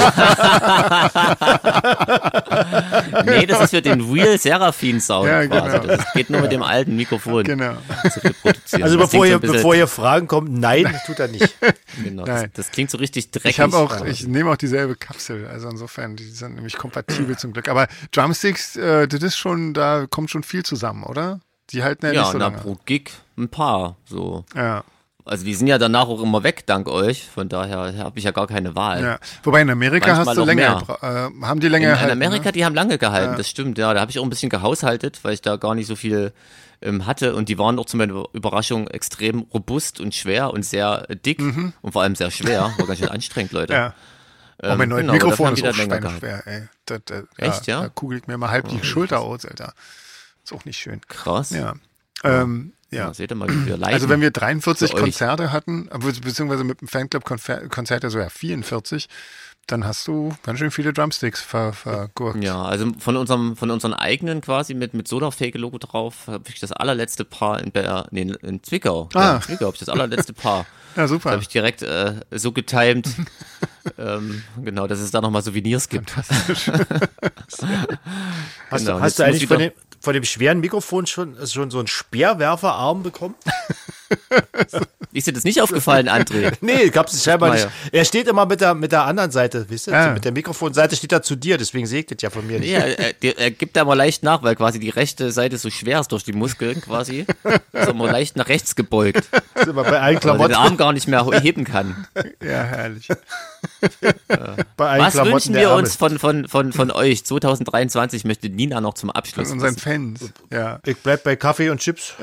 [SPEAKER 2] Nee, das ist für den Real Seraphim Sound
[SPEAKER 3] Ja,
[SPEAKER 2] quasi.
[SPEAKER 3] genau.
[SPEAKER 2] Das geht nur mit dem alten Mikrofon
[SPEAKER 3] Genau.
[SPEAKER 2] zu reproduzieren.
[SPEAKER 1] Also bevor
[SPEAKER 2] Das klingt so
[SPEAKER 1] ihr,
[SPEAKER 2] ein bisschen-
[SPEAKER 1] bevor ihr Fragen kommt, nein, tut er nicht.
[SPEAKER 2] genau, das,
[SPEAKER 3] Nein.
[SPEAKER 2] das klingt so richtig dreckig.
[SPEAKER 3] Ich habe auch, ich nehme auch dieselbe Kapsel, also insofern, die sind nämlich kompatibel zum Glück. Aber Drumsticks, äh, das ist schon, da kommt schon viel zusammen, oder? Die halten ja,
[SPEAKER 2] ja,
[SPEAKER 3] nicht so
[SPEAKER 2] na,
[SPEAKER 3] lange.
[SPEAKER 2] pro Gig ein paar. So.
[SPEAKER 3] Ja.
[SPEAKER 2] Also die sind ja danach auch immer weg, dank euch. Von daher habe ich ja gar keine Wahl.
[SPEAKER 3] Ja. Wobei in Amerika
[SPEAKER 2] Manchmal
[SPEAKER 3] hast du
[SPEAKER 2] noch
[SPEAKER 3] länger,
[SPEAKER 2] mehr.
[SPEAKER 3] gebra- äh, haben die länger
[SPEAKER 2] In, in
[SPEAKER 3] erhalten,
[SPEAKER 2] Amerika,
[SPEAKER 3] ne?
[SPEAKER 2] die haben lange gehalten, das stimmt, ja. Da habe ich auch ein bisschen gehaushaltet, weil ich da gar nicht so viel ähm, hatte. Und die waren auch zu meiner Überraschung extrem robust und schwer und sehr äh, dick und vor allem sehr schwer. War ganz schön anstrengend, Leute.
[SPEAKER 3] Mhm. (laughs) Ja.
[SPEAKER 2] Ähm,
[SPEAKER 3] Oh, mein neues
[SPEAKER 2] genau, dafür
[SPEAKER 3] Mikrofon
[SPEAKER 2] haben
[SPEAKER 3] ist
[SPEAKER 2] die
[SPEAKER 3] auch
[SPEAKER 2] dann länger gehalten.
[SPEAKER 3] schwer, ey. Das, äh,
[SPEAKER 2] Echt,
[SPEAKER 3] da,
[SPEAKER 2] ja? Oh,
[SPEAKER 3] Da kugel ich mir mal halb die Schulter aus, Alter. Ist auch nicht schön.
[SPEAKER 2] Krass.
[SPEAKER 3] Ja. Ähm, ja.
[SPEAKER 2] Ja, seht ihr mal, wie wir leiden.
[SPEAKER 3] Also wenn wir 43
[SPEAKER 2] Für euch.
[SPEAKER 3] Konzerte hatten, aber be- beziehungsweise mit dem Fanclub Konfer- Konzerte sogar 44, dann hast du ganz schön viele Drumsticks ver vergurkt.
[SPEAKER 2] ja, also von unserem, von unseren eigenen quasi mit, mit Sodafake-Logo drauf, habe ich das allerletzte Paar in, Ber nee, in Zwickau.
[SPEAKER 3] Ah.
[SPEAKER 2] Ja, in Zwickau habe ich das allerletzte
[SPEAKER 3] (laughs)
[SPEAKER 2] Paar.
[SPEAKER 3] Ja,
[SPEAKER 2] Das
[SPEAKER 3] super.
[SPEAKER 2] habe ich direkt äh, so getimed, ähm, genau, dass es da nochmal Souvenirs gibt.
[SPEAKER 1] Hast,
[SPEAKER 2] Genau,
[SPEAKER 1] du,
[SPEAKER 2] und
[SPEAKER 1] hast
[SPEAKER 2] jetzt
[SPEAKER 1] du
[SPEAKER 2] muss
[SPEAKER 1] eigentlich
[SPEAKER 2] ich
[SPEAKER 1] von
[SPEAKER 2] doch-
[SPEAKER 1] dem, von dem schweren Mikrofon schon, schon so einen Speerwerferarm bekommen?
[SPEAKER 2] Ist dir das nicht aufgefallen, André?
[SPEAKER 1] (laughs) Nee, gab's scheinbar
[SPEAKER 2] Mal,
[SPEAKER 1] nicht. Er steht immer mit der, mit der anderen Seite, wisst ihr?
[SPEAKER 3] Ah.
[SPEAKER 1] Mit der Mikrofonseite steht er zu dir, deswegen sägt das ja von mir nicht.
[SPEAKER 2] Ja, er, er, er gibt da mal leicht nach, weil quasi die rechte Seite so schwer ist durch die Muskeln quasi. Ist immer leicht nach rechts gebeugt,
[SPEAKER 1] Das ist (laughs) immer bei allen
[SPEAKER 2] weil er den
[SPEAKER 1] Klamotten,
[SPEAKER 2] Arm gar nicht mehr heben kann.
[SPEAKER 3] Ja,
[SPEAKER 2] (laughs)
[SPEAKER 3] herrlich.
[SPEAKER 1] bei allen
[SPEAKER 2] Was
[SPEAKER 1] Klamotten
[SPEAKER 2] wünschen
[SPEAKER 1] der
[SPEAKER 2] wir
[SPEAKER 1] Ärmel.
[SPEAKER 2] uns von, von, von, von euch? 2023 möchte Nina noch zum
[SPEAKER 3] Von
[SPEAKER 2] Abschluss.
[SPEAKER 3] unseren
[SPEAKER 2] wissen.
[SPEAKER 3] Fans.
[SPEAKER 2] (laughs)
[SPEAKER 3] Ja.
[SPEAKER 1] Ich bleib bei Kaffee und Chips.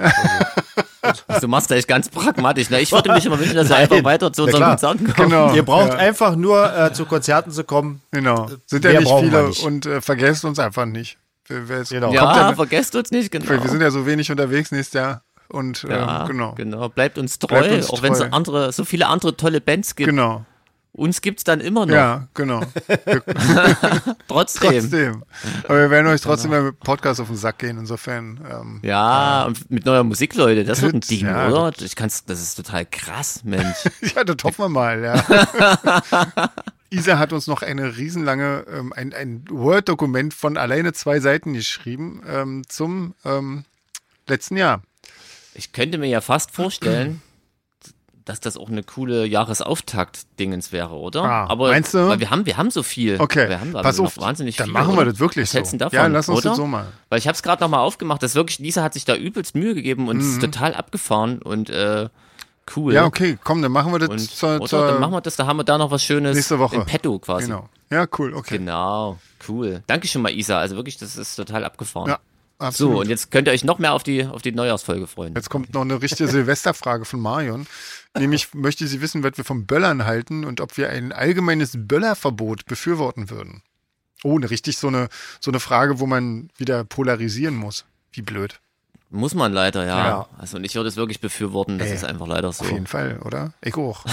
[SPEAKER 2] Also, du machst gleich ganz pragmatisch. Na, ich würde mich immer wünschen, dass wir einfach weiter zu
[SPEAKER 1] Na
[SPEAKER 2] unseren
[SPEAKER 1] klar.
[SPEAKER 2] Konzerten kommen.
[SPEAKER 3] Genau.
[SPEAKER 1] Ihr braucht
[SPEAKER 3] ja.
[SPEAKER 1] einfach nur äh, zu Konzerten zu kommen.
[SPEAKER 3] Genau. Sind ja
[SPEAKER 1] Mehr
[SPEAKER 3] nicht
[SPEAKER 1] brauchen wir
[SPEAKER 3] viele
[SPEAKER 1] nicht.
[SPEAKER 3] und äh, vergesst uns einfach nicht. Wir, wer es-
[SPEAKER 1] Genau.
[SPEAKER 2] Ja,
[SPEAKER 3] kommt dann-
[SPEAKER 2] vergesst uns nicht, genau.
[SPEAKER 3] Weil wir sind ja so wenig unterwegs nächstes Jahr. Und
[SPEAKER 2] ja,
[SPEAKER 3] ähm, genau.
[SPEAKER 2] genau. Bleibt uns treu,
[SPEAKER 3] Bleibt uns
[SPEAKER 2] auch wenn es
[SPEAKER 3] treu.
[SPEAKER 2] andere, so viele andere tolle Bands gibt.
[SPEAKER 3] Genau.
[SPEAKER 2] Uns gibt's dann immer noch.
[SPEAKER 3] Ja,
[SPEAKER 2] (laughs)
[SPEAKER 3] genau.
[SPEAKER 2] Trotzdem.
[SPEAKER 3] Trotzdem. Aber wir werden euch trotzdem mal mit Podcast auf den Sack gehen, insofern. Ähm,
[SPEAKER 2] Ja, und mit neuer Musik, Leute, das wird ein
[SPEAKER 3] Das-
[SPEAKER 2] Ding,
[SPEAKER 3] ja,
[SPEAKER 2] oder? Ich kann's, das ist total krass,
[SPEAKER 3] (laughs)
[SPEAKER 2] Mensch.
[SPEAKER 3] ja, das hoffen wir mal, ja.
[SPEAKER 2] (laughs)
[SPEAKER 3] Isa hat uns noch eine riesenlange, ähm, ein, ein Word-Dokument von alleine zwei Seiten geschrieben ähm, zum ähm, letzten Jahr.
[SPEAKER 2] Ich könnte mir ja fast vorstellen, dass das auch eine coole Jahresauftakt-Dingens wäre, oder?
[SPEAKER 3] Ah,
[SPEAKER 2] Aber
[SPEAKER 3] meinst du?
[SPEAKER 2] Weil wir haben, wir haben so viel.
[SPEAKER 3] Okay,
[SPEAKER 2] Wir haben da
[SPEAKER 3] pass
[SPEAKER 2] noch
[SPEAKER 3] auf,
[SPEAKER 2] wahnsinnig
[SPEAKER 3] dann
[SPEAKER 2] viel.
[SPEAKER 3] machen wir
[SPEAKER 2] oder?
[SPEAKER 3] das wirklich
[SPEAKER 2] Was hältst
[SPEAKER 3] so.
[SPEAKER 2] du davon,
[SPEAKER 3] Ja, lass uns
[SPEAKER 2] oder?
[SPEAKER 3] das so machen.
[SPEAKER 2] Weil ich habe es gerade nochmal aufgemacht, das ist wirklich, Lisa hat sich da übelst Mühe gegeben und es ist total abgefahren und äh, cool.
[SPEAKER 3] Mhm. Ja, okay, komm, dann machen wir das
[SPEAKER 2] Und
[SPEAKER 3] zur,
[SPEAKER 2] oder,
[SPEAKER 3] zur
[SPEAKER 2] dann machen wir das, da haben wir da noch was Schönes
[SPEAKER 3] nächste Woche.
[SPEAKER 2] in petto quasi.
[SPEAKER 3] Genau. Ja, cool, okay.
[SPEAKER 2] Genau, cool. Danke schon mal, Isa. Also wirklich, das ist total abgefahren.
[SPEAKER 3] Ja,
[SPEAKER 2] so,
[SPEAKER 3] absolut.
[SPEAKER 2] und jetzt könnt ihr euch noch mehr auf die, auf die Neujahrsfolge freuen.
[SPEAKER 3] Jetzt kommt noch eine richtige Silvesterfrage von Marion.
[SPEAKER 2] (laughs)
[SPEAKER 3] Nämlich möchte sie wissen, was wir vom Böllern halten und ob wir ein allgemeines Böllerverbot befürworten würden. Oh, eine richtig so eine, so eine Frage, wo man wieder polarisieren muss. Wie blöd.
[SPEAKER 2] Muss man leider, ja.
[SPEAKER 1] Ja.
[SPEAKER 2] Also, und ich würde es wirklich befürworten, das
[SPEAKER 3] Ey,
[SPEAKER 2] ist einfach leider so.
[SPEAKER 3] Auf jeden Fall, oder? Ich auch.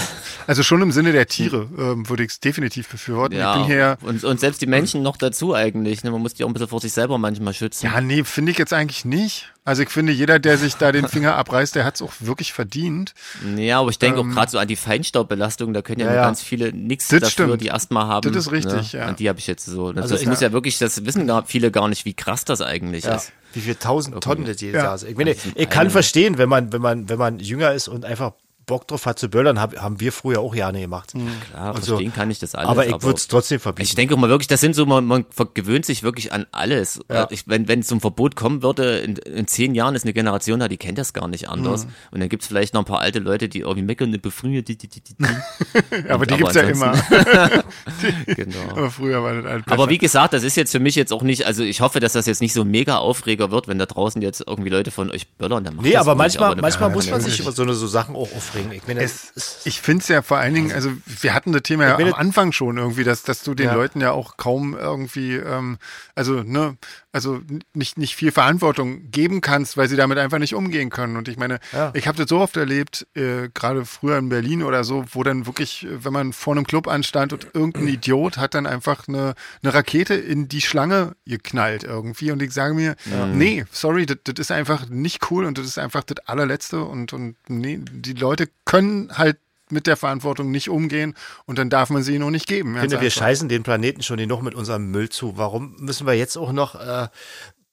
[SPEAKER 3] Also schon im Sinne der Tiere ähm, würde ich es definitiv befürworten.
[SPEAKER 2] Ja,
[SPEAKER 3] Ich bin hier.
[SPEAKER 2] und, und selbst die Menschen noch dazu eigentlich. Ne? Man muss die auch ein bisschen vor sich selber manchmal schützen.
[SPEAKER 3] Ja, nee, finde ich jetzt eigentlich nicht. Also ich finde, jeder, der sich da den Finger abreißt, der hat es auch wirklich verdient.
[SPEAKER 2] Ja, aber ich denke auch gerade so an die Feinstaubbelastung, da können ja,
[SPEAKER 1] Ja,
[SPEAKER 2] nur
[SPEAKER 1] ja.
[SPEAKER 2] ganz viele nichts
[SPEAKER 3] Ähm, Das
[SPEAKER 2] dafür,
[SPEAKER 3] stimmt.
[SPEAKER 2] die Asthma haben.
[SPEAKER 3] Das ist richtig, ja.
[SPEAKER 2] An die habe ich jetzt so. Das,
[SPEAKER 1] Also
[SPEAKER 2] das
[SPEAKER 1] ich-
[SPEAKER 2] muss ja wirklich, das wissen gar viele gar nicht, wie krass das eigentlich
[SPEAKER 1] Ja.
[SPEAKER 2] ist.
[SPEAKER 1] Wie viel tausend Tonnen das jedes
[SPEAKER 3] Ja.
[SPEAKER 1] Jahr sind. Ich, meine,
[SPEAKER 2] Das sind
[SPEAKER 1] ich kann
[SPEAKER 2] eine.
[SPEAKER 1] verstehen, wenn man, wenn man, wenn man jünger ist und einfach Bock drauf hat zu böllern, hab, haben wir früher auch gerne gemacht.
[SPEAKER 2] Klar,
[SPEAKER 1] Und so.
[SPEAKER 2] verstehen kann ich das alles.
[SPEAKER 1] Mhm. Also, aber ich würde es trotzdem verbieten.
[SPEAKER 2] Ich denke mal wirklich, das sind so, man, man ver- gewöhnt sich wirklich an alles.
[SPEAKER 1] Ja.
[SPEAKER 2] Ich, wenn wenn zum Verbot kommen würde, in, in zehn Jahren ist eine Generation da, die kennt das gar nicht anders.
[SPEAKER 1] Mhm.
[SPEAKER 2] Und dann gibt's vielleicht noch ein paar alte Leute, die irgendwie meckern und befrühen. Die, die, die, die.
[SPEAKER 1] (laughs)
[SPEAKER 3] aber die
[SPEAKER 2] aber
[SPEAKER 3] gibt's ja immer.
[SPEAKER 2] ansonsten- (laughs) genau.
[SPEAKER 3] aber früher war das halt besser.
[SPEAKER 2] Aber wie gesagt, das ist jetzt für mich jetzt auch nicht, also ich hoffe, dass das jetzt nicht so ein mega Aufreger wird, wenn da draußen jetzt irgendwie Leute von euch böllern. Dann macht
[SPEAKER 1] Nee,
[SPEAKER 2] das
[SPEAKER 1] aber
[SPEAKER 2] ruhig,
[SPEAKER 1] manchmal,
[SPEAKER 2] dann-
[SPEAKER 1] manchmal muss
[SPEAKER 3] Ja,
[SPEAKER 1] man
[SPEAKER 3] natürlich.
[SPEAKER 1] sich über so eine so Sachen auch aufregen. Ich meine, das ist
[SPEAKER 3] Es, ich finde es ja vor allen Dingen, also wir hatten das Thema ja
[SPEAKER 1] bin
[SPEAKER 3] am
[SPEAKER 1] jetzt-
[SPEAKER 3] Anfang schon irgendwie, dass, dass du den
[SPEAKER 1] Ja.
[SPEAKER 3] Leuten ja auch kaum irgendwie, ähm, also ne, also n- nicht, nicht viel Verantwortung geben kannst, weil sie damit einfach nicht umgehen können. Und ich meine,
[SPEAKER 1] Ja.
[SPEAKER 3] ich habe das so oft erlebt, äh, gerade früher in Berlin oder so, wo dann wirklich, äh, wenn man vor einem Club anstand und
[SPEAKER 2] (clears throat)
[SPEAKER 3] irgendein Idiot hat dann einfach eine, eine Rakete in die Schlange geknallt irgendwie. Und ich sage mir, nee, sorry, das das ist einfach nicht cool und das ist einfach das allerletzte. Und, und nee, die Leute können halt mit der Verantwortung nicht umgehen und dann darf man sie ihnen auch nicht geben.
[SPEAKER 1] Ich finde, wir
[SPEAKER 3] Ganz einfach.
[SPEAKER 1] scheißen den Planeten schon genug mit unserem Müll zu. Warum müssen wir jetzt auch noch äh,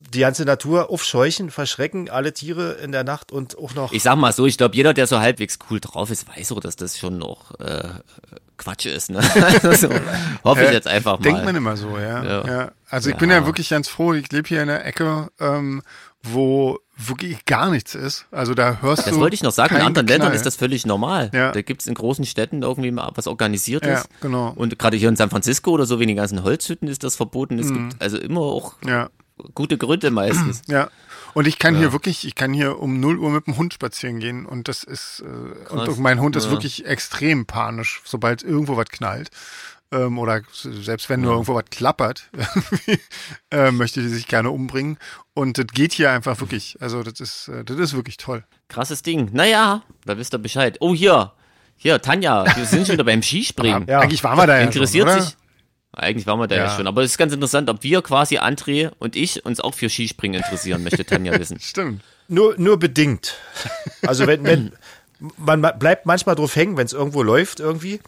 [SPEAKER 1] die ganze Natur aufscheuchen, verschrecken, alle Tiere in der Nacht und auch noch.
[SPEAKER 2] Ich sag mal so, ich glaube, jeder, der so halbwegs cool drauf ist, weiß auch, dass das schon noch äh, Quatsch ist. Ne? (laughs) also, hoffe ich
[SPEAKER 3] Äh,
[SPEAKER 2] jetzt einfach mal.
[SPEAKER 3] Denkt man immer so, ja. ja.
[SPEAKER 2] Ja.
[SPEAKER 3] Also ich bin ja wirklich ganz froh, ich lebe hier in einer Ecke, ähm, wo wirklich gar nichts ist. Also da hörst du.
[SPEAKER 2] das wollte ich noch sagen, in
[SPEAKER 3] keinen
[SPEAKER 2] anderen Ländern
[SPEAKER 3] Knall.
[SPEAKER 2] ist das völlig normal.
[SPEAKER 3] Ja.
[SPEAKER 2] Da gibt's in großen Städten irgendwie mal was Organisiertes.
[SPEAKER 3] Ja, genau.
[SPEAKER 2] Und gerade hier in San Francisco oder so, wie in den ganzen Holzhütten ist das verboten. Es
[SPEAKER 3] Mhm.
[SPEAKER 2] gibt also immer auch
[SPEAKER 3] Ja,
[SPEAKER 2] gute Gründe
[SPEAKER 3] (clears throat)
[SPEAKER 2] meistens.
[SPEAKER 3] ja. Und ich kann hier wirklich, ich kann hier um 0 Uhr mit dem Hund spazieren gehen und das ist, äh, und mein Hund ist wirklich extrem panisch, sobald irgendwo was knallt. Ähm, oder selbst wenn nur irgendwo was klappert, (laughs) äh, möchte die sich gerne umbringen. Und das geht hier einfach wirklich. Also das ist, äh, das ist wirklich toll.
[SPEAKER 2] Krasses Ding. Naja, da wisst ihr Bescheid. Oh, hier. Hier, Tanja, wir sind schon wieder beim Skispringen.
[SPEAKER 1] Ja.
[SPEAKER 3] Eigentlich waren wir da ja
[SPEAKER 2] Interessiert
[SPEAKER 3] schon, oder?
[SPEAKER 2] sich. Eigentlich waren wir da ja.
[SPEAKER 3] Ja.
[SPEAKER 2] schon. Aber es ist ganz interessant, ob wir quasi, André und ich, uns auch für Skispringen interessieren, möchte
[SPEAKER 3] (laughs)
[SPEAKER 2] Tanja wissen.
[SPEAKER 3] Stimmt.
[SPEAKER 1] Nur, nur bedingt. Also wenn, wenn man ma- bleibt manchmal drauf hängen, wenn es irgendwo läuft irgendwie,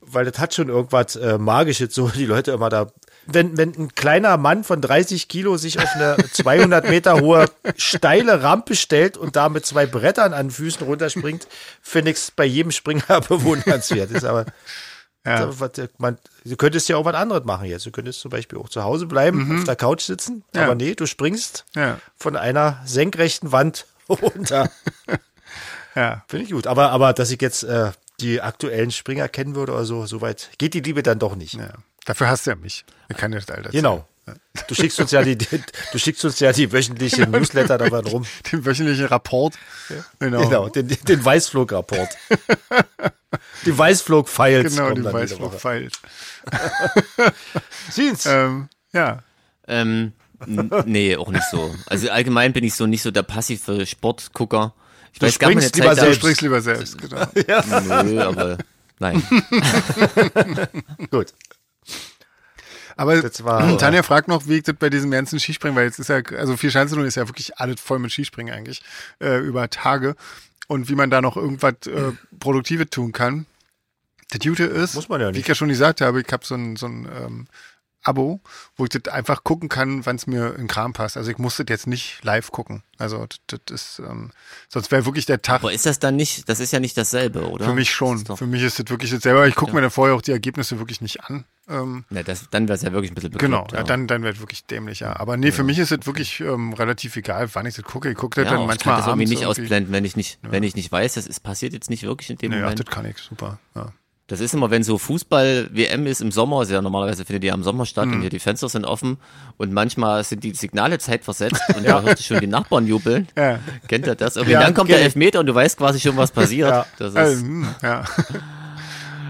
[SPEAKER 1] weil das hat schon irgendwas äh, Magisches, so die Leute immer da. Wenn, wenn ein kleiner Mann von 30 Kilo sich auf eine 200 Meter hohe steile Rampe stellt und da mit zwei Brettern an Füßen runterspringt, finde ich es bei jedem Springer (laughs) bewundernswert. Ist aber, da- was, äh, man, du könntest ja auch was anderes machen jetzt. Du könntest zum Beispiel auch zu Hause bleiben, auf der Couch sitzen, aber nee, du springst
[SPEAKER 3] Ja.
[SPEAKER 1] von einer senkrechten Wand (laughs) runter.
[SPEAKER 3] Ja.
[SPEAKER 1] Finde ich gut. Aber, aber dass ich jetzt äh, die aktuellen Springer kennen würde oder so, soweit geht die Liebe dann doch nicht.
[SPEAKER 3] ja. Dafür hast du ja mich. Ich kann dir das alles
[SPEAKER 1] Genau. Du schickst uns ja die, die du schickst uns ja die wöchentlichen
[SPEAKER 3] Genau.
[SPEAKER 1] Newsletter dabei rum.
[SPEAKER 3] (laughs) Den wöchentlichen Rapport. Genau.
[SPEAKER 1] Genau, den, den Weißflog-Rapport. Die Weißflog-Files.
[SPEAKER 3] Genau,
[SPEAKER 1] kommen
[SPEAKER 3] den
[SPEAKER 1] dann jede
[SPEAKER 3] weißflug
[SPEAKER 1] Woche.
[SPEAKER 3] files
[SPEAKER 1] Sieht's.
[SPEAKER 3] ähm, Ja.
[SPEAKER 2] Ähm, n- nee, auch nicht so. Also allgemein bin ich so nicht so der passive Sportgucker. Ich
[SPEAKER 1] Du
[SPEAKER 2] weiß, gab mal eine
[SPEAKER 1] springst lieber
[SPEAKER 2] Zeit, da-
[SPEAKER 3] Du
[SPEAKER 1] Selbst.
[SPEAKER 3] sprichst lieber selbst,
[SPEAKER 2] (laughs)
[SPEAKER 3] genau.
[SPEAKER 2] Nö, aber nein.
[SPEAKER 1] Gut.
[SPEAKER 3] Aber
[SPEAKER 1] Das war-
[SPEAKER 3] Tanja fragt noch, wie ich das bei diesem ganzen Skispringen, weil jetzt ist ja, also viel Schanzenlohn ist ja wirklich alles voll mit Skispringen eigentlich, äh, über Tage. Und wie man da noch irgendwas äh, Produktives tun kann. Das Gute ist,
[SPEAKER 1] Muss man ja
[SPEAKER 3] wie ich
[SPEAKER 1] nicht.
[SPEAKER 3] ja schon gesagt habe, ich habe so ein, so ein ähm, Abo, wo ich das einfach gucken kann, wann es mir in Kram passt. Also ich muss das jetzt nicht live gucken. Also das, das ist, ähm, sonst wäre wirklich der Tag
[SPEAKER 2] Aber ist das dann nicht, das ist ja nicht dasselbe, oder?
[SPEAKER 3] für mich
[SPEAKER 2] Das
[SPEAKER 3] schon.
[SPEAKER 2] ist doch-
[SPEAKER 3] Für mich ist das wirklich das selber. Ich gucke mir dann vorher auch die Ergebnisse wirklich nicht an. Ähm,
[SPEAKER 2] Na, Ne, das, dann wäre es ja wirklich ein bisschen
[SPEAKER 3] Genau,
[SPEAKER 2] bekloppt,
[SPEAKER 3] ja, dann, dann wird wirklich dämlicher. Aber nee, für mich ist es wirklich ähm, relativ egal, wann ich das gucke. Ich gucke das
[SPEAKER 2] ja,
[SPEAKER 3] dann
[SPEAKER 2] auch, ich
[SPEAKER 3] manchmal
[SPEAKER 2] kann das irgendwie
[SPEAKER 3] abends
[SPEAKER 2] nicht
[SPEAKER 3] irgendwie.
[SPEAKER 2] ausblenden, wenn ich nicht, wenn ich nicht weiß, das ist, passiert jetzt nicht wirklich in dem
[SPEAKER 3] Nee, ach,
[SPEAKER 2] Moment.
[SPEAKER 3] das kann ich, super. Ja.
[SPEAKER 2] Das ist immer, wenn so Fußball-WM ist im Sommer, ist ja normalerweise findet die am Sommer statt und hier die Fenster sind offen und manchmal sind die Signale zeitversetzt und da hörst du schon die Nachbarn jubeln.
[SPEAKER 3] Ja.
[SPEAKER 2] Kennt ihr das? Und
[SPEAKER 1] Ja,
[SPEAKER 2] dann kommt
[SPEAKER 1] kenn
[SPEAKER 2] der
[SPEAKER 1] ich.
[SPEAKER 2] Elfmeter und du weißt quasi schon, was passiert.
[SPEAKER 1] Ja.
[SPEAKER 2] Das
[SPEAKER 3] Also,
[SPEAKER 2] ist,
[SPEAKER 3] hm,
[SPEAKER 2] (laughs)
[SPEAKER 3] ja.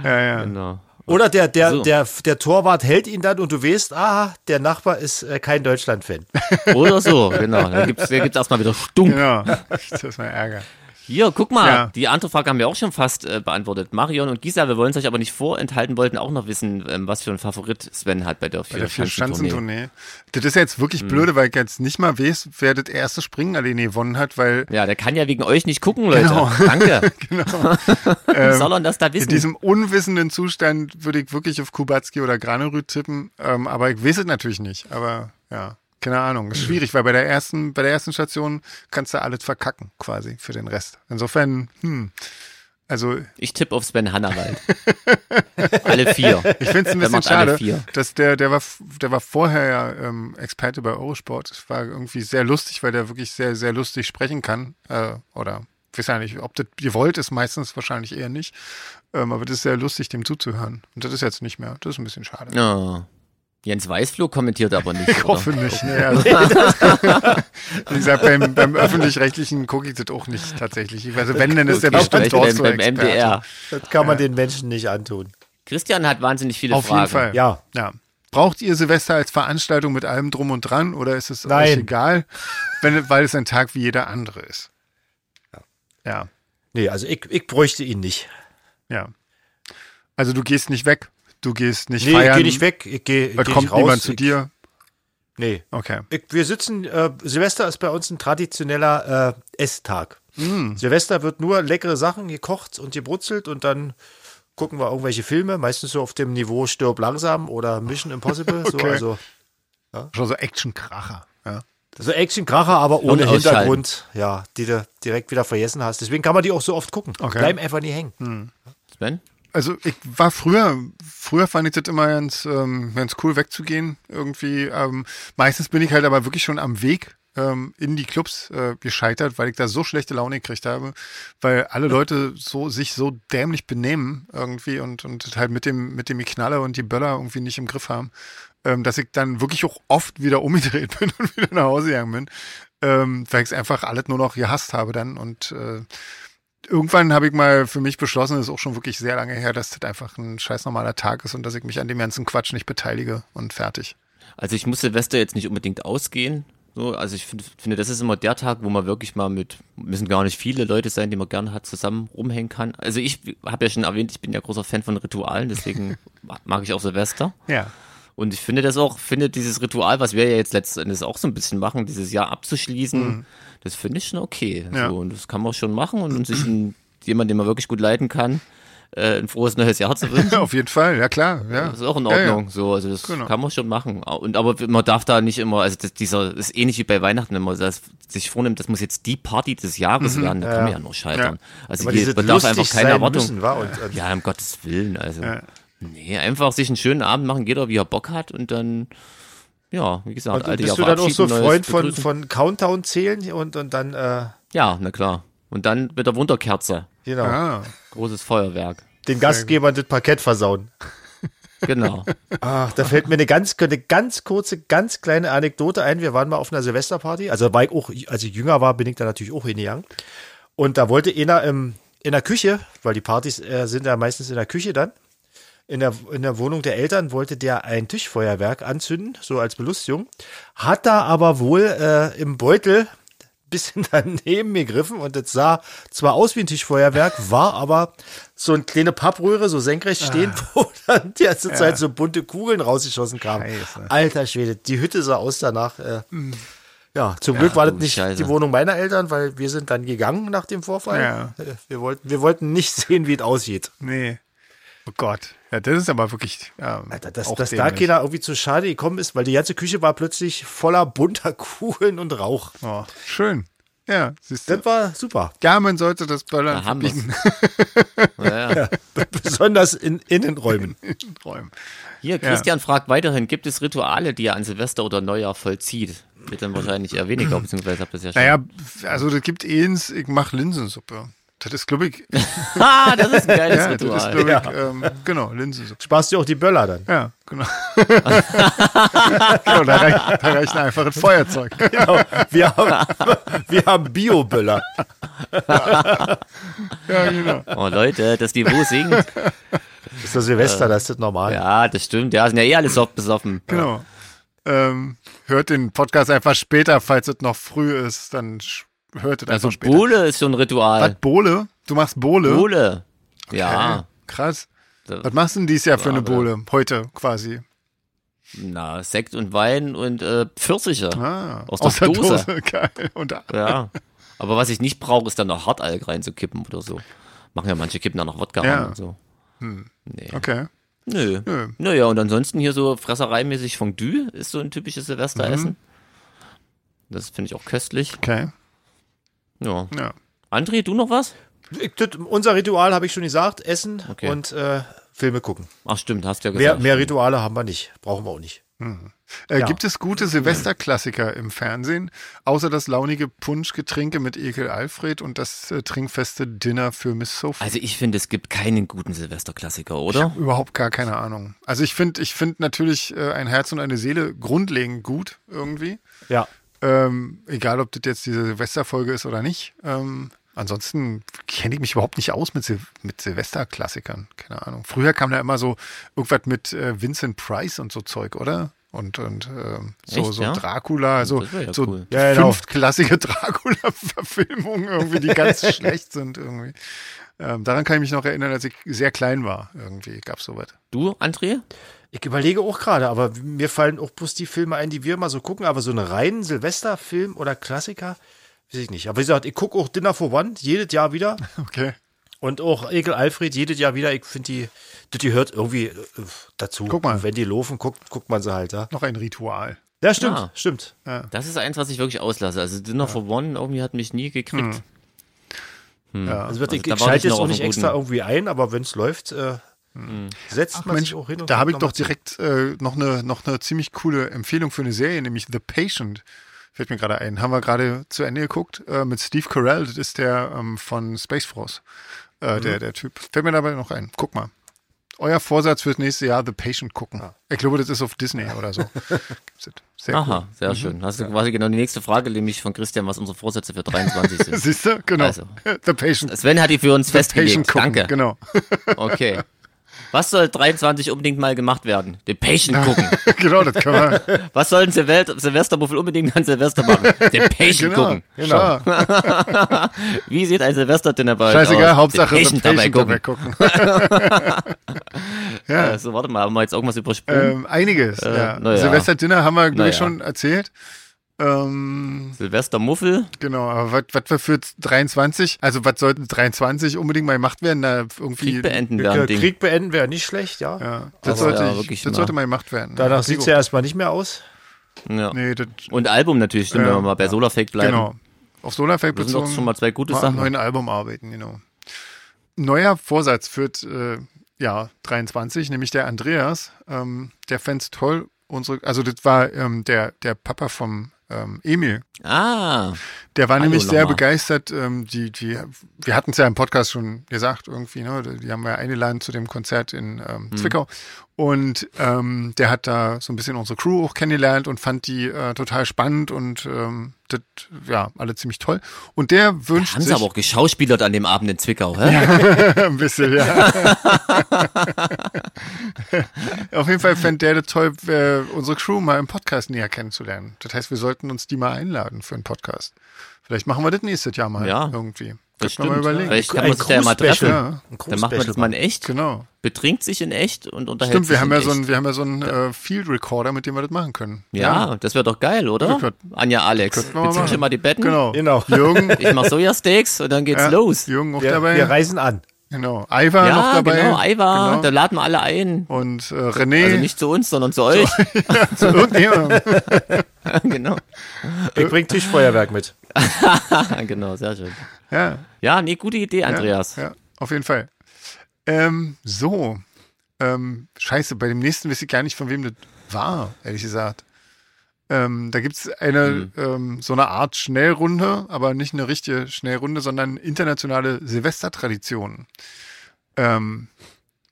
[SPEAKER 3] ja, ja.
[SPEAKER 2] genau.
[SPEAKER 1] Oder der, der,
[SPEAKER 2] So.
[SPEAKER 1] der, der Torwart hält ihn dann und du weißt, ah, der Nachbar ist äh, kein Deutschland-Fan.
[SPEAKER 2] Oder so, genau. Da gibt's, da gibt's erstmal wieder Stunk.
[SPEAKER 3] Genau. Das ist mein Ärger.
[SPEAKER 2] Hier, guck mal,
[SPEAKER 3] Ja.
[SPEAKER 2] die andere Frage haben wir auch schon fast äh, beantwortet. Marion und Gisa, wir wollen es euch aber nicht vorenthalten, wollten auch noch wissen, ähm, was für ein Favorit Sven hat bei der
[SPEAKER 3] Bei der
[SPEAKER 2] Vier-Schanzentournee. Hm.
[SPEAKER 3] Vier-Schanzentournee. Das ist jetzt wirklich blöde, weil ich jetzt nicht mal weiß, wer das erste Springen alleine gewonnen hat, weil
[SPEAKER 2] Ja, der kann ja wegen euch nicht gucken, Leute. (laughs)
[SPEAKER 3] Genau.
[SPEAKER 2] Danke.
[SPEAKER 3] (laughs)
[SPEAKER 2] (laughs)
[SPEAKER 3] genau,
[SPEAKER 2] Soll er das da
[SPEAKER 3] in
[SPEAKER 2] wissen?
[SPEAKER 3] diesem unwissenden Zustand würde ich wirklich auf Kubacki oder Granerüth tippen, ähm, aber ich weiß es natürlich nicht. Aber ja, keine Ahnung. Ist schwierig, weil bei der ersten, bei der ersten Station kannst du alles verkacken, quasi, für den Rest. Insofern, hm, Also
[SPEAKER 2] Ich tippe auf Sven
[SPEAKER 3] (laughs)
[SPEAKER 2] Hannawald. alle vier.
[SPEAKER 3] Ich finde es ein
[SPEAKER 2] Der macht
[SPEAKER 3] bisschen
[SPEAKER 2] alle
[SPEAKER 3] schade,
[SPEAKER 2] vier.
[SPEAKER 3] dass der, der war, f- der war vorher ja ähm, Experte bei Eurosport. Das war irgendwie sehr lustig, weil der wirklich sehr, sehr lustig sprechen kann. Äh, oder ich weiß ja nicht, ob das gewollt ist, meistens wahrscheinlich eher nicht. Ähm, aber das ist sehr lustig, dem zuzuhören. Und das ist jetzt nicht mehr. Das ist ein bisschen schade.
[SPEAKER 2] Ja. Jens Weißflug kommentiert aber nicht.
[SPEAKER 3] Ich hoffe nicht.
[SPEAKER 2] (laughs)
[SPEAKER 3] Nee, also, wie gesagt, beim, beim öffentlich-rechtlichen gucke ich das auch nicht tatsächlich.
[SPEAKER 2] (laughs)
[SPEAKER 3] Also wenn, dann ist der
[SPEAKER 2] Okay,
[SPEAKER 3] bestimmt
[SPEAKER 2] vielleicht
[SPEAKER 3] dort
[SPEAKER 2] beim,
[SPEAKER 3] so
[SPEAKER 2] beim
[SPEAKER 3] Experte.
[SPEAKER 2] MDR.
[SPEAKER 1] Das kann man den Menschen nicht antun.
[SPEAKER 2] Christian hat wahnsinnig viele
[SPEAKER 3] Auf
[SPEAKER 2] Fragen.
[SPEAKER 3] jeden Fall.
[SPEAKER 1] Ja.
[SPEAKER 3] Ja. Braucht ihr Silvester als Veranstaltung mit allem drum und dran oder ist es euch
[SPEAKER 1] Nein.
[SPEAKER 3] egal, wenn, weil es ein Tag wie jeder andere ist? Ja.
[SPEAKER 1] Nee, also ich, ich bräuchte ihn nicht.
[SPEAKER 3] Ja. Also du gehst nicht weg, du gehst nicht
[SPEAKER 1] Nee, ich
[SPEAKER 3] feiern,
[SPEAKER 1] gehe nicht weg. Ich gehe geh
[SPEAKER 3] da
[SPEAKER 1] ich
[SPEAKER 3] kommt
[SPEAKER 1] raus.
[SPEAKER 3] niemand zu
[SPEAKER 1] ich,
[SPEAKER 3] dir.
[SPEAKER 1] Nee.
[SPEAKER 3] Okay.
[SPEAKER 1] Ich, wir sitzen, äh, Silvester ist bei uns ein traditioneller äh, Esstag.
[SPEAKER 2] Mm.
[SPEAKER 1] Silvester wird nur leckere Sachen gekocht und gebrutzelt und dann gucken wir irgendwelche Filme, meistens so auf dem Niveau Stirb langsam oder Mission Impossible. So,
[SPEAKER 2] (laughs)
[SPEAKER 3] Okay.
[SPEAKER 1] also,
[SPEAKER 3] Schon so Actionkracher. Ja.
[SPEAKER 1] so Actionkracher, aber ohne
[SPEAKER 2] ausschalten.
[SPEAKER 1] Hintergrund, ja, die du direkt wieder vergessen hast. Deswegen kann man die auch so oft gucken.
[SPEAKER 3] Okay.
[SPEAKER 1] Bleiben einfach nie hängen.
[SPEAKER 2] Hm. Sven?
[SPEAKER 3] Also ich war früher, früher fand ich das immer ganz, ähm, ganz cool wegzugehen irgendwie. Ähm, meistens bin ich halt aber wirklich schon am Weg ähm, in die Clubs äh, gescheitert, weil ich da so schlechte Laune gekriegt habe, weil alle Leute so sich so dämlich benehmen irgendwie und, und das halt mit dem, mit dem Knaller und die Böller irgendwie nicht im Griff haben, ähm, dass ich dann wirklich auch oft wieder umgedreht (laughs) bin und wieder nach Hause gegangen bin. Ähm, weil ich es einfach alles nur noch gehasst habe dann und äh, irgendwann habe ich mal für mich beschlossen, das ist auch schon wirklich sehr lange her, dass das einfach ein scheiß normaler Tag ist und dass ich mich an dem ganzen Quatsch nicht beteilige und fertig.
[SPEAKER 2] Also ich muss Silvester jetzt nicht unbedingt ausgehen. So, also ich find, finde, das ist immer der Tag, wo man wirklich mal mit, müssen gar nicht viele Leute sein, die man gerne hat, zusammen rumhängen kann. Also ich habe ja schon erwähnt, ich bin ja großer Fan von Ritualen,
[SPEAKER 3] (laughs)
[SPEAKER 2] deswegen ma- mag ich auch Silvester.
[SPEAKER 3] Ja.
[SPEAKER 2] Und ich finde das auch, finde dieses Ritual, was wir ja jetzt letzten Endes auch so ein bisschen machen, dieses Jahr abzuschließen, das finde ich schon okay.
[SPEAKER 3] Ja.
[SPEAKER 2] So, und das kann man schon machen und, und sich einen- jemand, den man wirklich gut leiten kann, äh, ein frohes neues Jahr zu
[SPEAKER 3] (laughs)
[SPEAKER 2] wünschen.
[SPEAKER 3] (laughs) Auf jeden Fall, ja klar. Ja.
[SPEAKER 2] Das ist auch in
[SPEAKER 3] Ja, ja.
[SPEAKER 2] Ordnung. So, also das
[SPEAKER 3] Genau.
[SPEAKER 2] kann man schon machen. Und aber man darf da nicht immer, also das, dieser das ist ähnlich wie bei Weihnachten, wenn man das, sich vornimmt, das muss jetzt die Party des Jahres werden, da kann man ja nur scheitern. Also
[SPEAKER 1] Aber
[SPEAKER 2] hier,
[SPEAKER 1] diese
[SPEAKER 2] man darf
[SPEAKER 1] lustig
[SPEAKER 2] einfach keine
[SPEAKER 1] sein
[SPEAKER 2] Erwartung.
[SPEAKER 1] müssen, war? Und, und
[SPEAKER 2] Ja, um Gottes Willen. Also nee, einfach sich einen schönen Abend machen, jeder wie er Bock hat und dann ja, wie gesagt,
[SPEAKER 1] Und
[SPEAKER 2] alte
[SPEAKER 1] bist
[SPEAKER 2] Jahre
[SPEAKER 1] du dann auch so
[SPEAKER 2] verabschieden, Neues
[SPEAKER 1] Freund von,
[SPEAKER 2] begrüßen.
[SPEAKER 1] von Countdown zählen und, und dann, äh,
[SPEAKER 2] Ja, na klar. Und dann mit der Wunderkerze,
[SPEAKER 1] genau,
[SPEAKER 3] Ah,
[SPEAKER 2] großes Feuerwerk.
[SPEAKER 1] den Gastgebern das Parkett versauen.
[SPEAKER 2] Genau.
[SPEAKER 1] Ach, da fällt mir eine ganz, eine ganz kurze, ganz kleine Anekdote ein. Wir waren mal auf einer Silvesterparty. Also, weil ich auch, als ich jünger war, bin ich da natürlich auch hingegangen. Und da wollte einer im, in der Küche, weil die Partys äh, sind ja meistens in der Küche dann, in der, in der Wohnung der Eltern wollte der ein Tischfeuerwerk anzünden, so als Belustigung. Hat da aber wohl äh, im Beutel ein bisschen (laughs) daneben gegriffen und das sah zwar aus wie ein Tischfeuerwerk, war aber so eine kleine Pappröhre, so senkrecht stehend, (laughs) wo dann die ganze Zeit so bunte Kugeln rausgeschossen kamen.
[SPEAKER 3] Scheiße.
[SPEAKER 1] Alter Schwede, die Hütte sah aus danach. Äh, ja, zum Glück war das
[SPEAKER 2] du
[SPEAKER 1] nicht
[SPEAKER 2] Scheiße.
[SPEAKER 1] die Wohnung meiner Eltern, weil wir sind dann gegangen nach dem Vorfall.
[SPEAKER 3] Ja.
[SPEAKER 1] Äh, Wir, wollten, wir wollten nicht (laughs) sehen, wie es aussieht.
[SPEAKER 3] nee. Oh Gott. Ja, das ist aber wirklich. Ähm,
[SPEAKER 1] Alter, dass,
[SPEAKER 3] auch
[SPEAKER 1] dass da
[SPEAKER 3] dämlich.
[SPEAKER 1] keiner irgendwie zu schade gekommen ist, weil die ganze Küche war plötzlich voller bunter (laughs) Kugeln und Rauch.
[SPEAKER 3] Oh, schön. Ja, siehst du.
[SPEAKER 1] Das war super. (laughs)
[SPEAKER 3] Ja, man sollte das Böllern
[SPEAKER 2] Da haben wir's.
[SPEAKER 3] verbieten
[SPEAKER 2] Ja, ja.
[SPEAKER 1] Besonders in Innenräumen.
[SPEAKER 3] in Räumen.
[SPEAKER 2] Hier, Christian fragt weiterhin, gibt es Rituale, die ihr an Silvester oder Neujahr vollzieht? Wird dann wahrscheinlich eher weniger, beziehungsweise habt ihr es ja schon.
[SPEAKER 3] Naja, also das gibt ehens, ich mache Linsensuppe. Das ist, glaube ich,
[SPEAKER 2] Ah, das ist
[SPEAKER 1] (laughs)
[SPEAKER 2] ein geiles
[SPEAKER 3] ja, das
[SPEAKER 2] Ritual.
[SPEAKER 3] ist, glaub ich ähm, genau, Linsensuppe.
[SPEAKER 1] Sparst dir auch die Böller dann.
[SPEAKER 3] Ja, genau. (laughs) genau da, reicht, da reicht einfach ein Feuerzeug. (laughs)
[SPEAKER 1] Genau. Wir haben, (laughs) wir haben Bio-Böller.
[SPEAKER 3] ja, genau.
[SPEAKER 2] oh Leute, das Niveau sinkt.
[SPEAKER 1] Ist das Silvester, das ist das normal.
[SPEAKER 2] Ja, das stimmt. Ja, sind ja eh alle soft besoffen.
[SPEAKER 3] genau. Ähm, hört den Podcast einfach später, falls es noch früh ist, dann sch- hört es
[SPEAKER 2] Also
[SPEAKER 3] einfach später.
[SPEAKER 2] Bohle ist schon ein
[SPEAKER 3] Was,
[SPEAKER 2] Ritual.
[SPEAKER 3] Bohle? Du machst Bohle?
[SPEAKER 2] Bohle.
[SPEAKER 3] Ja.
[SPEAKER 2] Ja.
[SPEAKER 3] Krass.
[SPEAKER 2] Da-
[SPEAKER 3] Was machst du denn dieses Jahr für
[SPEAKER 2] Ja,
[SPEAKER 3] eine
[SPEAKER 2] aber-
[SPEAKER 3] Bohle? Heute quasi.
[SPEAKER 2] Na, Sekt und Wein und äh, Pfirsiche.
[SPEAKER 3] Ah,
[SPEAKER 2] Aus der Dose.
[SPEAKER 3] (laughs) Geil. Und da-
[SPEAKER 2] Ja. Aber was ich nicht brauche, ist dann noch Hartalk reinzukippen oder so. Machen ja manche kippen da noch Wodka
[SPEAKER 3] Ja.
[SPEAKER 2] rein und so. Nee.
[SPEAKER 3] okay.
[SPEAKER 2] Nö.
[SPEAKER 3] Nö.
[SPEAKER 2] Naja, und ansonsten hier so fressereimäßig Fondue ist so ein typisches Silvesteressen.
[SPEAKER 3] Mhm.
[SPEAKER 2] Das finde ich auch köstlich.
[SPEAKER 3] Okay.
[SPEAKER 2] Ja.
[SPEAKER 3] Ja.
[SPEAKER 2] André, du noch was?
[SPEAKER 1] Ich, das, unser Ritual habe ich schon gesagt, Essen
[SPEAKER 2] Okay.
[SPEAKER 1] und äh, Filme gucken.
[SPEAKER 2] Ach stimmt, hast du ja
[SPEAKER 1] Mehr,
[SPEAKER 2] gesagt.
[SPEAKER 1] mehr Rituale haben wir nicht, brauchen wir auch nicht.
[SPEAKER 3] Äh,
[SPEAKER 1] Ja.
[SPEAKER 3] Gibt es gute Silvesterklassiker im Fernsehen, außer das launige Punschgetränke mit Ekel Alfred und das äh, trinkfeste Dinner für Miss Sophie?
[SPEAKER 2] also ich finde, es gibt keinen guten Silvesterklassiker, oder?
[SPEAKER 3] Überhaupt gar keine Ahnung. Also ich finde ich find natürlich äh, ein Herz und eine Seele grundlegend gut irgendwie.
[SPEAKER 1] Ja.
[SPEAKER 3] Ähm, egal, ob das jetzt diese Silvesterfolge ist oder nicht. Ähm, ansonsten kenne ich mich überhaupt nicht aus mit, Sil mit Silvesterklassikern. Keine Ahnung. Früher kam da immer so irgendwas mit äh, Vincent Price und so Zeug, oder? Und, und ähm, so,
[SPEAKER 2] Echt,
[SPEAKER 3] so
[SPEAKER 2] ja?
[SPEAKER 3] Dracula, also
[SPEAKER 2] Das wär ja
[SPEAKER 3] so
[SPEAKER 2] cool.
[SPEAKER 1] Ja, genau.
[SPEAKER 3] fünftklassige Dracula-Verfilmungen irgendwie, die ganz
[SPEAKER 1] (laughs)
[SPEAKER 3] schlecht sind irgendwie. Ähm, daran kann ich mich noch erinnern, als ich sehr klein war. Irgendwie gab es sowas.
[SPEAKER 2] Du, André?
[SPEAKER 1] Ich überlege auch gerade, aber mir fallen auch bloß die Filme ein, die wir mal so gucken, aber so einen reinen Silvesterfilm oder Klassiker, weiß ich nicht. Aber wie gesagt, ich gucke auch Dinner for One jedes Jahr
[SPEAKER 3] (laughs)
[SPEAKER 1] wieder
[SPEAKER 3] Okay.
[SPEAKER 1] und auch Ekel Alfred jedes Jahr wieder. Ich finde, die, das gehört irgendwie äh, dazu.
[SPEAKER 3] Guck mal.
[SPEAKER 1] Und wenn die laufen, guckt, guckt man sie halt, ja.
[SPEAKER 3] Noch ein Ritual.
[SPEAKER 1] Ja, stimmt,
[SPEAKER 2] Ah.
[SPEAKER 1] stimmt.
[SPEAKER 2] Das ist eins, was ich wirklich auslasse. Also Dinner for One irgendwie hat mich nie
[SPEAKER 3] Mhm.
[SPEAKER 2] gekriegt.
[SPEAKER 3] Ja.
[SPEAKER 1] Also, ich,
[SPEAKER 2] da
[SPEAKER 1] ich
[SPEAKER 2] warte ich
[SPEAKER 1] schalte jetzt
[SPEAKER 2] noch
[SPEAKER 1] auch
[SPEAKER 2] auf Hm.
[SPEAKER 1] nicht
[SPEAKER 2] einen
[SPEAKER 1] extra
[SPEAKER 2] guten.
[SPEAKER 1] irgendwie ein, aber wenn es läuft, äh, setzt man sich auch hin. und
[SPEAKER 3] da habe ich
[SPEAKER 1] guckt noch
[SPEAKER 3] doch direkt äh, noch, eine, noch eine ziemlich coole Empfehlung für eine Serie, nämlich The Patient. Fällt mir gerade ein. Haben wir gerade zu Ende geguckt äh, mit Steve Carell. Das ist der ähm, von Space Force, äh, der, der Typ. Fällt mir dabei noch ein. Guck mal. Euer Vorsatz fürs nächste Jahr, The Patient gucken. Ich glaube, das ist auf Disney oder so. Gibt's das. Sehr cool. Mhm.
[SPEAKER 2] Aha, sehr schön. Hast du quasi genau die nächste Frage, nämlich von Christian, was unsere Vorsätze für 23
[SPEAKER 3] (laughs)
[SPEAKER 2] sind.
[SPEAKER 3] Siehst du? Genau.
[SPEAKER 2] Also.
[SPEAKER 3] The Patient.
[SPEAKER 2] Sven hat die für uns
[SPEAKER 3] Patient
[SPEAKER 2] festgelegt.
[SPEAKER 3] gucken.
[SPEAKER 2] Danke.
[SPEAKER 3] Genau. (laughs)
[SPEAKER 2] Okay. Was soll 23 unbedingt mal gemacht werden? Den Patient
[SPEAKER 3] (laughs)
[SPEAKER 2] gucken.
[SPEAKER 3] genau, das kann man.
[SPEAKER 2] Was sollen Silvest Silvesterbuffel unbedingt an Silvester machen?
[SPEAKER 3] (laughs)
[SPEAKER 2] Den Patient
[SPEAKER 3] Genau.
[SPEAKER 2] gucken.
[SPEAKER 3] Genau.
[SPEAKER 2] Wie sieht ein Silvesterdinner bei euch aus?
[SPEAKER 3] Scheißegal,
[SPEAKER 2] Den
[SPEAKER 3] Hauptsache The
[SPEAKER 2] Genau. Patient dabei
[SPEAKER 3] Patient
[SPEAKER 2] gucken.
[SPEAKER 3] dabei gucken.
[SPEAKER 2] Also, warte mal, haben wir jetzt irgendwas übersprungen?
[SPEAKER 3] Ähm, einiges, ja.
[SPEAKER 2] Äh, na ja.
[SPEAKER 3] Silvesterdinner haben wir, glaube ich,
[SPEAKER 2] ja.
[SPEAKER 3] schon erzählt. Ähm,
[SPEAKER 2] Silvestermuffel?
[SPEAKER 3] genau, aber was- was wir für 23, also was sollten 23 unbedingt mal gemacht werden? Da irgendwie,
[SPEAKER 2] Krieg beenden
[SPEAKER 1] dazu.
[SPEAKER 2] wäre ein
[SPEAKER 1] Krieg,
[SPEAKER 2] Ding.
[SPEAKER 1] Krieg beenden wäre nicht schlecht, ja.
[SPEAKER 3] ja, das,
[SPEAKER 2] Aber
[SPEAKER 3] sollte,
[SPEAKER 2] ja,
[SPEAKER 3] ich,
[SPEAKER 2] wirklich
[SPEAKER 3] das
[SPEAKER 2] mal.
[SPEAKER 3] sollte mal gemacht werden.
[SPEAKER 1] Danach
[SPEAKER 3] Krieg
[SPEAKER 1] sieht es ja erstmal nicht mehr aus.
[SPEAKER 2] Ja.
[SPEAKER 3] auch- Nee, das,
[SPEAKER 2] Und Album natürlich, stimmt,
[SPEAKER 3] Ähm, Ja.
[SPEAKER 2] wenn wir mal bei Solarfake bleiben.
[SPEAKER 3] genau. Auf Solarfake
[SPEAKER 2] Das sind doch
[SPEAKER 3] bezogen,
[SPEAKER 2] schon mal zwei gute
[SPEAKER 3] mal am
[SPEAKER 2] Sachen.
[SPEAKER 3] neuen Album arbeiten, genau. Neuer Vorsatz führt, äh, ja, 23, nämlich der Andreas, ähm, der fänd's toll, unsere, also das war ähm, der, der Papa vom ähm, Emil,
[SPEAKER 2] Ah,
[SPEAKER 3] Der war
[SPEAKER 2] Hallo
[SPEAKER 3] nämlich sehr
[SPEAKER 2] nochmal.
[SPEAKER 3] begeistert. Ähm, die, die, wir hatten es ja im Podcast schon gesagt, irgendwie, ne? Die haben wir eingeladen zu dem Konzert in ähm,
[SPEAKER 2] Mhm.
[SPEAKER 3] Zwickau. Und ähm, der hat da so ein bisschen unsere Crew auch kennengelernt und fand die äh, total spannend und ähm, das, ja, alle ziemlich toll. Und der wünscht
[SPEAKER 2] haben sie
[SPEAKER 3] sich
[SPEAKER 2] aber auch geschauspielert an dem Abend in Zwickau, hä?
[SPEAKER 3] ein bisschen, ja.
[SPEAKER 2] (laughs)
[SPEAKER 3] Auf jeden Fall fände der das toll, äh, unsere Crew mal im Podcast näher kennenzulernen. Das heißt, wir sollten uns die mal einladen für einen Podcast. Vielleicht machen wir das nächstes Jahr mal
[SPEAKER 2] Ja.
[SPEAKER 3] irgendwie.
[SPEAKER 2] Das
[SPEAKER 3] Könnten wir mal
[SPEAKER 2] stimmt.
[SPEAKER 3] überlegen.
[SPEAKER 2] Vielleicht kann
[SPEAKER 1] Ein
[SPEAKER 2] man sich da ja mal
[SPEAKER 1] Crew-Special.
[SPEAKER 2] treffen.
[SPEAKER 3] Ja.
[SPEAKER 1] Ein
[SPEAKER 2] Dann macht man das mal in echt,
[SPEAKER 3] Genau.
[SPEAKER 2] betrinkt sich in echt und unterhält
[SPEAKER 3] Stimmt,
[SPEAKER 2] sich
[SPEAKER 3] wir haben,
[SPEAKER 2] in
[SPEAKER 3] ja so
[SPEAKER 2] echt.
[SPEAKER 3] einen, wir haben ja so einen äh, Field Recorder, mit dem wir das machen können.
[SPEAKER 2] Ja, das wäre doch geil, oder?
[SPEAKER 3] könnten-
[SPEAKER 2] Anja Alex,
[SPEAKER 3] könnten wir mal
[SPEAKER 2] wir ziehen
[SPEAKER 3] machen.
[SPEAKER 2] schon mal die Betten.
[SPEAKER 3] Genau.
[SPEAKER 1] Genau.
[SPEAKER 3] Jürgen,
[SPEAKER 2] (laughs) Ich mach Sojasteaks und dann geht's
[SPEAKER 3] ja,
[SPEAKER 2] los.
[SPEAKER 3] Jürgen auch
[SPEAKER 1] Wir,
[SPEAKER 3] dabei.
[SPEAKER 1] wir reisen an.
[SPEAKER 3] genau. Ivar noch
[SPEAKER 2] Ja,
[SPEAKER 3] dabei.
[SPEAKER 2] genau, Aiwa,
[SPEAKER 3] Genau.
[SPEAKER 2] da laden wir alle ein.
[SPEAKER 3] Und äh, René.
[SPEAKER 2] Also nicht zu uns, sondern zu euch.
[SPEAKER 3] (laughs) zu irgendjemandem.
[SPEAKER 2] (laughs) genau. (laughs)
[SPEAKER 3] Äh.
[SPEAKER 1] Ich bring Tischfeuerwerk mit.
[SPEAKER 2] genau, sehr schön.
[SPEAKER 3] ja.
[SPEAKER 2] Ja, nee, gute Idee, Andreas.
[SPEAKER 3] Ja, auf jeden Fall. Ähm, so. Ähm, scheiße, bei dem nächsten weiß ich gar nicht, von wem das war, ehrlich gesagt. Ähm, da gibt es eine,
[SPEAKER 1] Hm.
[SPEAKER 3] ähm, so eine Art Schnellrunde, aber nicht eine richtige Schnellrunde, sondern internationale Silvestertraditionen. Ähm,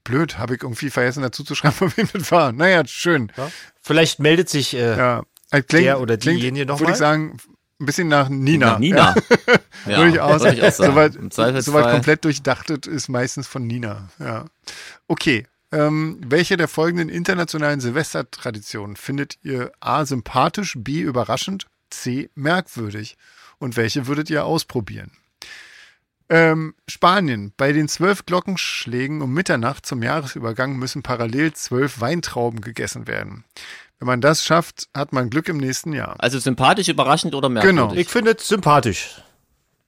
[SPEAKER 3] blöd, habe ich irgendwie vergessen, dazu zu schreiben, (laughs) von wem das war. Naja, schön.
[SPEAKER 1] Ja? Vielleicht meldet sich äh,
[SPEAKER 3] Ja. Äh, Klingt,
[SPEAKER 1] Der oder
[SPEAKER 3] klingt,
[SPEAKER 1] diejenige noch
[SPEAKER 3] Würde ich
[SPEAKER 1] mal?
[SPEAKER 3] sagen, ein bisschen nach Nina.
[SPEAKER 2] Nach
[SPEAKER 3] (laughs)
[SPEAKER 2] Nina. Ja,
[SPEAKER 3] durchaus.
[SPEAKER 2] würde ich auch sagen. Im
[SPEAKER 3] Soweit,
[SPEAKER 2] Zweifelsfall.
[SPEAKER 3] soweit komplett durchdachtet ist meistens von Nina. Ja. Okay. Ähm, welche der folgenden internationalen Silvestertraditionen findet ihr A sympathisch, B überraschend, C merkwürdig? Und welche würdet ihr ausprobieren? Ähm, Spanien. Bei den zwölf Glockenschlägen um Mitternacht zum Jahresübergang müssen parallel zwölf Weintrauben gegessen werden. Wenn man das schafft, hat man Glück im nächsten Jahr.
[SPEAKER 2] Also sympathisch, überraschend oder
[SPEAKER 3] Genau.
[SPEAKER 2] merkwürdig?
[SPEAKER 1] Ich finde es sympathisch.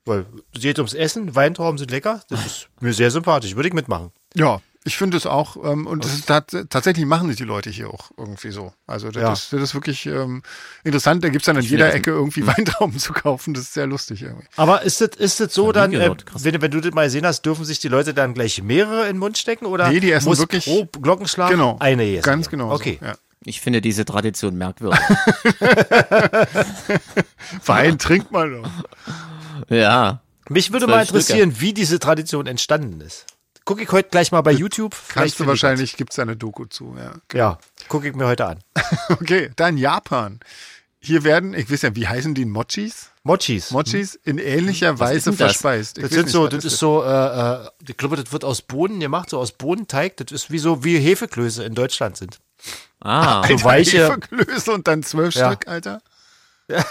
[SPEAKER 1] Weil es geht ums Essen, Weintrauben sind lecker. Das ist mir sehr sympathisch. Würde ich mitmachen.
[SPEAKER 3] Ja, Ich finde es auch, ähm, und das ist tats tatsächlich machen es die Leute hier auch irgendwie so. Also das,
[SPEAKER 1] Ja.
[SPEAKER 3] ist, das ist wirklich ähm, interessant. Da gibt es dann an
[SPEAKER 2] finde
[SPEAKER 3] jeder
[SPEAKER 2] das-
[SPEAKER 3] Ecke
[SPEAKER 1] Hm.
[SPEAKER 3] irgendwie Weintrauben (laughs) zu kaufen. Das ist sehr lustig irgendwie.
[SPEAKER 1] Aber ist das, ist das so
[SPEAKER 2] Noch nie
[SPEAKER 1] dann, äh,
[SPEAKER 2] gehört, krass.
[SPEAKER 1] wenn, wenn du das mal gesehen hast, dürfen sich die Leute dann gleich mehrere in den Mund stecken oder
[SPEAKER 3] Nee, die essen
[SPEAKER 1] muss
[SPEAKER 3] wirklich-
[SPEAKER 1] pro Glockenschlag
[SPEAKER 3] Genau.
[SPEAKER 1] eine essen?
[SPEAKER 3] Ganz genau.
[SPEAKER 1] Okay.
[SPEAKER 3] So, ja.
[SPEAKER 2] Ich finde diese Tradition merkwürdig.
[SPEAKER 1] (laughs)
[SPEAKER 3] Wein trinkt man doch.
[SPEAKER 2] (laughs) ja.
[SPEAKER 1] Mich würde
[SPEAKER 2] Zwölf
[SPEAKER 1] mal interessieren, wie diese Tradition entstanden ist. Guck ich heute gleich mal bei YouTube. vielleicht
[SPEAKER 3] Kannst du
[SPEAKER 1] finde ich das.
[SPEAKER 3] wahrscheinlich, gibt es eine Doku zu, ja.
[SPEAKER 1] Ja, gucke ich mir heute an.
[SPEAKER 3] Okay, dann Japan. Hier werden, ich weiß ja, wie heißen die Mochis?
[SPEAKER 1] Mochis.
[SPEAKER 3] Mochis in ähnlicher Weise
[SPEAKER 2] denn das?
[SPEAKER 3] verspeist. Ich
[SPEAKER 1] das
[SPEAKER 3] weiß
[SPEAKER 1] sind
[SPEAKER 3] nicht,
[SPEAKER 1] so,
[SPEAKER 3] was
[SPEAKER 1] das ist so, äh, äh, ich glaube, das wird aus Bohnen gemacht, so aus Bohnenteig. Das ist wie so, wie Hefeklöße in Deutschland sind.
[SPEAKER 2] Ah,
[SPEAKER 1] So weiche.
[SPEAKER 3] Hefeklöße und dann zwölf
[SPEAKER 1] Ja.
[SPEAKER 3] Stück, Alter.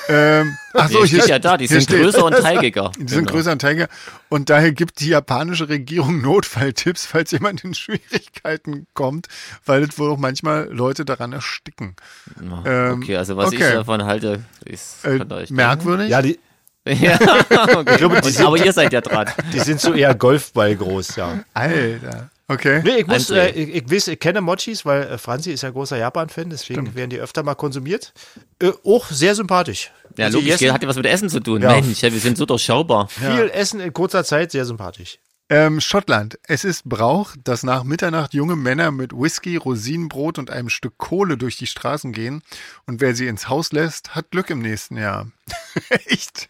[SPEAKER 3] Ähm, ach so,
[SPEAKER 2] die
[SPEAKER 3] hier
[SPEAKER 2] steht ja da, die
[SPEAKER 3] hier
[SPEAKER 2] sind
[SPEAKER 3] steht-
[SPEAKER 2] größer und teigiger.
[SPEAKER 3] Die
[SPEAKER 1] Genau.
[SPEAKER 3] sind größer und teigiger. Und daher gibt die japanische Regierung Notfalltipps, falls jemand in (laughs) Schwierigkeiten kommt, weil es wohl auch manchmal Leute daran ersticken. Ähm,
[SPEAKER 2] Okay, also was ich
[SPEAKER 3] okay.
[SPEAKER 2] davon halte, ist
[SPEAKER 3] Äh,
[SPEAKER 2] von euch.
[SPEAKER 3] merkwürdig.
[SPEAKER 1] Ja, die,
[SPEAKER 2] (laughs) Ja, okay. Und, aber ihr seid ja dran.
[SPEAKER 1] die sind so eher Golfball groß, ja.
[SPEAKER 3] Alter. Okay.
[SPEAKER 1] Nee, ich muss,
[SPEAKER 2] André.
[SPEAKER 1] äh, ich, ich, weiß, ich kenne Mochis, weil äh, Franzi ist ja großer Japan-Fan, deswegen werden die öfter mal konsumiert. Äh, auch sehr sympathisch.
[SPEAKER 2] Ja,
[SPEAKER 1] Also
[SPEAKER 2] logisch,
[SPEAKER 1] die essen
[SPEAKER 2] hat ja was mit Essen zu tun.
[SPEAKER 1] Ja.
[SPEAKER 2] Mensch, ja, wir sind so durchschaubar.
[SPEAKER 1] viel Essen in kurzer Zeit, sehr sympathisch.
[SPEAKER 3] Ähm, Schottland. Es ist Brauch, dass nach Mitternacht junge Männer mit Whisky, Rosinenbrot und einem Stück Kohle durch die Straßen gehen. Und wer sie ins Haus lässt, hat Glück im nächsten Jahr. (laughs) Echt?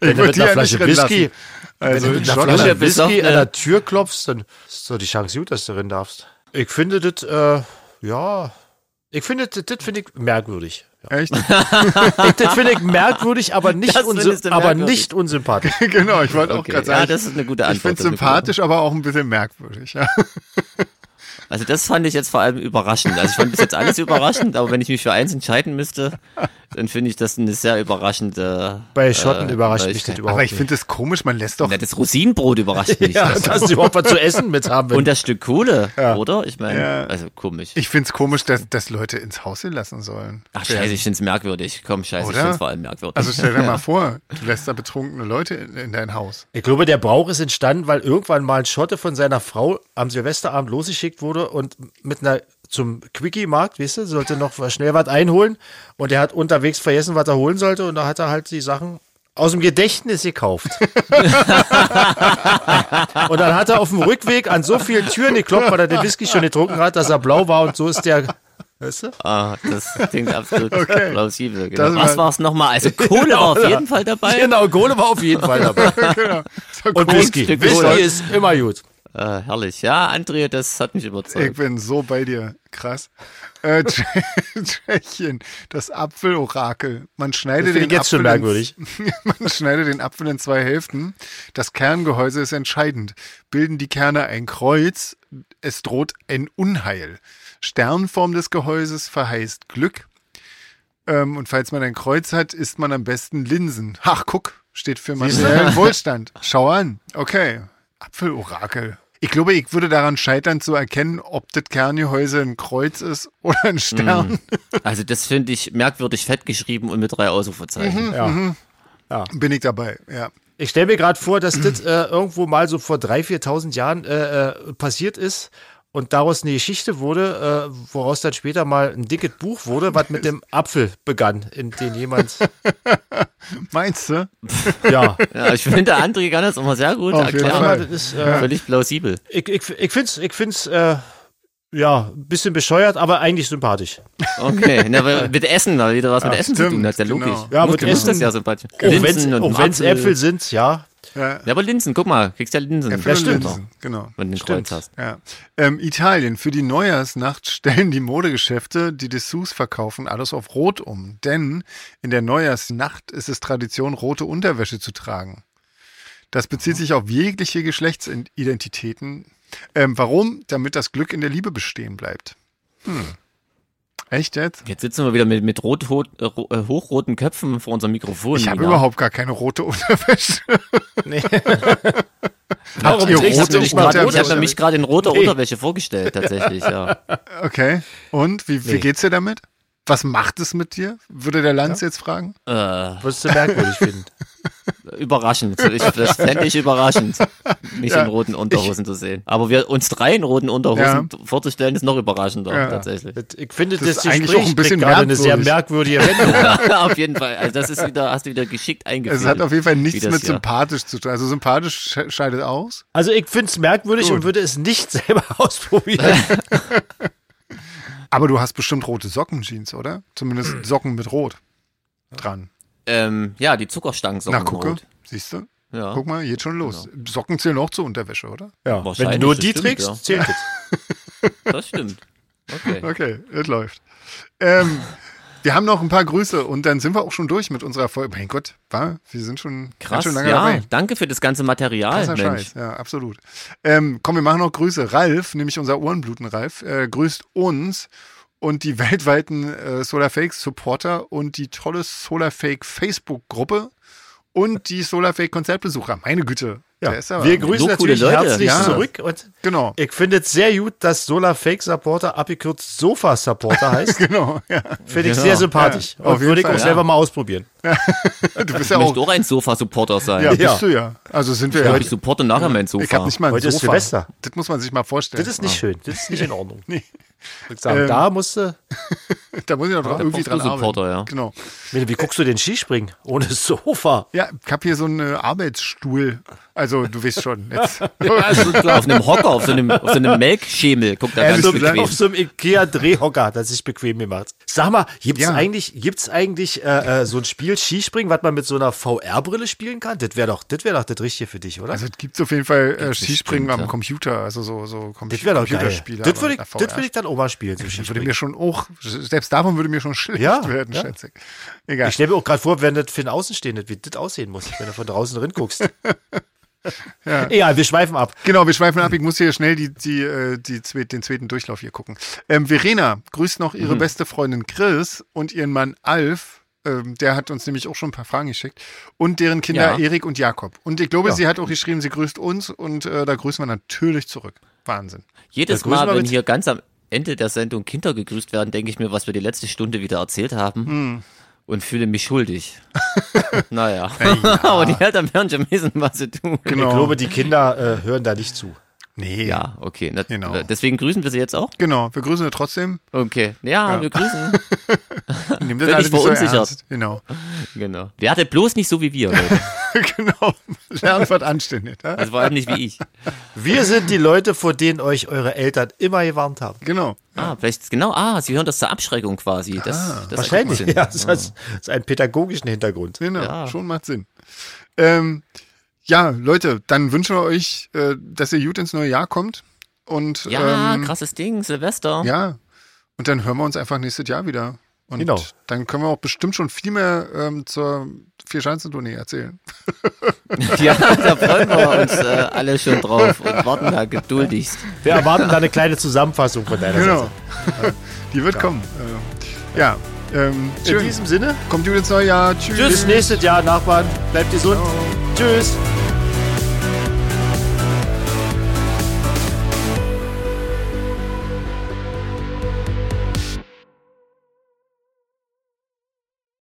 [SPEAKER 1] Wenn du
[SPEAKER 3] würd
[SPEAKER 1] mit
[SPEAKER 3] die
[SPEAKER 1] einer
[SPEAKER 3] ja
[SPEAKER 1] Flasche
[SPEAKER 3] nicht rennen
[SPEAKER 1] Whisky,
[SPEAKER 3] lassen. Also
[SPEAKER 1] wenn du
[SPEAKER 3] in
[SPEAKER 1] mit einer
[SPEAKER 3] Schottland.
[SPEAKER 1] Flasche
[SPEAKER 2] Besoffene-
[SPEAKER 1] Whisky äh, an der Tür klopfst, dann ist so die Chance gut, dass du rennen darfst. Ich finde das, äh, ja, ich finde das, das finde ich merkwürdig.
[SPEAKER 3] Echt?
[SPEAKER 1] Ich, das finde ich merkwürdig, aber nicht,
[SPEAKER 2] Das findest
[SPEAKER 1] unsy
[SPEAKER 2] du
[SPEAKER 1] aber
[SPEAKER 2] merkwürdig.
[SPEAKER 1] nicht unsympathisch.
[SPEAKER 3] (laughs) genau, ich wollte auch
[SPEAKER 2] Okay.
[SPEAKER 3] gerade sagen.
[SPEAKER 2] Ja, das ist eine gute Antwort.
[SPEAKER 3] ich finde
[SPEAKER 2] das ist eine gute
[SPEAKER 3] sympathisch, aber auch ein bisschen merkwürdig. Ja.
[SPEAKER 2] Also das fand ich jetzt vor allem überraschend. Also ich fand bis jetzt alles überraschend, aber wenn ich mich für eins entscheiden müsste, dann finde ich das eine sehr überraschende.
[SPEAKER 1] Bei Schotten
[SPEAKER 2] äh,
[SPEAKER 1] überrascht mich
[SPEAKER 2] Neuigkeit.
[SPEAKER 1] das überhaupt
[SPEAKER 3] Aber ich
[SPEAKER 1] nicht.
[SPEAKER 3] finde es komisch, man lässt doch.
[SPEAKER 2] Na, das Rosinenbrot überrascht
[SPEAKER 1] (laughs)
[SPEAKER 2] mich.
[SPEAKER 1] Ja,
[SPEAKER 2] Das-
[SPEAKER 1] dass sie überhaupt was zu essen mit haben.
[SPEAKER 2] Und
[SPEAKER 1] Wenn,
[SPEAKER 2] das Stück Kohle, oder? Ich meine,
[SPEAKER 3] Ja.
[SPEAKER 2] also komisch.
[SPEAKER 3] Ich finde es komisch, dass, dass Leute ins Haus lassen sollen.
[SPEAKER 2] Ach scheiße, ich find's merkwürdig. Komm, scheiße, ich
[SPEAKER 3] Oder?
[SPEAKER 2] find's vor allem merkwürdig.
[SPEAKER 3] Also
[SPEAKER 2] (laughs)
[SPEAKER 3] stell dir mal vor, du lässt da betrunkene Leute in, in dein Haus.
[SPEAKER 1] ich glaube, der Brauch ist entstanden, weil irgendwann mal ein Schotte von seiner Frau am Silvesterabend losgeschickt wurde und mit einer zum Quickie-Markt, weißt du, sollte noch schnell was einholen und er hat unterwegs vergessen, was er holen sollte und da hat er halt die Sachen aus dem Gedächtnis gekauft. (laughs) und dann hat er auf dem Rückweg an so vielen Türen geklopft, weil er den Whisky schon getrunken hat, dass er blau war und so ist der, weißt du?
[SPEAKER 2] ah,
[SPEAKER 3] (laughs)
[SPEAKER 2] das klingt absolut plausibel.
[SPEAKER 3] Das
[SPEAKER 2] Genau. Was
[SPEAKER 3] war-
[SPEAKER 2] war's nochmal? Also Kohle
[SPEAKER 3] (laughs)
[SPEAKER 2] war auf jeden Fall dabei.
[SPEAKER 1] (laughs) Genau, Kohle war auf jeden
[SPEAKER 2] (laughs)
[SPEAKER 1] Fall dabei.
[SPEAKER 3] genau. So
[SPEAKER 1] Und
[SPEAKER 3] komisch.
[SPEAKER 1] Whisky.
[SPEAKER 2] Stück
[SPEAKER 1] Whisky
[SPEAKER 2] Kohle.
[SPEAKER 1] ist immer gut.
[SPEAKER 2] Äh, herrlich. Ja, André, das hat mich
[SPEAKER 3] Ich
[SPEAKER 2] überzeugt.
[SPEAKER 3] bin so bei dir. Krass. Äh, (laughs) Tsche- Tschechien, das Apfelorakel. Man schneidet
[SPEAKER 1] Das finde
[SPEAKER 3] den
[SPEAKER 1] ich jetzt schon
[SPEAKER 3] Apfel
[SPEAKER 1] merkwürdig.
[SPEAKER 3] In, (laughs) man schneidet den Apfel in zwei Hälften. Das Kerngehäuse ist entscheidend. Bilden die Kerne ein Kreuz, es droht ein Unheil. Sternform des Gehäuses verheißt Glück. Ähm, und falls man ein Kreuz hat, isst man am besten Linsen. Ach, guck, steht für materiellen Wohlstand. Schau an. Okay. Apfelorakel. Ich glaube, ich würde daran scheitern zu erkennen, ob das Kerngehäuse ein Kreuz ist oder ein Stern.
[SPEAKER 2] Also das finde ich merkwürdig fett geschrieben und mit drei Ausrufezeichen.
[SPEAKER 3] Mhm.
[SPEAKER 1] Ja.
[SPEAKER 3] (laughs) Bin ich dabei, ja.
[SPEAKER 1] Ich stelle mir gerade vor, dass das äh, irgendwo mal so vor 3.000, 4.000 Jahren äh, äh, passiert ist und daraus eine Geschichte wurde, äh, woraus dann später mal ein dickes Buch wurde, was mit dem Apfel begann, in den jemand,
[SPEAKER 3] Meinst du?
[SPEAKER 1] (laughs) ja,
[SPEAKER 2] Ja, ich finde André kann das immer sehr gut
[SPEAKER 3] Auf jeden
[SPEAKER 1] aber
[SPEAKER 2] erklären.
[SPEAKER 1] das ist, äh,
[SPEAKER 2] Völlig plausibel.
[SPEAKER 1] ich, ich, ich finde es, ich find's, äh, ja, ein bisschen bescheuert, aber eigentlich sympathisch.
[SPEAKER 2] Okay, na, weil mit Essen, weil wieder was mit Essen zu
[SPEAKER 3] stimmt,
[SPEAKER 2] tun hat, ist ja
[SPEAKER 3] genau. Oh,
[SPEAKER 2] logisch.
[SPEAKER 1] Ja,
[SPEAKER 2] Muss-
[SPEAKER 1] mit
[SPEAKER 2] muss
[SPEAKER 1] Essen.
[SPEAKER 2] das ja sympathisch.
[SPEAKER 1] Auch wenn's-
[SPEAKER 2] Linsen und
[SPEAKER 1] auch wenn es
[SPEAKER 2] Apfel.
[SPEAKER 1] Äpfel sind, ja.
[SPEAKER 3] Ja,
[SPEAKER 2] Ja, aber Linsen, guck mal, kriegst ja Linsen.
[SPEAKER 3] Äpfel und
[SPEAKER 1] stimmt
[SPEAKER 3] Linsen, genau.
[SPEAKER 2] Wenn du den Kreuz hast.
[SPEAKER 3] Ja. Ähm, Italien. Für die Neujahrsnacht (laughs) stellen die Modegeschäfte, die Dessous verkaufen, alles auf Rot um. Denn in der Neujahrsnacht ist es Tradition, rote Unterwäsche zu tragen. Das bezieht
[SPEAKER 1] Mhm.
[SPEAKER 3] sich auf jegliche Geschlechtsidentitäten. Ähm, warum? Damit das Glück in der Liebe bestehen bleibt. Hm. Echt jetzt?
[SPEAKER 2] Jetzt sitzen wir wieder mit, mit rot, ho, äh, ro- äh, hochroten Köpfen vor unserem Mikrofon.
[SPEAKER 3] Ich habe
[SPEAKER 2] Nina.
[SPEAKER 3] überhaupt gar keine rote (laughs) Unterwäsche.
[SPEAKER 1] (laughs) Warum
[SPEAKER 3] ihr
[SPEAKER 2] Ich
[SPEAKER 1] trägst du
[SPEAKER 2] habe
[SPEAKER 3] rote
[SPEAKER 2] nämlich
[SPEAKER 1] nicht mal
[SPEAKER 2] gerade-
[SPEAKER 3] Unterwäsche?
[SPEAKER 2] ich hab
[SPEAKER 1] rote?
[SPEAKER 2] nämlich gerade in roter Unterwäsche vorgestellt, tatsächlich, ja.
[SPEAKER 3] Okay. Und wie, wie
[SPEAKER 1] Nee.
[SPEAKER 3] geht's dir damit? Was macht es mit dir? Würde der Lanz jetzt fragen.
[SPEAKER 2] Äh,
[SPEAKER 1] Würdest du merkwürdig finden.
[SPEAKER 2] Überraschend. Ich,
[SPEAKER 3] (laughs)
[SPEAKER 2] das fände ich überraschend, mich in roten Unterhosen zu sehen. Aber wir uns drei in roten Unterhosen vorzustellen, ist noch überraschender,
[SPEAKER 3] Ja. (laughs)
[SPEAKER 2] tatsächlich. (laughs)
[SPEAKER 1] Ich finde,
[SPEAKER 3] Das
[SPEAKER 1] das,
[SPEAKER 3] ist eigentlich
[SPEAKER 1] Gespräch
[SPEAKER 3] auch ein bisschen
[SPEAKER 1] kriegt gerade eine sehr
[SPEAKER 3] merkwürdig.
[SPEAKER 1] merkwürdige Wendung.
[SPEAKER 2] Auf jeden Fall. Also das ist wieder, hast du wieder geschickt eingefädelt.
[SPEAKER 3] Es hat auf jeden Fall
[SPEAKER 2] wie
[SPEAKER 3] nichts
[SPEAKER 2] das
[SPEAKER 3] mit
[SPEAKER 2] hier-
[SPEAKER 3] sympathisch zu tun. Also sympathisch sche- scheidet aus.
[SPEAKER 1] (laughs) Also ich finde es merkwürdig
[SPEAKER 3] Gut.
[SPEAKER 1] und würde es nicht (laughs) selber ausprobieren.
[SPEAKER 3] Aber du hast bestimmt rote Sockenjeans, oder?
[SPEAKER 2] (clears throat)
[SPEAKER 3] Zumindest Socken mit Rot dran.
[SPEAKER 2] Ähm, ja, die Zuckerstangensocken.
[SPEAKER 3] Na, gucke.
[SPEAKER 2] rot.
[SPEAKER 3] Siehst du?
[SPEAKER 2] Ja. Genau.
[SPEAKER 3] Guck mal, geht schon los. Socken zählen auch zur Unterwäsche, oder?
[SPEAKER 1] Ja, wenn du
[SPEAKER 2] Wahrscheinlich,
[SPEAKER 1] nur
[SPEAKER 2] das
[SPEAKER 1] die
[SPEAKER 2] stimmt,
[SPEAKER 1] trägst,
[SPEAKER 2] ja.
[SPEAKER 1] zählt es.
[SPEAKER 2] Das stimmt.
[SPEAKER 3] (laughs)
[SPEAKER 2] Okay.
[SPEAKER 3] Okay, das läuft.
[SPEAKER 2] (laughs)
[SPEAKER 3] Ähm, wir haben noch ein paar Grüße und dann sind wir auch schon durch mit unserer Folge. Mein Gott, war, wir sind schon ganz
[SPEAKER 2] Krass.
[SPEAKER 3] schön lange
[SPEAKER 2] Ja,
[SPEAKER 3] dabei.
[SPEAKER 2] danke für das ganze Material,
[SPEAKER 3] Krasser
[SPEAKER 2] Mensch.
[SPEAKER 3] Scheiß, ja, absolut. Ähm, komm, wir machen noch Grüße. Ralf, nämlich unser Ohrenbluten-Ralf, äh, grüßt uns und die (laughs) weltweiten äh, Solarfake-Supporter und die tolle Solarfake-Facebook-Gruppe und die Solarfake-Konzertbesucher. Meine Güte,
[SPEAKER 1] Ja.
[SPEAKER 3] der ist aber.
[SPEAKER 1] Wir grüßen
[SPEAKER 2] So coole
[SPEAKER 1] natürlich
[SPEAKER 2] Leute.
[SPEAKER 1] herzlich
[SPEAKER 3] Ja.
[SPEAKER 1] zurück und
[SPEAKER 3] Genau,
[SPEAKER 1] ich finde es sehr gut, dass Solar Fake Supporter abgekürzt Sofa Supporter heißt.
[SPEAKER 3] (laughs) genau. Ja.
[SPEAKER 1] Finde ich
[SPEAKER 2] Genau.
[SPEAKER 1] sehr sympathisch.
[SPEAKER 3] Ja, auf
[SPEAKER 1] und
[SPEAKER 3] jeden
[SPEAKER 1] würde ich auch
[SPEAKER 3] Fall, ja.
[SPEAKER 1] selber mal ausprobieren.
[SPEAKER 3] Du bist
[SPEAKER 2] Ich
[SPEAKER 3] ja auch.
[SPEAKER 2] möchte auch ein Sofa-Supporter sein.
[SPEAKER 3] Ja,
[SPEAKER 2] Ich
[SPEAKER 1] Ja.
[SPEAKER 3] bist du ja. Also sind wir ja.
[SPEAKER 2] glaube, ich supporte nachher mein Sofa.
[SPEAKER 3] Ich habe
[SPEAKER 2] (laughs)
[SPEAKER 3] nicht mal ein
[SPEAKER 1] Heute ist
[SPEAKER 3] Sofa.
[SPEAKER 1] Silvester.
[SPEAKER 3] Das muss man sich mal vorstellen.
[SPEAKER 1] Das ist nicht schön. Das ist nicht in Ordnung.
[SPEAKER 3] Nee. (laughs)
[SPEAKER 1] Ich würd Sagen,
[SPEAKER 3] Ähm.
[SPEAKER 1] Da musste.
[SPEAKER 3] Da muss ich doch dran, irgendwie
[SPEAKER 2] brauchst
[SPEAKER 3] dran
[SPEAKER 2] du Supporter,
[SPEAKER 3] arbeiten.
[SPEAKER 2] ja.
[SPEAKER 3] Genau.
[SPEAKER 1] Wie guckst du den Skispringen? Ohne Sofa.
[SPEAKER 3] Ja, ich habe hier so einen äh, Arbeitsstuhl. Also, du weißt
[SPEAKER 1] (laughs)
[SPEAKER 3] schon. Jetzt.
[SPEAKER 2] Also klar, auf einem Hocker, auf so einem, auf so einem Melkschemel. Guck da
[SPEAKER 1] Auf
[SPEAKER 2] ganz
[SPEAKER 1] so, einem-
[SPEAKER 2] bequem.
[SPEAKER 1] auf so einem Ikea-Drehhocker hat er sich bequem gemacht. Sag mal, gibt es
[SPEAKER 3] Ja.
[SPEAKER 1] eigentlich, gibt's eigentlich äh, äh, so ein Spiel Skispringen, was man mit so einer VR-Brille spielen kann? Das wäre doch, das wäre doch das Richtige für dich, oder?
[SPEAKER 3] Also, es gibt auf jeden Fall äh, Skispringen
[SPEAKER 2] bestimmt,
[SPEAKER 3] am
[SPEAKER 2] ja.
[SPEAKER 3] Computer. Also, so, so Com
[SPEAKER 1] das wäre doch geil.
[SPEAKER 3] Computerspiele.
[SPEAKER 1] Das würde ich,
[SPEAKER 3] aber
[SPEAKER 1] das
[SPEAKER 3] mit einer
[SPEAKER 1] würd ich dann auch mal spielen.
[SPEAKER 3] (laughs)
[SPEAKER 1] Zum
[SPEAKER 3] VR. würde
[SPEAKER 1] Skispringen.
[SPEAKER 3] mir schon auch, selbst davon würde mir schon (laughs) schlecht
[SPEAKER 1] Ja,
[SPEAKER 3] werden,
[SPEAKER 1] ja.
[SPEAKER 3] schätze ich. Egal.
[SPEAKER 1] Ich stelle mir auch gerade vor, wenn das für den Außenstehenden, wie das aussehen muss, wenn du von draußen drin
[SPEAKER 3] (laughs)
[SPEAKER 1] guckst. Egal, wir schweifen ab.
[SPEAKER 3] Genau, wir schweifen ab. Ich muss hier schnell die, die, äh, die, zwe- den zweiten Durchlauf hier gucken. Ähm, Verena grüßt noch
[SPEAKER 1] Mhm.
[SPEAKER 3] ihre beste Freundin Chris und ihren Mann Alf. Ähm, der hat uns nämlich auch schon ein paar Fragen geschickt. Und deren Kinder
[SPEAKER 2] Ja.
[SPEAKER 3] Erik und Jakob. Und ich glaube, sie hat auch geschrieben, sie grüßt uns und äh, da grüßen wir natürlich zurück. Wahnsinn.
[SPEAKER 2] Jedes
[SPEAKER 1] Da grüßen
[SPEAKER 2] Mal,
[SPEAKER 1] wir
[SPEAKER 2] wenn
[SPEAKER 1] mit-
[SPEAKER 2] hier ganz am Ende der Sendung Kinder gegrüßt werden, denke ich mir, was wir die letzte Stunde wieder erzählt haben
[SPEAKER 3] Hm.
[SPEAKER 2] und fühle mich
[SPEAKER 3] (laughs)
[SPEAKER 2] schuldig. naja. (laughs) Aber die Eltern werden schon wissen, was sie tun.
[SPEAKER 3] Genau.
[SPEAKER 1] Ich glaube, die Kinder äh, hören da nicht zu.
[SPEAKER 3] Nee.
[SPEAKER 2] Ja, okay. Na,
[SPEAKER 3] Genau.
[SPEAKER 2] Deswegen grüßen wir sie jetzt auch?
[SPEAKER 3] Genau, wir grüßen sie trotzdem.
[SPEAKER 2] Okay. Ja, wir
[SPEAKER 3] (laughs)
[SPEAKER 2] grüßen.
[SPEAKER 3] Nehmen das
[SPEAKER 2] Völlig
[SPEAKER 3] alles nicht so
[SPEAKER 2] verunsichert.
[SPEAKER 3] ernst. Genau. (laughs)
[SPEAKER 2] genau. Werdet bloß nicht so wie wir. Leute.
[SPEAKER 3] genau. Lernt was anständig. Ja?
[SPEAKER 2] Also vor allem nicht wie ich.
[SPEAKER 1] Wir sind die Leute, vor denen euch eure Eltern immer gewarnt haben.
[SPEAKER 3] Genau.
[SPEAKER 2] Ah, vielleicht, genau. Ah, sie hören das zur Abschreckung quasi. Das,
[SPEAKER 3] Ah,
[SPEAKER 2] das
[SPEAKER 1] Wahrscheinlich.
[SPEAKER 2] ergibt Sinn.
[SPEAKER 1] Ja, das hat das hat einen pädagogischen Hintergrund.
[SPEAKER 3] Genau,
[SPEAKER 2] Ja.
[SPEAKER 3] schon macht Sinn. Ähm, ja, Leute, dann wünschen wir euch, äh, dass ihr gut ins neue Jahr kommt. Und
[SPEAKER 2] Ja,
[SPEAKER 3] ähm,
[SPEAKER 2] krasses Ding, Silvester.
[SPEAKER 3] ja, und dann hören wir uns einfach nächstes Jahr wieder. Und
[SPEAKER 1] Genau.
[SPEAKER 3] dann können wir auch bestimmt schon viel mehr ähm, zur Vierschanzentournee erzählen.
[SPEAKER 2] (laughs) Ja, da freuen wir uns äh, alle schon drauf und warten da geduldigst.
[SPEAKER 1] Wir erwarten da eine kleine Zusammenfassung von deiner
[SPEAKER 3] Genau.
[SPEAKER 1] Seite.
[SPEAKER 3] (laughs) Die wird kommen. Äh, ja, ähm,
[SPEAKER 1] In
[SPEAKER 3] schön.
[SPEAKER 1] diesem Sinne,
[SPEAKER 3] Kommt gut ins neue Jahr. Tschüss.
[SPEAKER 1] bis nächstes Jahr, Nachbarn. Bleibt gesund. Tschüss.